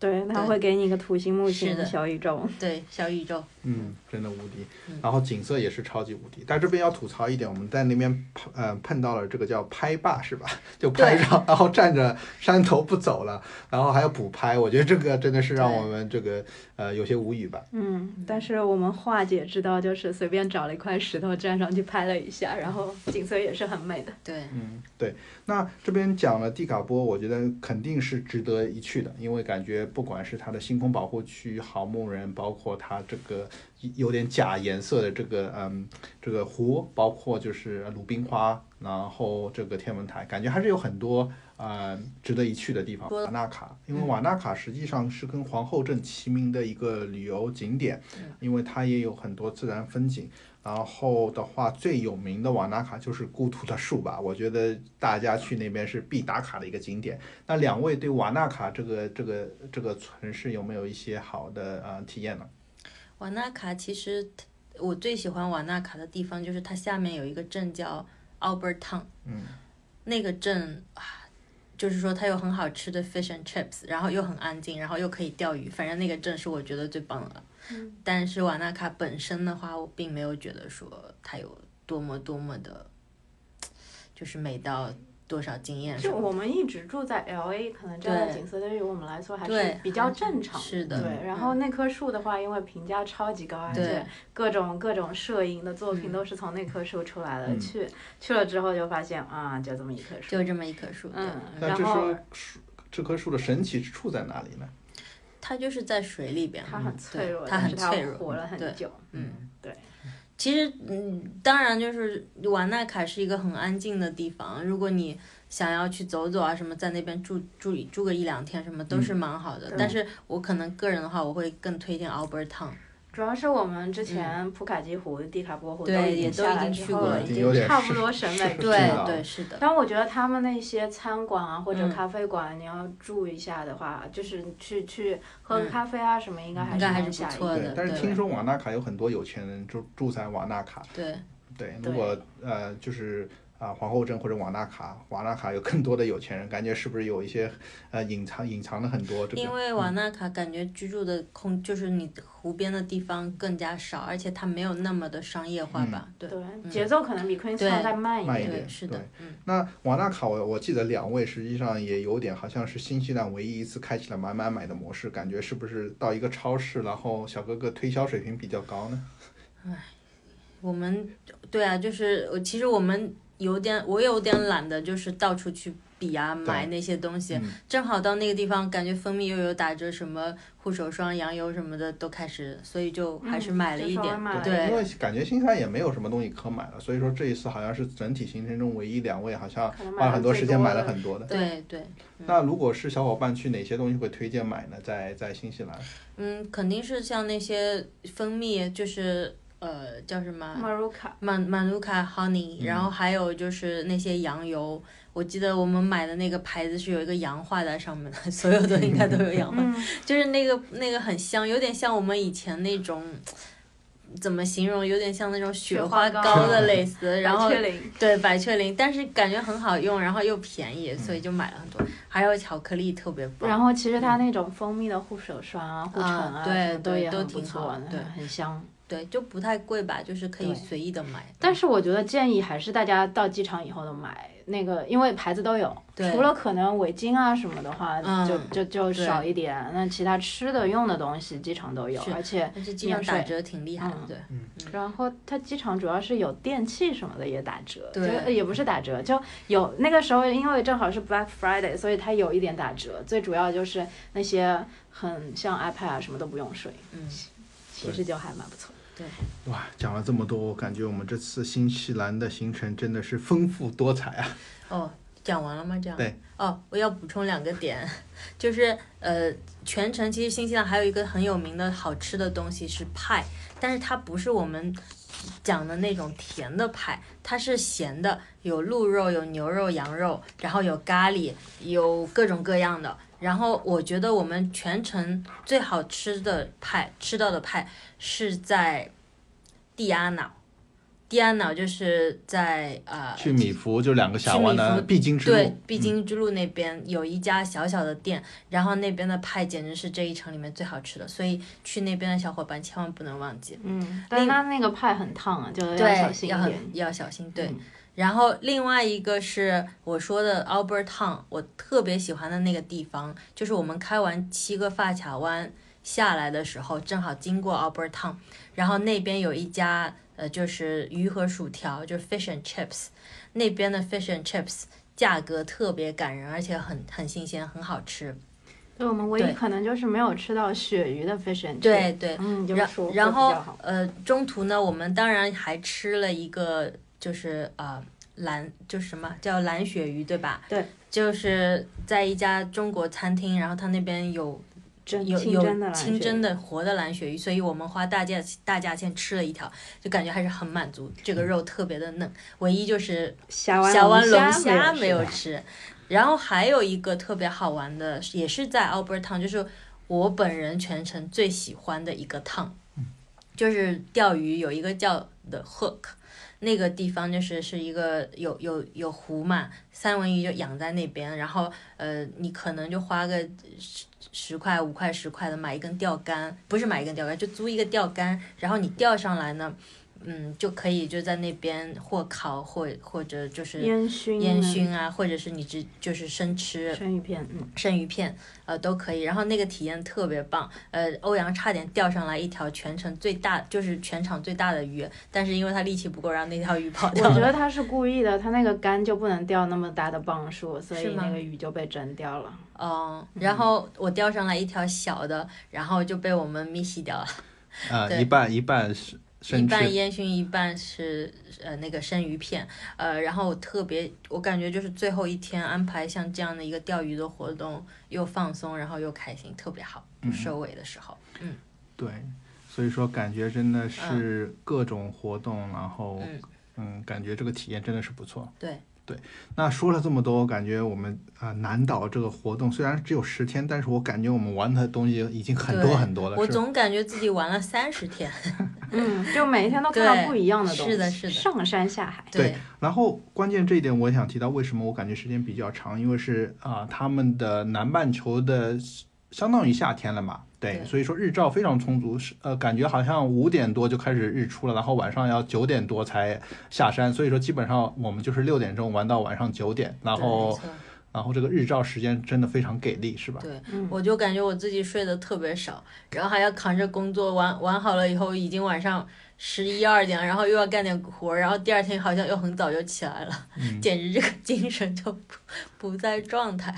Speaker 6: 对，它
Speaker 4: 对
Speaker 6: 会给你一个土星、木
Speaker 4: 是
Speaker 6: 星
Speaker 4: 的、
Speaker 6: 小宇宙。
Speaker 4: 对，小宇宙。
Speaker 3: 嗯，真的无敌，然后景色也是超级无敌。但这边要吐槽一点，我们在那边碰呃碰到了这个叫拍霸是吧？ 就拍
Speaker 4: 对
Speaker 3: 照，然后站着山头不走了，然后还要补拍，我觉得这个真的是让
Speaker 4: 对
Speaker 3: 我们这个呃有些无语吧。
Speaker 6: 嗯，但是我们华姐知道，就是随便找了一块石头站上去拍了一下，然后景色也是很美的。
Speaker 4: 对，
Speaker 3: 嗯，对，那这边讲了蒂卡波，我觉得肯定是值得一去的，因为感感觉不管是它的星空保护区、好牧人，包括它这个有点假颜色的这个嗯这个湖，包括就是鲁冰花，然后这个天文台，感觉还是有很多呃值得一去的地方。瓦纳卡，因为瓦纳卡实际上是跟皇后镇齐名的一个旅游景点，因为它也有很多自然风景。然后的话，最有名的瓦纳卡就是孤独的树吧， 我觉得大家去那边是必打卡的一个景点。那两位对瓦纳卡这个这个这个城市有没有一些好的呃体验呢？
Speaker 4: 瓦纳卡其实我最喜欢瓦纳卡的地方就是它下面有一个镇叫 Albert Town，
Speaker 3: 嗯，
Speaker 4: 那个镇啊，就是说它有很好吃的 fish and chips，然后又很安静，然后又可以钓鱼，反正那个镇是我觉得最棒的。
Speaker 6: 嗯
Speaker 4: 但是瓦纳卡本身的话，我并没有觉得说它有多么多么的，就是美到多少惊艳什
Speaker 6: 就
Speaker 4: 么的。
Speaker 6: 我们一直住在 L A，可能这样的
Speaker 4: 对
Speaker 6: 景色对于我们来说还
Speaker 4: 对
Speaker 6: 是嗯比较正常。
Speaker 4: 是的，
Speaker 6: 对，然后那棵树的话，因为评价超级高，而
Speaker 4: 对
Speaker 6: 且各种各种摄影的作品
Speaker 4: 嗯
Speaker 6: 都是从那棵树出来的。
Speaker 3: 嗯
Speaker 6: 去去了之后就发现啊，就这么一棵树。
Speaker 4: 就这么一棵树，对
Speaker 6: 嗯
Speaker 3: 那
Speaker 6: 然
Speaker 3: 这
Speaker 6: 后
Speaker 3: 棵树这棵树的神奇之处在哪里呢？
Speaker 4: 它就是在水里边，
Speaker 6: 它很
Speaker 4: 嗯
Speaker 6: 脆弱，
Speaker 4: 对它
Speaker 6: 但
Speaker 4: 很
Speaker 6: 是它
Speaker 4: 脆弱，
Speaker 6: 活了
Speaker 4: 对
Speaker 6: 很久。
Speaker 4: 嗯，
Speaker 6: 对。
Speaker 4: 其实，嗯，当然就是瓦纳卡是一个很安静的地方。如果你想要去走走啊，什么在那边住住住个一两天，什么都是蛮好的。
Speaker 6: 对
Speaker 4: 但是我可能个人的话，我会更推荐 Albert Town。
Speaker 6: 主要是我们之前普卡基湖、蒂卡波湖
Speaker 4: 对
Speaker 6: 已
Speaker 4: 也
Speaker 6: 经
Speaker 4: 都已
Speaker 6: 下来
Speaker 4: 经
Speaker 6: 之
Speaker 4: 去
Speaker 6: 后
Speaker 4: 过
Speaker 6: 了，
Speaker 4: 了已
Speaker 3: 经有点
Speaker 6: 呃差
Speaker 3: 是
Speaker 6: 不多审美
Speaker 3: 是
Speaker 6: 疲
Speaker 3: 是
Speaker 6: 劳
Speaker 3: 的
Speaker 4: 对对，是的，
Speaker 6: 但我觉得他们那些餐馆啊或者
Speaker 4: 嗯
Speaker 6: 咖啡馆，你要注意一下的话，就是去去喝
Speaker 4: 嗯
Speaker 6: 个咖啡啊什么，应该还
Speaker 4: 应该还
Speaker 6: 能
Speaker 4: 是不
Speaker 6: 下一
Speaker 4: 错
Speaker 6: 个
Speaker 4: 的
Speaker 3: 但是
Speaker 4: 对
Speaker 3: 听说瓦纳卡有很多有钱人住住在瓦纳卡，
Speaker 4: 对
Speaker 3: 对，如
Speaker 6: 对
Speaker 3: 果呃就是啊、皇后镇或者瓦纳卡，瓦纳卡有更多的有钱人，感觉是不是有一些呃隐藏隐藏了很多这
Speaker 4: 因
Speaker 3: 个？
Speaker 4: 为瓦纳卡感觉居住的空就是你湖边的地方更加少，而且它没有那么的商业化吧？对
Speaker 6: 对，节奏可能比 Queen's
Speaker 4: 嗯对
Speaker 6: Town 再慢一
Speaker 3: 慢一
Speaker 6: 点。
Speaker 3: 点
Speaker 4: 是的
Speaker 3: 对，
Speaker 4: 嗯，
Speaker 3: 那瓦纳卡我我记得两位实际上也有点好像是新西兰唯一一次开启了买买买的模式，感觉是不是到一个超市，然后小哥哥推销水平比较高呢？
Speaker 4: 我们对啊，就是我其实我们有点，我有点懒得，就是到处去比啊买那些东西。
Speaker 3: 嗯
Speaker 4: 正好到那个地方，感觉蜂蜜又有打折，什么护手霜、羊油什么的都开始，所以就还是买了一点。
Speaker 6: 嗯就稍微买
Speaker 3: 因
Speaker 4: 啊对
Speaker 3: 为感觉新西兰也没有什么东西可买了，所以说这一次好像是整体行程中唯一两位好像
Speaker 6: 可能买
Speaker 3: 花了很多
Speaker 6: 最
Speaker 3: 时间
Speaker 6: 多
Speaker 3: 买了
Speaker 6: 的
Speaker 3: 很多的。
Speaker 4: 对对，
Speaker 3: 那如果是小伙伴去哪些东西会推荐买呢？在在新西兰，
Speaker 4: 嗯，肯定是像那些蜂蜜，就是呃叫什么
Speaker 6: Maruka
Speaker 4: 曼曼卢卡 honey，然后还有就是那些羊油，我记得我们买的那个牌子是有一个羊画在上面的， 所有的应该都有羊画，
Speaker 6: 嗯
Speaker 4: 就是那个那个很香，有点像我们以前那种。怎么形容？有点像那种雪花
Speaker 6: 雪花
Speaker 4: 膏
Speaker 6: 膏
Speaker 4: 的类似，然后
Speaker 6: 白雀羚
Speaker 4: 对百雀羚，但是感觉很好用，然后又便宜，所以就买了很多。还有巧克力特别棒，
Speaker 6: 然后其实它那种蜂蜜的护手霜啊、护唇
Speaker 4: 嗯啊
Speaker 6: 啊，
Speaker 4: 对
Speaker 6: 什么都
Speaker 4: 对
Speaker 6: 也
Speaker 4: 都
Speaker 6: 很不
Speaker 4: 挺好
Speaker 6: 错，
Speaker 4: 对
Speaker 6: 很香。
Speaker 4: 对，就不太贵吧，就是可以
Speaker 6: 对
Speaker 4: 随意的买。
Speaker 6: 但是我觉得建议还是大家到机场以后都买那个，因为牌子都有，
Speaker 4: 对
Speaker 6: 除了可能围巾啊什么的话，
Speaker 4: 嗯
Speaker 6: 就就就
Speaker 4: 对
Speaker 6: 少一点。那其他吃的用的东西，机场都有
Speaker 4: 是，
Speaker 6: 而且
Speaker 4: 但是经常打
Speaker 6: 免税
Speaker 4: 折挺厉害的
Speaker 6: 嗯，
Speaker 4: 对。
Speaker 6: 然后它机场主要是有电器什么的也打折，
Speaker 4: 对
Speaker 6: 就呃也不是打折，就有那个时候因为正好是 Black Friday，所以它有一点打折。最主要就是那些很像 iPad 啊什么都不用税，
Speaker 4: 嗯，
Speaker 6: 其实就还蛮不错。
Speaker 3: 哇，讲了这么多，我感觉我们这次新西兰的行程真的是丰富多彩啊！
Speaker 4: 哦，讲完了吗？这样
Speaker 3: 对。
Speaker 4: 哦，我要补充两个点， 就是呃，全程其实新西兰还有一个很有名的好吃的东西是派，但是它不是我们讲的那种甜的派，它是咸的，有鹿肉、有牛肉、羊肉，然后有咖喱，有各种各样的。然后我觉得我们全程最好吃的派吃到的派是在蒂亚瑙，蒂亚瑙就是在呃
Speaker 3: 去米福就两个峡湾
Speaker 4: 去
Speaker 3: 的
Speaker 4: 米福
Speaker 3: 必经之
Speaker 4: 对
Speaker 3: 路，，嗯
Speaker 4: 必经之路那边有一家小小的店，然后那边的派简直是这一城里面最好吃的，所以去那边的小伙伴千万不能忘记。
Speaker 6: 嗯，但它那个派很烫啊，就要小
Speaker 4: 对，
Speaker 6: 心
Speaker 4: 要
Speaker 6: 一
Speaker 4: 很
Speaker 6: 点。嗯
Speaker 4: 要小心。对，然后另外一个是我说的 Albert Town，我特别喜欢的那个地方，就是我们开完七个发卡湾下来的时候，正好经过 Albert Town，然后那边有一家呃，就是鱼和薯条，就是 Fish and Chips，那边的 Fish and Chips 价格特别感人，而且很很新鲜，很好吃。
Speaker 6: 对，我们唯一
Speaker 4: 对
Speaker 6: 可能就是没有吃到鳕鱼的 fish and chip。
Speaker 4: 对，对，
Speaker 6: 嗯，就是
Speaker 4: 然
Speaker 6: 说
Speaker 4: 然
Speaker 6: 会比
Speaker 4: 后
Speaker 6: 较好
Speaker 4: 呃，中途呢，我们当然还吃了一个，就是呃蓝，就是什么叫蓝鳕鱼，对吧？
Speaker 6: 对，
Speaker 4: 就是在一家中国餐厅，然后他那边有
Speaker 6: 真
Speaker 4: 有
Speaker 6: 清真的蓝
Speaker 4: 有清
Speaker 6: 鳕
Speaker 4: 真
Speaker 6: 鱼
Speaker 4: 的活的蓝鳕鱼，所以我们花大价大价钱吃了一条，就感觉还是很满足，这个
Speaker 6: 嗯
Speaker 4: 肉特别的嫩，唯一就是
Speaker 6: 峡
Speaker 4: 峡湾龙
Speaker 6: 虾
Speaker 4: 虾没有
Speaker 6: 吃
Speaker 4: 吃。然后还有一个特别好玩的，也是在 Albert Town，就是我本人全程最喜欢的一个 town，就是钓鱼有一个叫 The Hook，那个地方就是是一个有有有湖嘛，三文鱼就养在那边，然后呃，你可能就花个十十块、五块、十块的买一根钓竿，不是买一根钓竿，就租一个钓竿，然后你钓上来呢，嗯，就可以就在那边或烤或或者就是
Speaker 6: 烟熏
Speaker 4: 烟
Speaker 6: 的
Speaker 4: 熏啊，或者是你直就是生吃
Speaker 6: 生鱼片， 嗯，
Speaker 4: 生鱼片，呃都可以。然后那个体验特别棒，呃，欧阳差点钓上来一条全程最大，就是全场最大的鱼，但是因为他力气不够，让那条鱼跑
Speaker 6: 我
Speaker 4: 掉
Speaker 6: 觉得
Speaker 4: 了。
Speaker 6: 他是故意的，他那个竿就不能钓那么大的磅数，所
Speaker 4: 是
Speaker 6: 以
Speaker 4: 吗
Speaker 6: 那个鱼就被蒸掉了。
Speaker 4: 嗯，然后我钓上来一条小的，然后就被我们咪吸掉了，
Speaker 3: 啊，
Speaker 4: 对
Speaker 3: 一半一半是
Speaker 4: 一
Speaker 3: 生
Speaker 4: 半
Speaker 3: 吃，
Speaker 4: 烟熏，一半是呃那个生鱼片，呃，然后我特别，我感觉就是最后一天安排像这样的一个钓鱼的活动，又放松，然后又开心，特别好。收尾的时候，嗯
Speaker 3: 对，所以说感觉真的是各种活动，然后
Speaker 4: 嗯
Speaker 3: 嗯，感觉这个体验真的是不错。
Speaker 4: 对
Speaker 3: 对，那说了这么多，我感觉我们啊、南岛这个活动虽然只有十天，但是我感觉我们玩的东西已经很多
Speaker 4: 对
Speaker 3: 很多了。
Speaker 4: 我
Speaker 3: 是
Speaker 4: 总感觉自己玩了三 十天。
Speaker 6: 嗯，就每一天都看
Speaker 4: 对
Speaker 6: 到不一样东西，
Speaker 4: 是的是的
Speaker 6: 上山下海。
Speaker 3: 对然后关键这一点，我想提到为什么我感觉时间比较长，因为是啊、他们的南半球的相当于夏天了嘛，对，
Speaker 4: 对
Speaker 3: 所以说日照非常充足，是呃，感觉好像五点多就开始日出了，然后晚上要九点多才下山，所以说基本上我们就是六点钟玩到晚上九点，然
Speaker 4: 没
Speaker 3: 后
Speaker 4: 错
Speaker 3: 然后这个日照时间真的非常给力，是吧？
Speaker 4: 对，
Speaker 6: 嗯
Speaker 4: 我就感觉我自己睡得特别少，然后还要扛着工作玩玩好了以后，已经晚上十一二点，然后又要干点活儿，然后第二天好像又很早就起来了，
Speaker 3: 嗯
Speaker 4: 简直这个精神就不不在状态。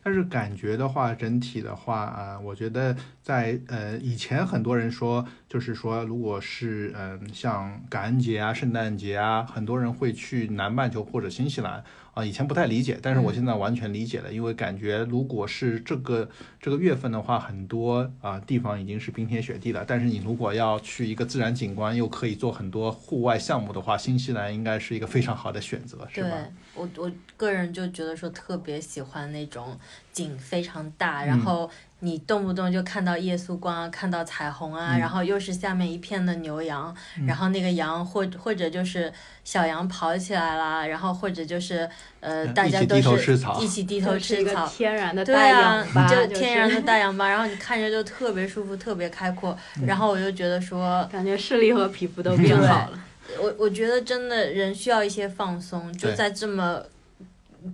Speaker 3: 但是感觉的话，整体的话啊、我觉得在呃以前很多人说，就是说如果是嗯、像感恩节啊、圣诞节啊，很多人会去南半球或者新西兰啊、以前不太理解，但是我
Speaker 4: 嗯
Speaker 3: 现在完全理解了，因为感觉如果是这个这个月份的话，很多啊、地方已经是冰天雪地了，但是你如果要去一个自然景观，又可以做很多户外项目的话，新西兰应该是一个非常好的选择，是
Speaker 4: 对
Speaker 3: 吧？
Speaker 4: 我，我个人就觉得说特别喜欢那种景非常大，然
Speaker 3: 嗯
Speaker 4: 后你动不动就看到夜宿光啊，看到彩虹啊，
Speaker 3: 嗯
Speaker 4: 然后又是下面一片的牛羊，然后那个羊或或者就是小羊跑起来啦，然后或者就是呃
Speaker 3: 嗯
Speaker 4: 大
Speaker 3: 一
Speaker 4: 家
Speaker 3: 起
Speaker 4: 都
Speaker 3: 低
Speaker 4: 是
Speaker 3: 头吃草
Speaker 4: 一起低
Speaker 6: 一
Speaker 4: 头
Speaker 6: 是一
Speaker 4: 吃
Speaker 6: 个
Speaker 4: 草。
Speaker 6: 天然的
Speaker 4: 对
Speaker 6: 大
Speaker 4: 啊
Speaker 6: 氧吧，，
Speaker 4: 就是天然的大羊吧，然后你看着就特别舒服，特别开阔。
Speaker 3: 嗯
Speaker 4: 然后我就觉得说，
Speaker 6: 感觉视力和皮肤都变好了。
Speaker 4: 我我觉得真的人需要一些放松，就
Speaker 3: 对
Speaker 4: 在这么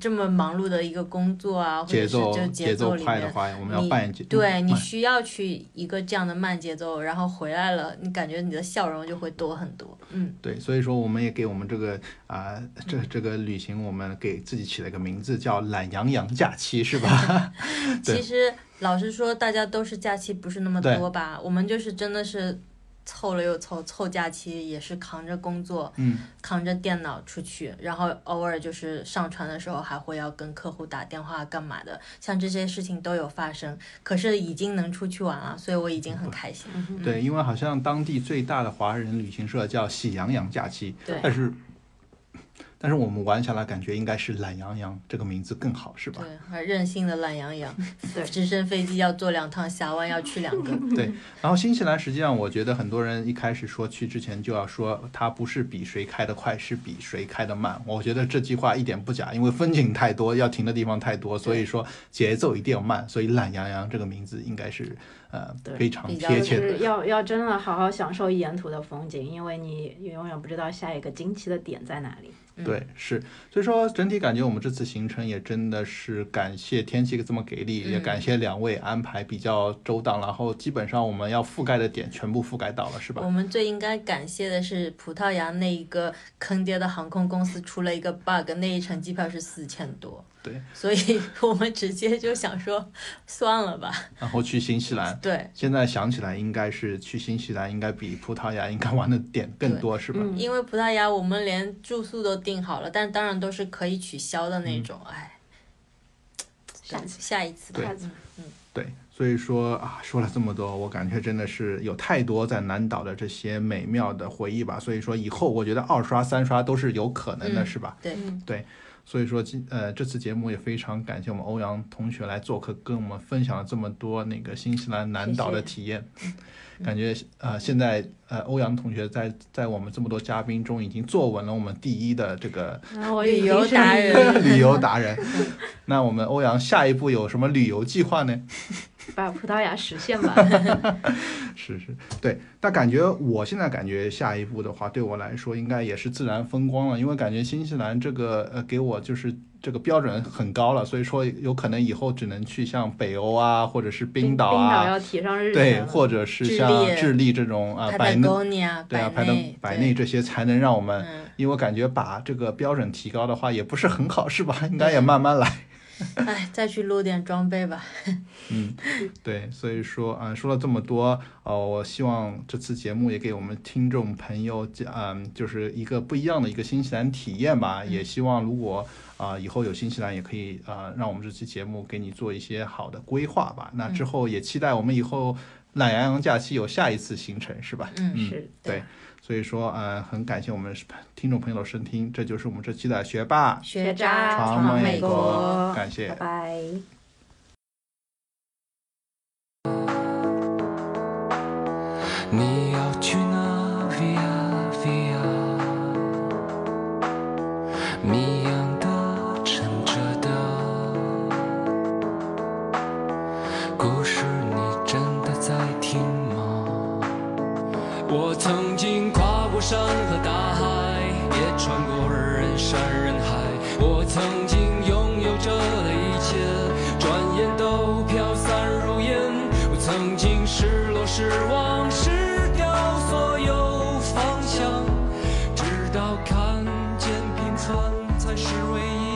Speaker 4: 这么忙碌的一个工作啊，或者
Speaker 3: 节
Speaker 4: 是
Speaker 3: 奏
Speaker 4: 就
Speaker 3: 节
Speaker 4: 奏
Speaker 3: 奏
Speaker 4: 里
Speaker 3: 快的
Speaker 4: 面，
Speaker 3: 话，我们要
Speaker 4: 你
Speaker 3: 办一节嗯
Speaker 4: 对你
Speaker 3: 慢
Speaker 4: 需要去一个这样的慢节奏，然后回来了，你感觉你的笑容就会多很多。嗯，
Speaker 3: 对，所以说我们也给我们这个啊、这这个旅行，我们给自己起了个名字叫“懒羊羊假期”，是吧？ 对
Speaker 4: 其实老实说，大家都是假期不是那么
Speaker 3: 对
Speaker 4: 多吧，我们就是真的是凑了又凑，凑假期也是扛着工作，
Speaker 3: 嗯，
Speaker 4: 扛着电脑出去，然后偶尔就是上传的时候还会要跟客户打电话干嘛的，像这些事情都有发生。可是已经能出去玩了，所以我已经很开心。
Speaker 3: 嗯对，因为好像当地最大的华人旅行社叫“喜羊羊假期”，
Speaker 6: 对
Speaker 3: 但是但是我们玩下来感觉应该是“懒羊羊”这个名字更好，是吧？
Speaker 4: 对，还任性的懒羊羊，
Speaker 6: 对
Speaker 4: 直升飞机要坐两趟，峡湾要去两个。
Speaker 3: 然后新西兰实际上，我觉得很多人一开始说去之前就要说，它不是比谁开得快，是比谁开得慢。我觉得这句话一点不假，因为风景太多，要停的地方太多，所以说节奏一定要慢。所以“懒羊羊”这个名字应该是呃
Speaker 6: 对
Speaker 3: 非常
Speaker 4: 比较
Speaker 3: 贴
Speaker 6: 就
Speaker 3: 切
Speaker 6: 是
Speaker 3: 的。
Speaker 6: 要要真的好好享受沿途的风景，因为你永远不知道下一个惊奇的点在哪里。
Speaker 4: 嗯
Speaker 3: 对，是，所以说整体感觉我们这次行程也真的是感谢天气这么给力，也
Speaker 4: 嗯
Speaker 3: 感谢两位安排比较周到，然后基本上我们要覆盖的点全部覆盖到了，是吧
Speaker 4: 我？们最应该感谢的是葡萄牙那一个坑爹的航空公司出了一个 bug，那一程机票是四千多，
Speaker 3: 对，
Speaker 4: 所以 我们直接就想说算了吧。
Speaker 3: 然后去新西兰。
Speaker 4: 对，
Speaker 3: 现在想起来，应该是去新西兰，应该比葡萄牙应该玩的点更多，是吧？
Speaker 5: 嗯
Speaker 4: 因为葡萄牙我们连住宿都订好了，但当然都是可以取消的那种。哎，
Speaker 6: 下
Speaker 4: 等
Speaker 6: 次
Speaker 4: 下一次吧。
Speaker 6: 下次
Speaker 3: 嗯
Speaker 4: 嗯
Speaker 3: 对，所以说啊，说了这么多，我感觉真的是有太多在南岛的这些美妙的回忆吧。所以说以后我觉得二刷、三刷都是有可能的，
Speaker 4: 嗯
Speaker 3: 是吧？
Speaker 4: 对，
Speaker 3: 所以说今呃这次节目也非常感谢我们欧阳同学来做客，跟我们分享了这么多那个新西兰南岛的
Speaker 4: 谢谢嗯
Speaker 3: 体验。感觉呃现在呃欧阳同学在在我们这么多嘉宾中已经坐稳了我们第一的这个
Speaker 6: 嗯我
Speaker 4: 旅
Speaker 6: 已经
Speaker 4: 游
Speaker 6: 是
Speaker 4: 达
Speaker 6: 旅
Speaker 4: 人
Speaker 3: 旅游达人。那我们欧阳下一步有什么旅游计划呢？
Speaker 6: 把葡萄牙实现吧。
Speaker 3: 是是，对，但感觉我现在感觉下一步的话，对我来说应该也是自然风光了，因为感觉新西兰这个呃给我就是这个标准很高了，所以说有可能以后只能去像北欧啊，或者是 冰岛
Speaker 6: 冰岛
Speaker 3: 啊，
Speaker 6: 要提上日程
Speaker 3: 对，
Speaker 6: 了
Speaker 3: 或者是
Speaker 4: 智
Speaker 3: 像
Speaker 4: 利
Speaker 3: 智利这种啊
Speaker 4: 帕
Speaker 3: 百
Speaker 4: 塔
Speaker 3: 内，
Speaker 4: 哥尼亚、
Speaker 3: 对啊，
Speaker 4: 百
Speaker 3: 百
Speaker 4: 内
Speaker 3: 内、百内
Speaker 4: 对
Speaker 3: 这些才能让我们，
Speaker 4: 嗯，
Speaker 3: 因为我感觉把这个标准提高的话也不是很好，是吧？应该也慢慢来。
Speaker 4: 哎，再去录点装备吧。
Speaker 3: 嗯，对，所以说啊、说了这么多，呃，我希望这次节目也给我们听众朋友，嗯、就是一个不一样的一个新西兰体验
Speaker 4: 嗯
Speaker 3: 吧。也希望如果啊、以后有新西兰，也可以啊、让我们这期节目给你做一些好的规划吧。
Speaker 4: 嗯
Speaker 3: 那之后也期待我们以后懒羊羊假期有下一次行程，是吧？
Speaker 4: 嗯
Speaker 6: 是
Speaker 3: 对。所以说，呃，很感谢我们听众朋友的收听，这就是我们这期的学霸
Speaker 4: 学
Speaker 6: 渣
Speaker 4: 渣
Speaker 3: 闯
Speaker 4: 闯
Speaker 3: 美
Speaker 4: 美
Speaker 3: 国
Speaker 4: 国。
Speaker 3: 感谢
Speaker 6: 拜拜。
Speaker 1: 你要去哪？Via Via，谜样的、沉着的，故事你真的在听吗？我曾经跨过山和大海，也穿过人山人海。我曾经拥有着的一切，转眼都飘散如烟。我曾经失落、失望、失掉所有方向，直到看见平凡才是唯一。